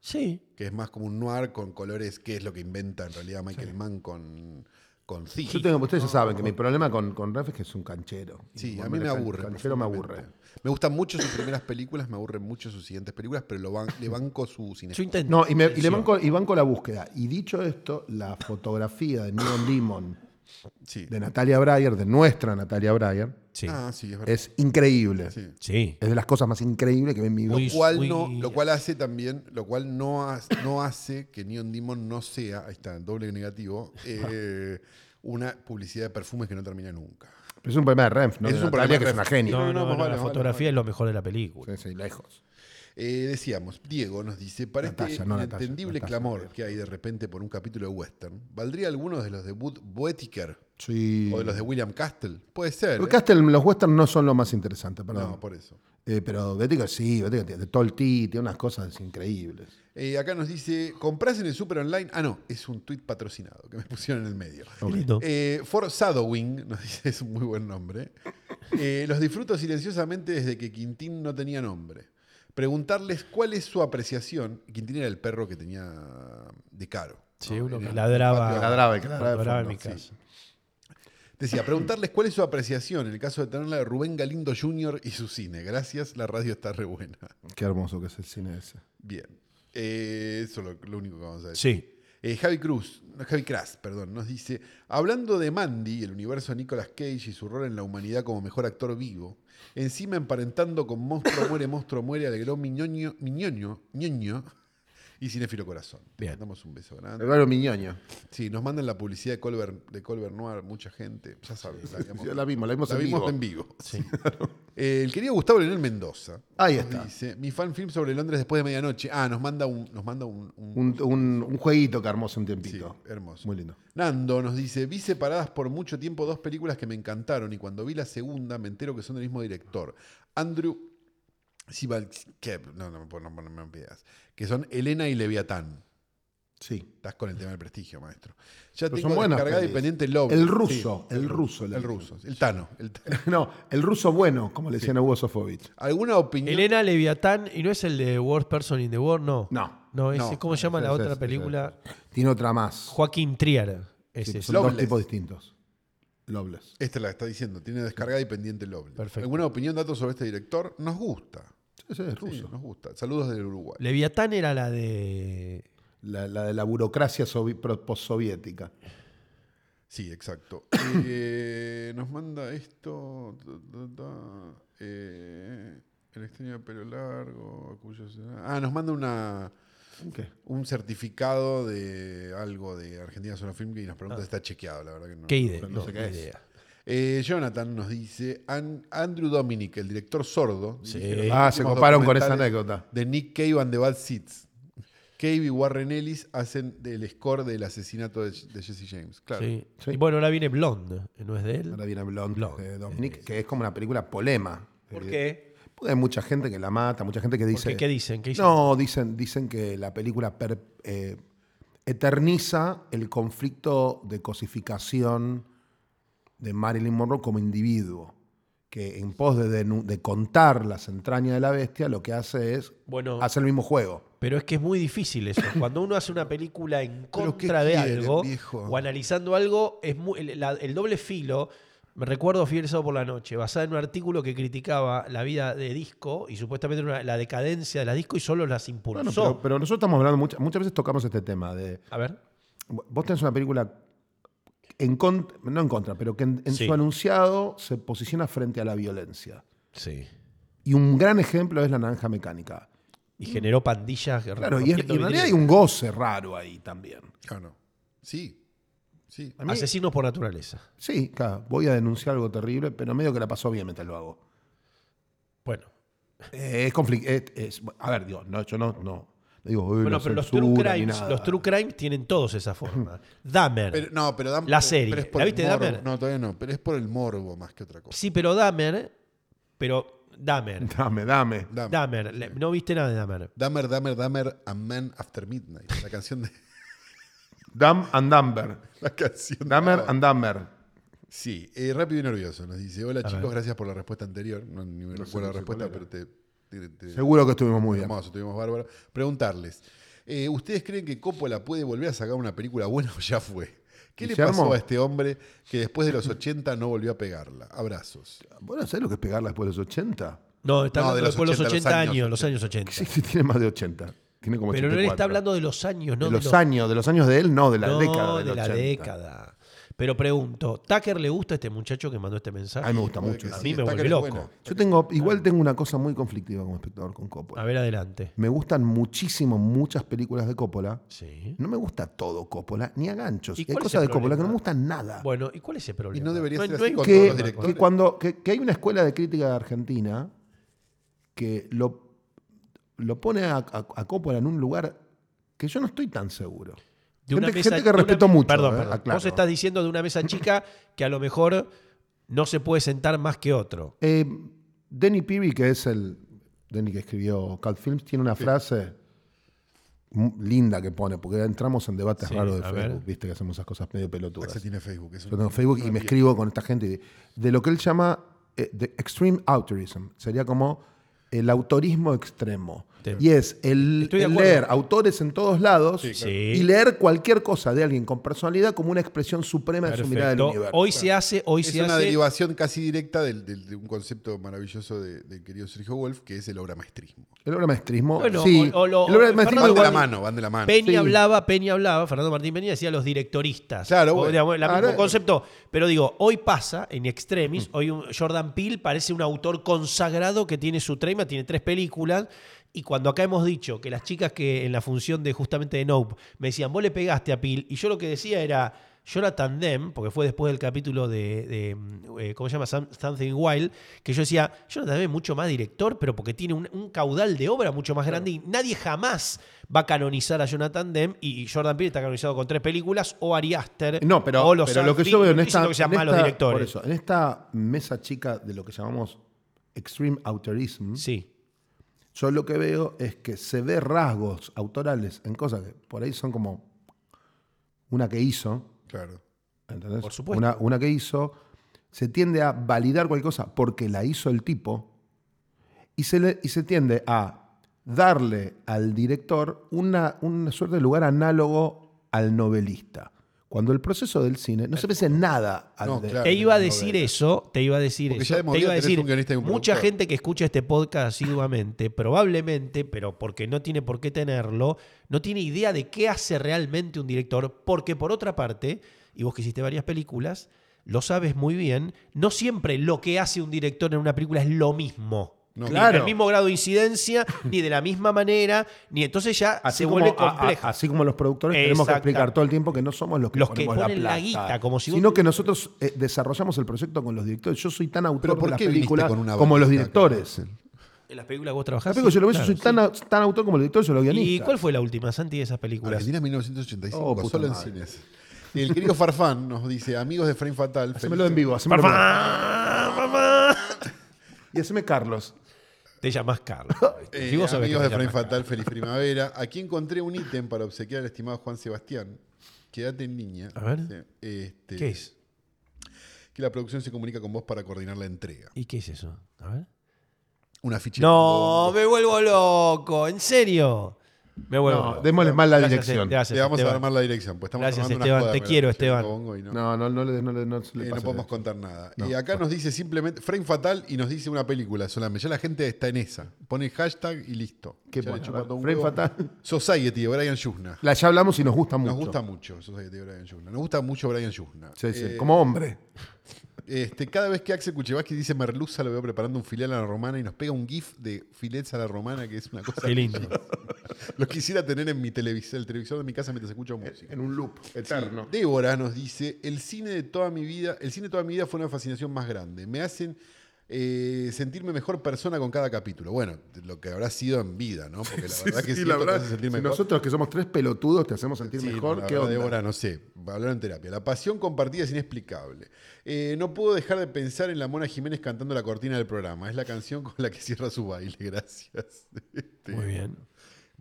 C: Sí.
A: Que es más como un noir con colores, que es lo que inventa en realidad Michael Mann con, con Zig.
B: Yo tengo, ustedes ya saben que mi problema con, con Raf es que es un canchero.
A: Sí,
B: Y
A: a mí me
B: can-
A: aburre.
B: Canchero me aburre.
A: profundamente. Me gustan mucho sus primeras películas, me aburren mucho sus siguientes películas, pero lo ban- le banco su cine.
C: Yo intento.
B: No, y, me, y le banco, y banco la búsqueda. Y dicho esto, la fotografía de Neon Demon
A: Sí.
B: de Natalia Breyer, de nuestra Natalia Breyer,
C: Sí.
A: Ah, sí, es verdad.
B: es increíble.
A: Sí.
C: Sí.
B: Es de las cosas más increíbles que ven mi vida.
C: Muy-
A: Lo cual,
C: Uy,
A: no,
C: uy.
A: lo cual hace también, lo cual no, ha- no hace que Neon Demon no sea, ahí está, doble negativo, eh, una publicidad de perfumes que no termina nunca.
B: Pero es un problema de Renf, ¿no?
A: Es
B: de
A: un
B: Natalia,
A: problema de
B: que es
A: Renf.
B: una genia.
C: No,
A: no,
C: no,
A: no,
C: no,
A: vale,
C: la
A: vale,
C: fotografía es lo mejor de la película.
B: Sí, sí, lejos.
A: Eh, decíamos, Diego nos dice, para
B: Natalia,
A: este
B: no Natalia,
A: inentendible
B: Natalia,
A: clamor
B: Natalia.
A: que hay de repente por un capítulo de western, ¿valdría alguno de los de Wood Boettiker
B: Sí.
A: o de los de William Castle? Puede ser.
B: Pero
A: ¿eh?
B: Castle, los westerns no son lo más interesante, perdón.
A: No, por eso.
B: Eh, pero Bética sí, Bética tiene de todo el ti, tiene unas cosas increíbles.
A: Eh, acá nos dice, ¿comprás en el super online? Ah, no, es un tweet patrocinado que me pusieron en el medio.
C: Qué lindo.
A: Eh, For Shadowing, nos dice, es un muy buen nombre. Eh, los disfruto silenciosamente desde que Quintín no tenía nombre. Preguntarles cuál es su apreciación. Quintín era el perro que tenía de caro.
C: Sí,
A: ¿no?
B: eh,
C: uno
A: En
C: que
A: el-
C: ladraba.
A: patio.
B: Ladraba, el que ladraba de
C: ladraba en mi
B: fondo, sí.
C: casa.
A: Decía, preguntarles cuál es su apreciación en el caso de tenerla de Rubén Galindo Jr. y su cine. Gracias, la radio está re buena.
B: Qué hermoso que es el cine ese.
A: Bien. Eh, eso es lo, lo único que vamos a decir.
C: Sí.
A: Eh, Javi Cruz, no, Javi Cras, perdón, nos dice, hablando de Mandy, el universo de Nicolas Cage y su rol en la humanidad como mejor actor vivo, encima emparentando con Monstruo muere, Monstruo muere, alegró mi ñoño, mi ñoño, ñoño y Cinefilo Corazón. Te
C: Bien.
A: mandamos un beso grande.
B: Eduardo Miñoño.
A: Sí, nos mandan la publicidad de Colbert, de Colbert Noir, mucha gente, ya sabes, la, habíamos-
B: Sí, la vimos, la vimos en vivo.
A: en vivo.
C: Sí.
A: Eh, el querido Gustavo Leonel Mendoza.
B: Ahí
A: nos
B: está.
A: Dice, mi fanfilm sobre Londres después de medianoche. Ah, nos manda un... Nos manda un, un-
B: Un, un- un jueguito que armó hace un
A: sí,
B: tiempito.
A: hermoso.
B: Muy lindo.
A: Nando nos dice, vi separadas por mucho tiempo dos películas que me encantaron y cuando vi la segunda me entero que son del mismo director, Andrew Sibalkev, no, no, me pon- no, no me pidas, que son Elena y Leviatán.
B: Sí.
A: Estás con el tema del prestigio, maestro. Ya
B: Pero
A: tengo
B: son buenas
A: descargada y
B: pelis.
A: pendiente Love.
B: El ruso, el ruso,
A: El
B: la-
A: ruso, el Tano. el Tano.
B: No, el ruso bueno, como le decían a Hugo Sofovich.
A: ¿Alguna opinión?
C: Elena Leviatán, y no es el de Worst Person in the World, no.
B: No.
C: No, ese,
A: No,
C: ¿cómo se llama
B: ese es-
C: la otra
B: ese
C: película?
B: Tiene otra más.
C: Joaquín Trier.
B: Sí,
C: Ese es.
B: son
A: Loveless.
B: dos tipos distintos. Lobles.
A: Esta la está diciendo, tiene descargada y pendiente Love.
C: Perfecto.
A: ¿Alguna opinión, datos sobre este director? Nos gusta.
B: Sí, sí, es
A: Sí,
B: ruso.
A: nos gusta. Saludos del Uruguay.
C: Leviatán era la de.
B: la, la de la burocracia sovi- pro- postsoviética.
A: Sí, exacto. Eh, nos manda esto. ta, ta, ta, eh, el extraño de pelo largo. a cuyo se- Ah, nos manda una,
B: ¿Qué?
A: un certificado de algo de Argentina Zona Film y nos pregunta si está chequeado, la verdad que no.
C: ¿Qué idea?
B: No
C: No,
B: sé qué
C: ni
B: es.
C: idea.
A: Eh, Jonathan nos dice, An- Andrew Dominic, el director sordo.
C: Sí.
A: dirige los
B: Ah, se
A: Eh, últimos
B: comparan con esa
A: documentales
B: anécdota.
A: de Nick Cave and the Bad Seeds. Cave y Warren Ellis hacen del score del asesinato de, de Jesse James. Claro.
C: Sí.
B: Sí.
C: Y bueno, ahora viene Blonde, ¿no es de
B: Ahora
C: él?
B: viene Blonde,
C: Blonde.
B: de Dominic, que es como una película polema.
C: ¿Por
B: Eh,
C: qué?
B: Porque hay mucha gente que la mata, mucha gente que dice.
C: Porque, ¿Qué dicen? ¿Qué dicen?
B: No, dicen, dicen que la película per- eh, eterniza el conflicto de cosificación de Marilyn Monroe como individuo. Que en pos de, denu- de contar las entrañas de la bestia, lo que hace es
C: Bueno,
B: hacer el mismo juego.
C: pero es que es muy difícil eso. Cuando uno hace una película en
A: ¿Pero qué
C: contra de
A: quieren,
C: algo
A: viejo?
C: o analizando algo, es muy, el, la- el doble filo. Me recuerdo Fiebre Sábado por la Noche, basada en un artículo que criticaba la vida de disco y supuestamente una- la decadencia de las disco y solo las impulsó.
B: Bueno, pero, pero nosotros estamos hablando, muchas, muchas veces tocamos este tema de.
C: A ver.
B: Vos tenés una película en contra, no en contra, pero que en, en
C: Sí.
B: su anunciado se posiciona frente a la violencia.
C: Sí.
B: Y un gran ejemplo es La Naranja Mecánica.
C: Y generó pandillas.
B: Claro, y, es- y en realidad hay un goce raro ahí también.
A: Claro. Ah, Sí. Sí.
B: A mí-
C: Asesinos por naturaleza.
B: sí, claro, voy a denunciar algo terrible, pero medio que la pasó bien mientras lo hago.
C: Bueno,
B: Eh, es conflicto. a ver, digo, no, yo no. no, no digo, uy,
C: bueno
B: la
C: pero los
B: censura
C: true,
B: ni
C: crimes,
B: nada.
C: los true crimes tienen todos esa forma. Dahmer.
A: Pero, no, pero Dan-
C: La serie.
A: pero
C: ¿La
A: el
C: viste,
A: morbo.
C: Dahmer?
A: No, todavía no. Pero es por el morbo más que otra cosa.
C: sí, pero Dahmer. Pero Dahmer.
B: Dame, dame.
A: Dahmer.
C: Dahmer. le- No viste nada de Dahmer.
A: Dahmer, Dahmer, Dahmer, A Man After Midnight. La canción de...
B: Dam and Dumber.
A: La canción de-
B: Damer and Dumber.
A: Sí. eh, rápido y nervioso. Nos dice, hola chicos, gracias por la respuesta anterior. No, ni me recuerdo la respuesta, pero te... te- te-
B: Seguro que estuvimos muy bien.
A: Hermoso, estuvimos bárbaro. Preguntarles, eh, ¿ustedes creen que Coppola puede volver a sacar una película buena o ya fue? ¿Qué le
B: Guillermo.
A: pasó a este hombre que después de los 80 no volvió a pegarla? Abrazos.
B: ¿Vos no sabés lo que es pegarla después de los 80?
C: No, está
A: No,
C: hablando
A: de los
C: después de los
A: 80,
C: 80,
A: los
C: años,
A: años
C: los años 80.
B: Sí, sí, tiene más de 80. Tiene como
C: Pero él
B: 84.
C: está hablando de los años, no
B: de
C: de
B: los años, de los años de él, no, de la
C: no,
B: década.
C: de
B: del
C: la
B: 80.
C: década. Pero pregunto, ¿Tucker le gusta a este muchacho que mandó este mensaje?
B: A mí me gusta mucho.
A: Puede que
C: A
A: sí,
C: mí
A: está
C: me vuelve
A: que es
C: loco.
A: buena.
B: Yo tengo, igual tengo una cosa muy conflictiva como espectador con Coppola.
C: A ver, adelante.
B: Me gustan muchísimo muchas películas de Coppola.
C: Sí.
B: No me gusta todo Coppola, ni a ganchos. Y
C: ¿Y
B: Hay
C: cuál es
B: cosas de
C: el
B: Coppola que no
C: problema?
B: me gustan nada.
C: Bueno, ¿y cuál es el problema?
A: no debería ser
C: hay-
A: así
C: hay un
A: con
B: que,
A: todos
C: problema
A: los
C: con-
A: directores.
B: que cuando que, que hay una escuela de crítica de Argentina que lo, lo pone a, a- a Coppola en un lugar que yo no estoy tan seguro.
C: de
B: gente,
C: una mesa-
B: gente que
C: de una
B: respeto
C: me-
B: mucho.
C: Perdón,
B: eh,
C: perdón.
B: aclaro.
C: Vos estás diciendo de una mesa chica que a lo mejor no se puede sentar más que otro.
B: Eh, Denny Peary, que es el. Denny que escribió Cult Films, tiene una frase mu- linda que pone, porque entramos en debates
C: Sí,
B: raros de
C: a ver.
B: Facebook, viste que hacemos esas cosas medio pelotudas.
A: Axel tiene Facebook. es un-
B: Yo tengo Facebook y me escribo con esta gente. y de- De lo que él llama eh, the extreme authorism. Sería como el autorismo extremo.
C: Te-
B: Y es el,
C: Estoy de
B: el
C: acuerdo.
B: leer autores en todos lados
A: Sí,
C: Sí.
B: y leer cualquier cosa de alguien con personalidad como una expresión suprema de su mirada del
C: Perfecto.
B: universo.
C: Hoy se hace, hoy
A: es
C: se
A: una
C: hace.
A: derivación casi directa del- del- de un concepto maravilloso de- del querido Sergio Wolf, que es el obra maestrismo.
B: El obra maestrismo.
C: Bueno,
B: sí.
C: o- o lo-
B: el obra maestrismo
A: Van de la
B: igual-
A: mano, van de la mano.
C: Peña
B: Sí.
C: hablaba, Peña hablaba, Fernando Martín Peña decía los directoristas.
A: Claro,
C: O,
A: bueno. Ah,
C: digamos, el
B: Ahora-
C: mismo concepto. Pero digo, hoy pasa, en extremis, hoy un- Jordan Peele parece un autor consagrado que tiene su trema, tiene tres películas. Y cuando acá hemos dicho que las chicas que en la función de justamente de Nope me decían, vos le pegaste a Peele, y yo lo que decía era. Jonathan Demme, porque fue después del capítulo de, de, mm, eh, ¿cómo se llama? Some- Something Wild, que yo decía, Jonathan Demme es mucho más director, pero porque tiene un, un caudal de obra mucho más grande y nadie jamás va a canonizar a Jonathan Demme y y Jordan Peele está canonizado con tres películas o Ari Aster
B: No, pero,
C: o los
B: pero lo que
C: Sandfield,
B: yo veo en
C: no estoy
B: esta,
C: diciendo que sean
B: en
C: malos
B: esta-
C: directores.
B: por eso, en esta mesa chica de lo que llamamos extreme outerism,
C: Sí.
B: yo lo que veo es que se ve rasgos autorales en cosas que por ahí son como una que hizo,
A: Claro.
B: ¿entendés?
C: Por supuesto.
B: Una, una que hizo, se tiende a validar cualquier cosa porque la hizo el tipo y se, le- y se tiende a darle al director una, una suerte de lugar análogo al novelista. Cuando el proceso del cine no se parece en nada al
A: No,
B: de-
A: claro.
C: Te iba a
A: novela.
C: decir eso, te iba a decir
A: Porque
C: eso.
A: ya de
C: te
A: movida
C: iba a
A: tenés
C: decir,
A: un guionista y un
C: mucha
A: productor.
C: gente que escucha este podcast asiduamente, probablemente, pero porque no tiene por qué tenerlo, no tiene idea de qué hace realmente un director, porque por otra parte, y vos que hiciste varias películas, lo sabes muy bien, no siempre lo que hace un director en una película es lo mismo.
A: No.
C: Ni
B: Claro.
C: del mismo grado de incidencia, ni de la misma manera, ni entonces ya se vuelve
B: a- a-
C: complejo.
B: así como los productores tenemos que
C: Exacto.
B: explicar todo el tiempo que no somos los que,
C: Los que
B: ponemos
C: ponen la
B: plata,
C: guita, como si vos-
B: sino que nosotros eh, desarrollamos el proyecto con los directores. Yo soy tan autor
A: Pero
B: de
A: ¿por
B: las
A: qué viniste
B: películas
A: con una
B: como los
A: bandita,
B: directores.
A: Axel?
C: en las películas que vos trabajás.
B: Las películas yo lo veo,
C: sí,
B: yo soy
C: claro,
B: tan, au- tan autor como los directores, yo los guionistas.
C: ¿Y cuál fue la última, Santi, de esas películas?
A: Argentina 1985,
B: Oh, puta
A: solo en
B: madre.
A: cines. Y el querido Farfán nos dice, amigos de Frame Fatal.
B: Hacémelo
A: feliz-
B: en vivo, hacémelo en vivo.
C: Papá, papá.
B: Y haceme Carlos.
C: Te llamas Carlos.
A: Eh,
C: Si vos sabés que
A: amigos de
C: te
A: Frame
C: llamás Carlos.
A: Fatal, feliz primavera. Aquí encontré un ítem para obsequiar al estimado Juan Sebastián. Quédate en línea.
C: A ver.
A: Dice, este,
C: ¿Qué es?
A: Que la producción se comunica con vos para coordinar la entrega.
C: ¿Y qué es eso? A ver.
A: Una ficha.
C: No, me vuelvo loco. ¿En serio? Me vuelvo
B: No,
C: loco.
B: démosle mal la
C: Gracias,
B: dirección.
C: Esteban. Gracias,
A: Le vamos a
C: Esteban.
A: armar la dirección. Pues estamos
C: Gracias,
A: armando una
C: Esteban.
A: joda
C: Te
A: con el
C: quiero,
A: Chico
C: Esteban.
A: Bongo y no-
B: No, no, no le, no le- no le
A: Eh, no
B: pases
A: podemos
B: de-
A: contar nada.
B: No,
A: y acá nos dice simplemente Frame Fatal y nos dice una película solamente. Ya la gente está en esa. Pone hashtag y listo.
B: Qué
A: Ya le
B: bueno,
A: chupa todo un
B: Frame
A: huevo.
B: Fatal.
A: Society de Brian Yuzna.
B: La ya hablamos y nos gusta mucho.
A: Nos gusta mucho Society de Brian Yuzna. Nos gusta mucho Brian Yuzna.
B: Sí, sí,
A: Eh,
B: como hombre.
A: este, cada vez que Axel Kuchevaski dice merluza, lo veo preparando un filet a la romana y nos pega un gif de filets a la romana, que es una cosa.
C: Qué lindo.
A: Lo quisiera tener en mi televisor, el televisor de mi casa mientras escucho música.
B: En un loop eterno.
A: Débora nos dice, el cine de toda mi vida, el cine de toda mi vida fue una fascinación más grande. Me hacen eh, sentirme mejor persona con cada capítulo. Bueno, lo que habrá sido en vida, ¿no? Porque la verdad que sí, esto
B: la
A: te
B: verdad,
A: hace sentir
B: si
A: mejor.
B: nosotros que somos tres pelotudos te hacemos sentir
A: Sí,
B: mejor,
A: no, la
B: ¿qué
A: verdad,
B: onda?
A: Débora, no sé, hablar en terapia. La pasión compartida es inexplicable. Eh, no puedo dejar de pensar en la Mona Jiménez cantando la cortina del programa. Es la canción con la que cierra su baile, gracias. Este,
C: Muy bien.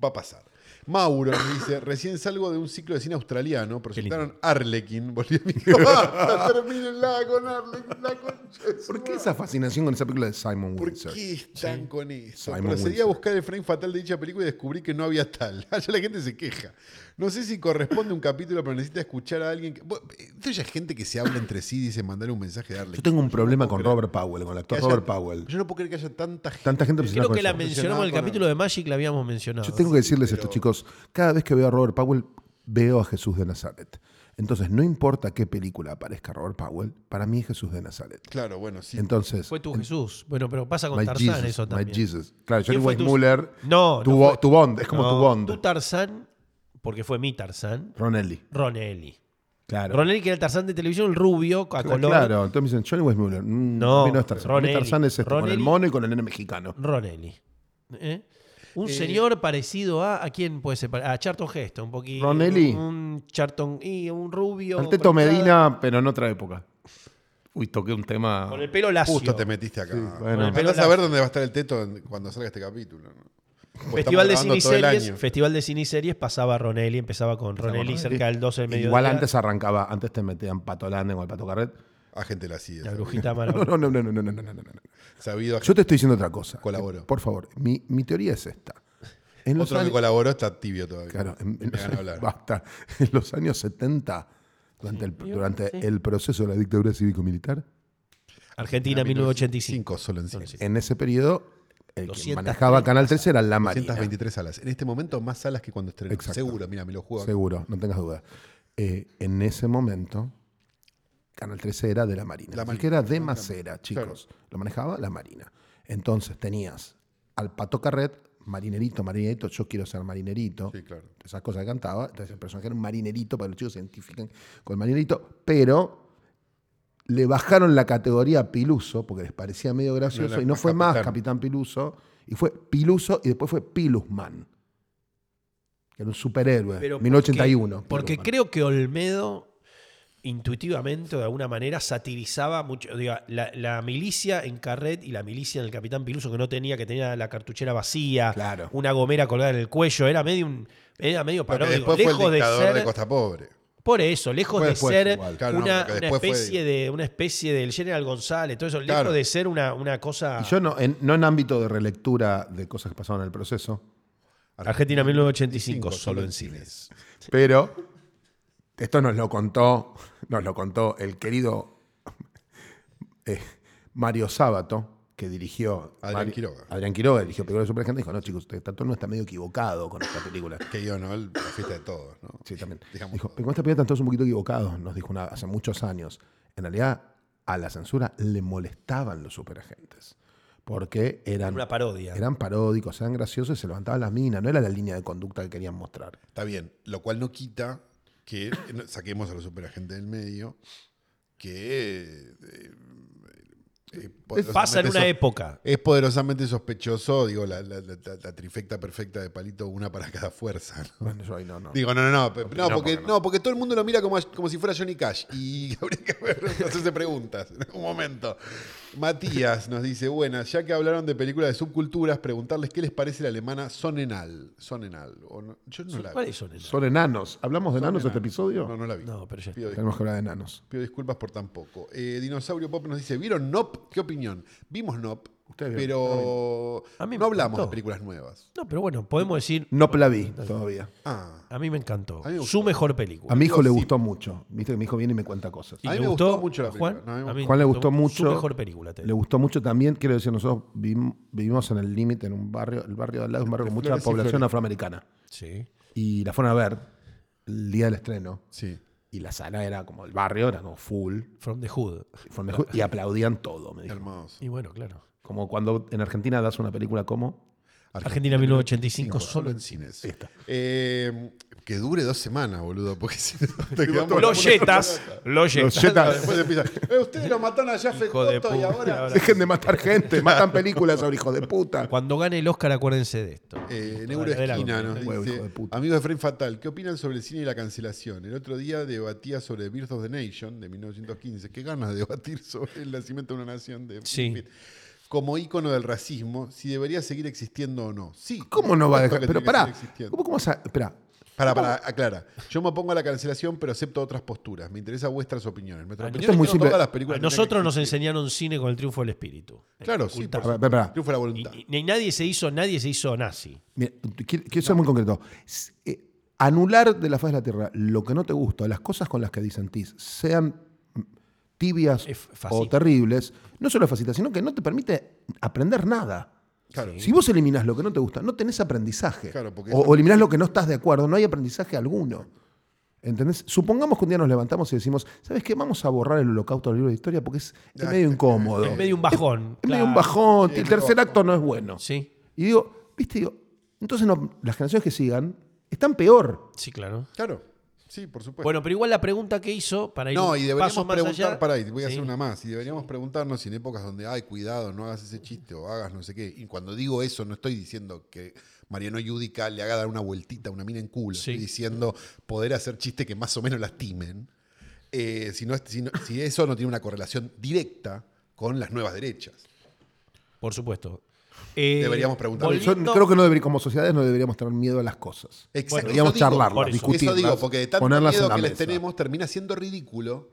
A: Va a pasar. Mauro nos dice, recién salgo de un ciclo de cine australiano, proyectaron Arlequin, volví a mi casa, termínenla con Arlequin, la concha de su
B: ¿Por qué
A: madre.
B: esa fascinación con esa película de Simon
A: ¿Por
B: Windsor?
A: qué están con eso?
B: Simon
A: Procedí a
B: Wilson.
A: buscar el frame fatal de dicha película y descubrí que no había tal. Allá la gente se queja. No sé si corresponde un capítulo, pero necesita escuchar a alguien. Que... Bueno, Esto ya es gente que se habla entre sí y dice mandar un mensaje de darle.
B: Yo tengo un problema con Robert Powell, con el actor Robert Powell.
A: Yo no puedo creer que haya tanta gente.
B: Tanta gente obsesionada
C: Creo
B: con
C: que la
B: eso.
C: mencionamos en el
A: Con-
C: capítulo de Magic, la habíamos mencionado.
B: Yo tengo que decirles esto, chicos. Cada vez que veo a Robert Powell, veo a Jesús de Nazaret. Entonces, no importa qué película aparezca Robert Powell, para mí es Jesús de Nazaret.
A: Claro, bueno, sí.
B: Entonces,
C: Fue tu Jesús. Bueno, pero pasa con
B: My
C: Tarzán
B: Jesus,
C: eso
B: My
C: también.
B: Jesus. Claro, Johnny
C: ¿Quién fue tu-
B: Weissmuller,
C: No, no
B: tu,
C: fue-
B: bo- tu Bond, es como
C: No,
B: tu Bond.
C: Tu Tarzán, porque fue mi Tarzán,
B: Ronelli.
C: Ronelli.
B: Claro.
C: Ronelli que era el Tarzán de televisión, el rubio, a
B: Claro,
C: color.
B: claro. entonces me dicen, Johnny Weissmuller. mm,
C: No,
B: a mí no es Tarzán. A mí
C: Ronelli.
B: Tarzán es este, con el
C: Ronelli.
B: mono y con el nene mexicano.
C: Ronelli. ¿Eh? Un señor parecido a. ¿A quién puede ser? pare- A Charlton Heston, un poquito.
B: Ronelli.
C: Un, un Charlton. Y un rubio.
B: El Teto
C: con-
B: Medina, pero en otra época. Uy, toqué un tema.
C: Con el pelo lacio.
A: Justo te metiste acá.
B: bueno.
A: Andá
C: Pero
A: a saber
C: la-
A: dónde va a estar el teto en- cuando salga este capítulo. ¿no? Porque
C: Festival de,
A: estamos
C: cine y
A: grabando todo el
C: series,
A: año.
C: Festival de Cine y Series pasaba a Ronelli, empezaba con Ronelli
B: Ronelli.
C: cerca del 12 del mediodía.
B: Igual antes arrancaba, antes te metían Pato Landen o el Pato Carret.
A: A gente la sigue.
C: La
A: sabido.
C: brujita
B: No,
C: maravillosa.
B: no, no, no, no, no, no, no, no, no.
A: Sabido a
B: Yo te estoy diciendo otra cosa.
A: Colaboro.
B: Por favor, mi, mi teoría es esta. En los
A: Otro que
B: años-
A: colaboró está tibio todavía.
B: Claro, en,
A: Me
B: en
A: van a hablar.
B: los, basta. En los años 70, durante, el, durante el proceso de la dictadura cívico-militar,
C: Argentina, 1985.
A: Cinco solo en
C: Solo en
A: cine.
C: cine.
B: en ese periodo, el que
C: 200
B: manejaba Canal 13 era la Marina.
A: 123 salas. En este momento, más salas que cuando estrenó.
B: Exacto.
A: Seguro, mira, me lo juego. acá.
B: Seguro, no tengas duda. Eh, en ese momento, Canal 13 era de la Marina.
A: La
B: Así
A: Marina,
B: que era de
A: claro.
B: Macera, chicos. Lo manejaba la Marina. Entonces tenías al Pato Carret, marinerito, marinerito, yo quiero ser marinerito.
A: Sí, claro.
B: Esas cosas que cantaba. Entonces el personaje era un marinerito, para que los chicos se identifiquen con el marinerito. Pero le bajaron la categoría a Piluso, porque les parecía medio gracioso,
A: era
B: y no fue más
A: capitán.
B: Capitán Piluso, y fue Piluso, y después fue Pilusman. Que era un superhéroe.
C: Pero
B: 1081.
C: Porque, porque
B: Pilusman.
C: creo que Olmedo intuitivamente o de alguna manera satirizaba mucho. diga, la, la milicia en Carret y la milicia en el Capitán Piluso que no tenía, que tenía la cartuchera vacía,
B: Claro.
C: una gomera colgada en el cuello, era medio un. Era medio
A: Porque después
C: paródico.
A: fue
C: Lejos
A: el
C: de
A: dictador
C: ser.
A: de Costa Pobre.
C: Por eso, lejos
A: Fue
C: de
A: después
C: ser
A: igual, claro, no,
C: una,
A: porque
C: una
A: después fue-
C: especie de una especie del General González, todo eso,
A: Claro.
C: lejos de ser una, una cosa
B: Y yo no en, no en ámbito de relectura de cosas que pasaron en el proceso,
C: Argentina 1985 solo en
A: cine.
C: cines.
B: pero esto nos lo contó, nos lo contó el querido eh, Mario Sábato, que dirigió.
A: Adrián
B: Mari-
A: Quiroga.
B: Adrián Quiroga dirigió películas de Superagente y dijo: No, chicos, usted está, todo no está medio equivocado con esta película.
A: Que yo, ¿no? El- La fiesta de todos, ¿no?
B: Sí, también.
A: Digamos.
B: Dijo, pero con esta película están todos un poquito equivocados, nos dijo una- hace muchos años. En realidad, a la censura le molestaban los superagentes. Porque eran,
C: Una parodia.
B: eran paródicos, eran graciosos y se levantaban las minas. No era la línea de conducta que querían mostrar.
A: Está bien. Lo cual no quita que no- saquemos a los superagentes del medio. Que. eh, eh, eh,
C: Pasa en
A: poderosamente
C: una
A: so-
C: época.
A: Es poderosamente sospechoso, digo, la, la- la- la- la trifecta perfecta de palito, una para cada fuerza. ¿no?
B: Bueno, yo ahí no, no.
A: Digo, no, no, no, pe- no,
B: no,
A: porque,
B: porque no.
A: no, porque todo el mundo lo mira como, como si fuera Johnny Cash y habría que ver- hacerse preguntas en algún momento. Matías nos dice, buenas, ya que hablaron de películas de subculturas, preguntarles qué les parece la alemana Sonnenal. Sonnenal. o no- yo no la
C: ¿Cuáles son esos?
B: Son enanos. ¿Hablamos de enanos este episodio?
A: No, no la vi.
C: No, pero ya.
A: Pido, dis-
B: Tenemos que hablar de enanos.
A: pido disculpas por tampoco. Eh, Dinosaurio Pop nos dice, ¿vieron Nop? ¿Qué opinión? Vimos Nop,
B: Ustedes vieron,
A: pero
C: A mí me
A: no hablamos
C: encantó.
A: de películas nuevas.
C: No, pero bueno, podemos decir.
B: No la vi todavía.
A: Ah.
C: A mí me encantó.
A: A mí me gustó.
C: Su mejor película.
B: A mi hijo
A: Digo,
B: le
A: sí.
B: gustó mucho. Viste que mi hijo viene y me cuenta cosas.
C: Y
A: A mí
C: le
A: me gustó mucho la
C: ¿a Juan?
A: película. No, a mí me
C: A mí
B: Juan le
C: me
B: gustó mucho.
C: Su mejor película. te
B: Le
C: digo.
B: gustó mucho también, quiero decir, nosotros vivim- vivimos en el límite, en un barrio, el barrio de al lado es un barrio con mucha
A: Flores y
B: población
A: Flores.
B: afroamericana.
C: Sí.
B: Y la fueron a ver el día del estreno.
A: Sí.
B: Y la sala era como el barrio, era como full.
C: From the Hood.
B: fueron de ju- Y aplaudían todo, me dijo.
A: Hermoso.
C: Y bueno, claro.
B: Como cuando en Argentina das una película como.
C: Argentina 1985
A: solo
C: solo
A: en
C: en
A: cines. Eh, que dure dos semanas, boludo, porque si no te quedamos-
C: Los Yetas.
B: Los
C: Los Yetas.
B: Jetas,
A: Después empieza, "Eh, ustedes lo mataron allá
C: Hijo de
A: Fecoto y
C: puta,
A: ahora.
C: ahora-
B: Dejen de matar gente, matan películas ahora, hijo de puta.
C: Cuando gane el Oscar, acuérdense de esto.
A: Eh,
C: Dale,
A: Neuro
C: dale,
A: Esquina
C: dale.
A: nos
B: Huevo,
A: dice,
B: hijo de puta.
A: amigos de Frame Fatal, ¿qué opinan sobre el cine y la cancelación? El otro día debatía sobre Birth of the Nation de 1915. Qué ganas de debatir sobre el nacimiento de una nación de
C: Sí.
A: como ícono del racismo, si debería seguir existiendo o no. Sí.
B: ¿Cómo no va a
A: supuesto que
B: dejar? Pero
A: tiene que
B: pará,
A: seguir existiendo.
B: ¿cómo, cómo vas a- Espera,
A: Para, para, aclara. Yo me opongo a la cancelación, pero acepto otras posturas. Me interesan vuestras opiniones. Nuestras
C: Ah,
A: opiniones
B: esto es muy
A: no
B: simple.
A: todas las
C: A
A: películas.
C: nosotros nos
A: enseñan.
C: enseñaron cine con el triunfo del espíritu.
A: Claro, sí.
B: espera,
A: por-
B: espera.
A: Triunfa la
C: Y,
A: voluntad.
C: y- y nadie se hizo, nadie se hizo nazi.
B: Mira, quiero, quiero ser muy concreto. S- eh, anular de la faz de la tierra lo que no te gusta, las cosas con las que disentís, sean mm, tibias
C: Es fascista.
B: o terribles, no solo es fascista, sino que no te permite aprender nada.
A: Claro.
B: Si vos eliminás lo que no te gusta, no tenés aprendizaje.
A: Claro, porque
B: o,
A: eso-
B: o eliminás lo que no estás de acuerdo, no hay aprendizaje alguno. ¿Entendés? Supongamos que un día nos levantamos y decimos, ¿sabes qué? Vamos a borrar el holocausto del libro de historia porque es, es
A: Ah,
B: medio incómodo.
C: Es medio un bajón.
B: Es medio un
C: claro.
B: bajón,
A: Sí,
B: el tercer
A: no.
B: acto no es bueno.
C: Sí,
B: Y digo, viste, digo, entonces no, las canciones que sigan están peor.
C: sí, claro.
A: Claro. Sí, por supuesto.
C: Bueno, pero igual la pregunta que hizo para ir
A: Pues no,
C: un
A: y
C: paso
A: deberíamos
C: más
A: preguntar,
C: allá-
A: para voy a hacer
C: Sí.
A: una más. Y deberíamos preguntarnos si en épocas donde, ay, cuidado, no hagas ese chiste o hagas no sé qué. Y cuando digo eso, no estoy diciendo que Mariano Yudica le haga dar una vueltita a una mina en culo.
C: Sí.
A: Estoy diciendo poder hacer chistes que más o menos lastimen. Eh, si, no, es- si no- si eso no tiene una correlación directa con las nuevas derechas.
C: Por supuesto. Eh,
A: Deberíamos preguntar.
B: Yo
C: volviendo-
B: creo que no deberí- como sociedades no deberíamos tener miedo a las cosas.
A: Exacto.
B: deberíamos
A: Eso digo,
B: charlarlas,
A: por eso.
B: discutirlas,
A: Eso digo, porque de tanto
B: ponerlas en
A: miedo
B: la
A: que les
B: mesa.
A: tenemos termina siendo ridículo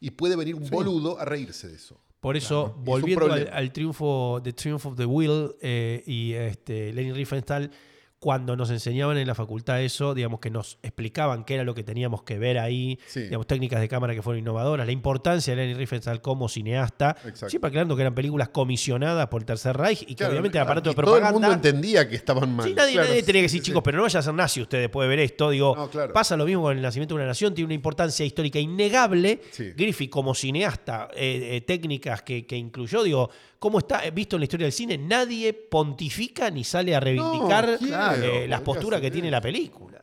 A: y puede venir un boludo a reírse de eso.
C: Por eso,
A: un
C: volviendo al,
A: problema.
C: al triunfo, The Triumph of the Will eh, y este, Lenny Riefenstahl, cuando nos enseñaban en la facultad eso, digamos que nos explicaban qué era lo que teníamos que ver ahí,
A: Sí.
C: digamos, técnicas de cámara que fueron innovadoras, la importancia de Lenny Riefenstahl como cineasta,
A: Exacto.
C: siempre aclarando que eran películas comisionadas por el Tercer Reich y que
A: Claro, ah,
C: obviamente el aparato
A: y
C: de propaganda...
A: Todo el mundo entendía que estaban mal.
C: Sí, nadie,
A: Claro,
C: nadie tenía que decir,
A: sí,
C: chicos, pero no vayas a ser nazi usted después de ver esto. Digo,
A: No, claro.
C: pasa lo mismo con el nacimiento de una nación, tiene una importancia histórica innegable.
A: Sí.
C: Griffith, como cineasta, eh, eh, técnicas que, que incluyó, digo, ¿cómo está eh, visto en la historia del cine? Nadie pontifica ni sale a reivindicar
A: No, claro,
C: eh, las
A: podría
C: posturas que
A: ser
C: tiene
A: eso.
C: la película.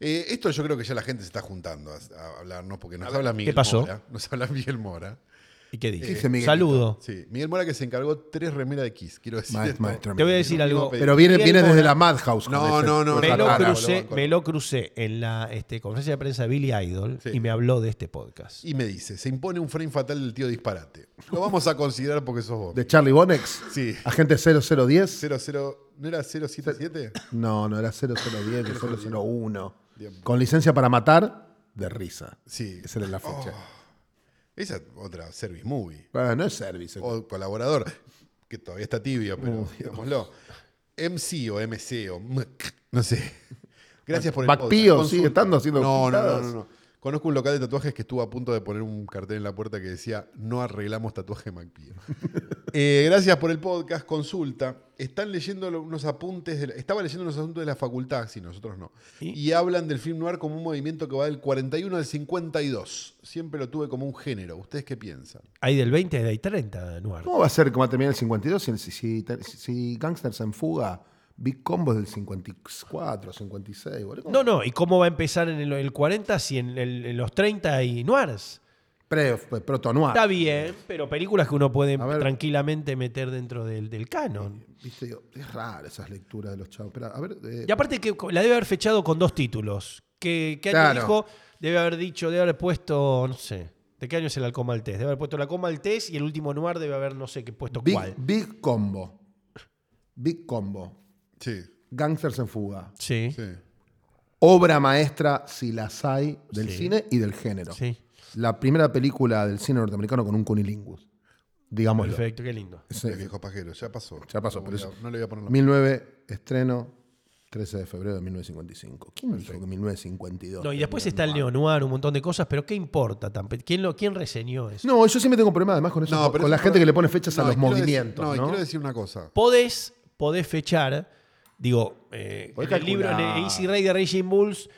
A: Eh, esto yo creo que ya la gente se está juntando a, a hablar, ¿no? Porque nos habla Miguel
C: pasó?
A: Mora. Nos habla Miguel Mora.
C: ¿Y qué dice?
B: dice Miguelito?
C: Saludo.
A: Sí, Miguel Mora que se encargó tres remeras de Kiss, quiero decir.
B: Maest-
A: esto.
B: maestro,
C: Te voy a
B: Miguel.
C: decir
A: No,
C: algo.
A: no, pero-
B: Pero viene,
C: Miguel
B: viene desde
C: Mora-
B: la Madhouse.
A: No,
B: joder,
A: no, no,
B: con este
A: no,
C: Me lo,
A: Bárbaro,
B: Tarantino.
C: crucé,
A: bárbaro.
C: me lo crucé en la este, conferencia de prensa de Billy Idol
A: Sí.
C: y me habló de este podcast.
A: Y me dice, se impone un frame fatal del tío disparate. Lo vamos a considerar porque sos vos.
B: De Charlie Bonex.
A: Sí.
B: Agente 0010.
A: 00, ¿no era 077?
B: No, no era 0010, era 001.
A: Bien.
B: Con licencia para matar, de risa.
A: Sí.
B: Esa era la fecha.
A: Esa es otra service movie.
B: Bueno, no es service.
A: O colaborador, que todavía está tibio, pero digámoslo. MC o MC o MK, no sé. Gracias por el
B: Back
A: podcast.
B: Pío,
A: Consulta.
B: sigue estando haciendo
A: no, no, no,
B: pintadas.
A: no, no. Conozco un local de tatuajes que estuvo a punto de poner un cartel en la puerta que decía no arreglamos tatuaje MacPío. Eh, gracias por el podcast, consulta. Están leyendo lo- unos apuntes, de la- estaba leyendo unos asuntos de la facultad, sí, nosotros no.
C: ¿Y?
A: Y hablan del film noir como un movimiento que va del 41 al 52. Siempre lo tuve como un género. ¿Ustedes qué piensan?
C: Hay del 20 y del 30, Nuar.
B: ¿Cómo va a ser que va a terminar el 52 si, el- si, si, si Gangsters en fuga, Big Combo es del 54, 56? boludo? ¿Cómo?
C: No, no, ¿y cómo va a empezar en el, el 40 si en, el- en los 30 y Noirs?
B: Pre, pre- protonoir.
C: Está bien, pero películas que uno puede
B: A ver.
C: tranquilamente meter dentro del, del canon.
B: Viste, digo, es raro esas lecturas de los chavos. Pero, a ver, eh,
C: Y aparte que la debe haber fechado con dos títulos. ¿Qué, qué año
B: Claro.
C: dijo? Debe haber dicho, debe haber puesto, no sé, ¿de qué año es el Halcón Maltés? Debe haber puesto el Halcón Maltés y el último Noir debe haber, no sé, qué puesto
B: Big,
C: cuál.
B: Big Combo. Big Combo.
A: Sí,
B: Gangsters en fuga.
C: Sí, sí.
A: sí.
B: Obra maestra, si las hay, del
C: Sí.
B: cine y del género. La primera película del cine norteamericano con un cunilingus. Digámoslo.
C: Perfecto, qué lindo.
B: Es-
A: El viejo pajero, ya pasó.
B: Ya pasó,
A: No
B: pero
A: voy a-
B: es-
A: no le voy a poner la
B: 1009, estreno 13 de febrero de 1955. ¿Quién dijo que 1952?
C: No, y después está el Neo Noir, un montón de cosas, pero ¿qué importa? tan pe- ¿Quién, lo, quién reseñó eso?
B: No, yo siempre tengo problemas además con eso,
A: No,
B: con-
A: pero
B: con
A: eso
B: la
A: no-
B: gente que le pone fechas
A: No,
B: a los
A: y quiero decir-
B: movimientos.
A: no, y
B: ¿no?
A: quiero decir una cosa.
C: podés, podés fechar, digo, eh,
B: Podés
C: en el libro en
B: calcular.
C: el Easy Rider Raging Bulls,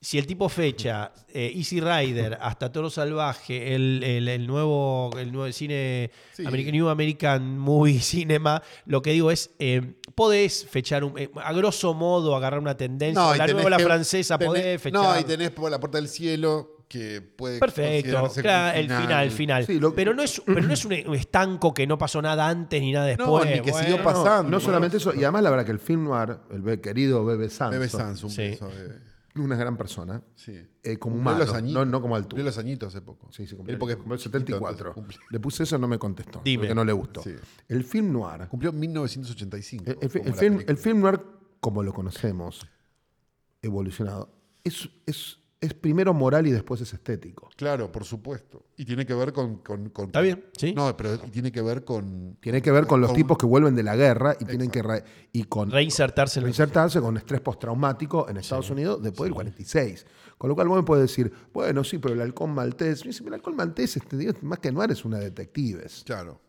C: si el tipo fecha eh, Easy Rider hasta Toro Salvaje, el, el- el nuevo, el nuevo cine
A: Sí.
C: American, New American Movie Cinema, lo que digo es, eh, podés fechar, un- eh, a grosso modo, agarrar una tendencia,
A: y
C: la
A: tenés
C: nueva, la
A: que-
C: francesa,
A: tenés-
C: podés fechar.
A: No, y tenés por la puerta del cielo que puede.
C: Perfecto,
A: considerarse
C: claro,
A: un
C: el final, el final.
B: Sí, lo-
C: pero, no es, pero no es un un estanco que no pasó nada antes ni nada
A: No,
C: después.
A: ni que siguió
C: bueno.
B: No,
A: pasando.
B: no solamente eso, y además la verdad que el film noir, el be- querido Bebe Sanz,
A: Bebe Sans, un
C: Sí.
A: beso, eh,
B: una gran persona,
A: sí.
B: eh, como
A: Cumplió
B: humano,
A: los añitos.
B: no, no como altura.
A: Cumplió los añitos hace poco.
B: Sí, sí, cumplió,
A: Él porque
B: cumplió el
A: es chiquito,
B: 74.
A: entonces cumplió,
B: Le puse eso, no me contestó,
C: Dime.
B: porque no le gustó.
A: Sí.
B: El film noir,
A: cumplió 1985.
B: el, el fi-
A: como
B: el
A: la
B: film,
A: película.
B: el film noir como lo conocemos, evolucionado, es, es, es primero moral y después es estético.
A: Claro, por supuesto. Y tiene que ver con. con- con-
C: Está bien, sí.
A: No, pero tiene que ver con.
B: Tiene que ver con los
A: Con-
B: tipos que vuelven de la guerra y tienen que re- y con
C: Reinsertarse en la
B: reinsertarse con estrés postraumático en Estados Unidos después del 46. Con lo cual vos me puedes decir, bueno, sí, pero el halcón maltés, Yo digo, el halcón maltés, este, digo, más que noir es una detectives.
A: Claro.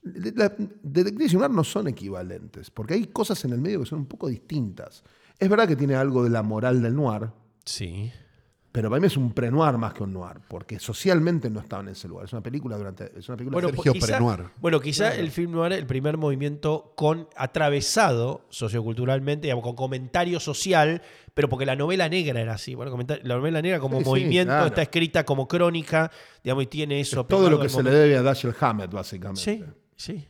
B: De- la- detectives y noir no son equivalentes, porque hay cosas en el medio que son un poco distintas. Es verdad que tiene algo de la moral del noir,
C: Sí.
B: pero para mí es un pre-noir más que un noir, porque socialmente no estaba en ese lugar. Es una película durante... Es una película
A: Bueno,
B: de-
A: Sergio
C: pues, quizá-
A: Prenoir.
C: Bueno, quizá el film noir, el primer movimiento con atravesado socioculturalmente, digamos, con comentario social, pero porque la novela negra era así. Bueno, comenta- la novela negra como
B: Sí, sí,
C: movimiento
B: claro.
C: está escrita como crónica, digamos, y tiene eso.
B: todo
C: pegado
B: lo que
C: al
B: se le
C: pues, momento.
B: debe a Dashiell Hammett, básicamente. Eh,
C: Sí, sí.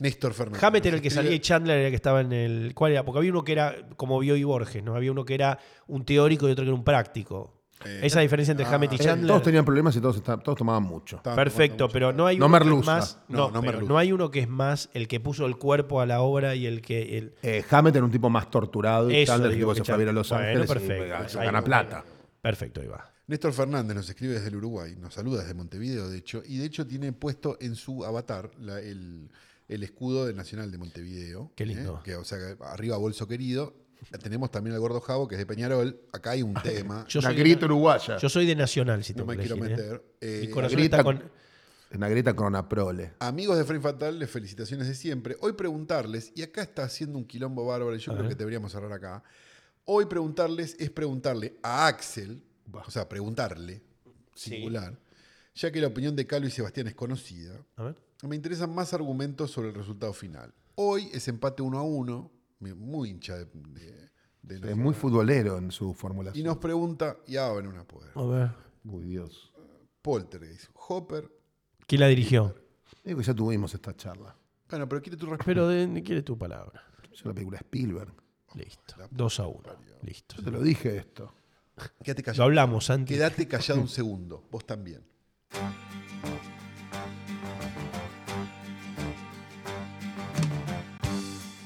A: Néstor Fernández.
C: Hammett era el que salía y
A: Escribe-
C: Chandler era el que estaba en el. ¿Cuál era? Porque había uno que era, como vio y Borges, ¿no? Había uno que era un teórico y otro que era un práctico.
A: Eh,
C: Esa diferencia entre
A: ah,
C: Hammett y
B: Eh,
C: Chandler.
B: todos tenían problemas y todos, estaban- todos tomaban mucho.
A: Estaba
C: Perfecto,
A: tomando
C: pero no hay
B: No
C: uno que es
B: merluza.
C: más. No,
A: No, no
C: pero
A: merluza.
C: no hay uno que es más el que puso el cuerpo a la obra y el que. el-
B: Eh, Hammett era un tipo más torturado y
C: Eso
B: Chandler el
C: digo
B: tipo
C: que
B: se fue a vivir a Los
C: Chandler-
B: Ángeles
C: Bueno,
B: y
C: perfecto.
B: se
C: Ahí
B: gana
C: va.
B: plata.
C: Perfecto, ahí va.
A: Néstor Fernández nos escribe desde el Uruguay, nos saluda desde Montevideo, de hecho, y de hecho tiene puesto en su avatar la- el, el escudo del Nacional de Montevideo. ¿eh?
C: Qué lindo.
A: Que, o sea, que arriba bolso querido Tenemos también al gordo Javo, que es de Peñarol. Acá hay un tema.
C: Yo
B: la
C: soy,
B: grita
C: de,
B: uruguaya.
C: yo soy de Nacional, si
A: no
C: tengo
A: me
C: que
A: quiero
C: elegir, ¿eh?
A: meter. Eh,
C: Mi corazón
B: grita-
C: está con.
B: Una grita cronaprole.
A: Amigos de Frame Fatal, les felicitaciones de siempre. Hoy preguntarles, y acá está haciendo un quilombo bárbaro, y yo
C: A
A: creo
C: ver.
A: que deberíamos cerrar acá. Hoy preguntarles es preguntarle a Axel, o sea, preguntarle,
C: Sí.
A: singular, ya que la opinión de Calo y Sebastián es conocida,
C: A ver.
A: me interesan más argumentos sobre el resultado final. Hoy es empate uno a uno, me- muy hincha de, de- de
B: Es
A: nosotros.
B: muy futbolero en su
A: Y
B: formulación.
A: nos pregunta, y ahora una poder.
C: A ver.
B: Uy, Dios.
A: Poltergeist, Hopper.
C: ¿Quién la dirigió?
B: Digo que ya tuvimos esta charla.
A: Bueno, pero quiere tu respuesta.
C: Pero de, quiere tu palabra.
B: Es una película de Spielberg.
C: Listo. 2 a 1. Listo.
B: Yo te lo dije esto.
A: Quédate
C: Lo
A: callado.
C: hablamos antes.
A: Quédate callado un segundo, vos también.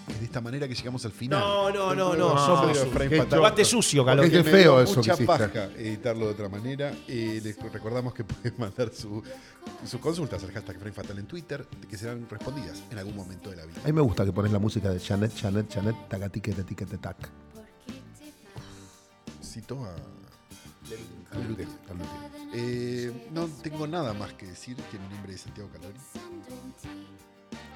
A: Es de esta manera que llegamos al final.
C: No, no, no,
A: Creo
C: no.
A: que
C: somos
A: creo que Frank
B: qué
A: Patán-
C: Combate sucio, Galo.
B: Porque- Qué
A: me
B: feo
A: dio
B: eso que
A: Mucha
B: hiciste.
A: paja editarlo de otra manera. Eh, les recordamos que pueden mandar su- sus consultas al hashtag Frank Fatal en Twitter, que serán respondidas en algún momento de la vida.
B: A mí me gusta que pones la música de Janet, Janet, Janet, tacatiquete, tiquete, tac.
A: Cito a. Lelute. Eh, no tengo nada más que decir que mi nombre es Santiago Calori.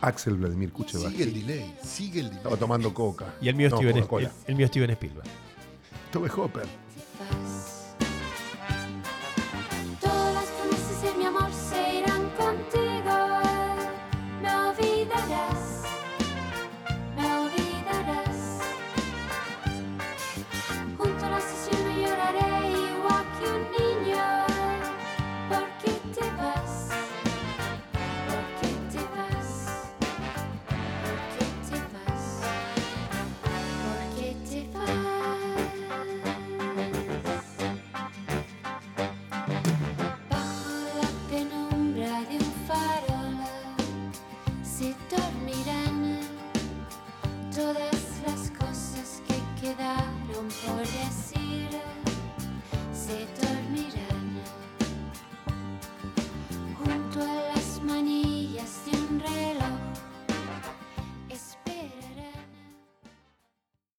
B: Axel Vladimir Kuchevac.
A: Sigue el delay, sigue el delay.
B: Estaba tomando coca.
C: Y el mío, es
B: No,
C: Steven, el,
B: Coca-Cola.
C: el mío es Steven Spielberg.
B: Tobe Hopper.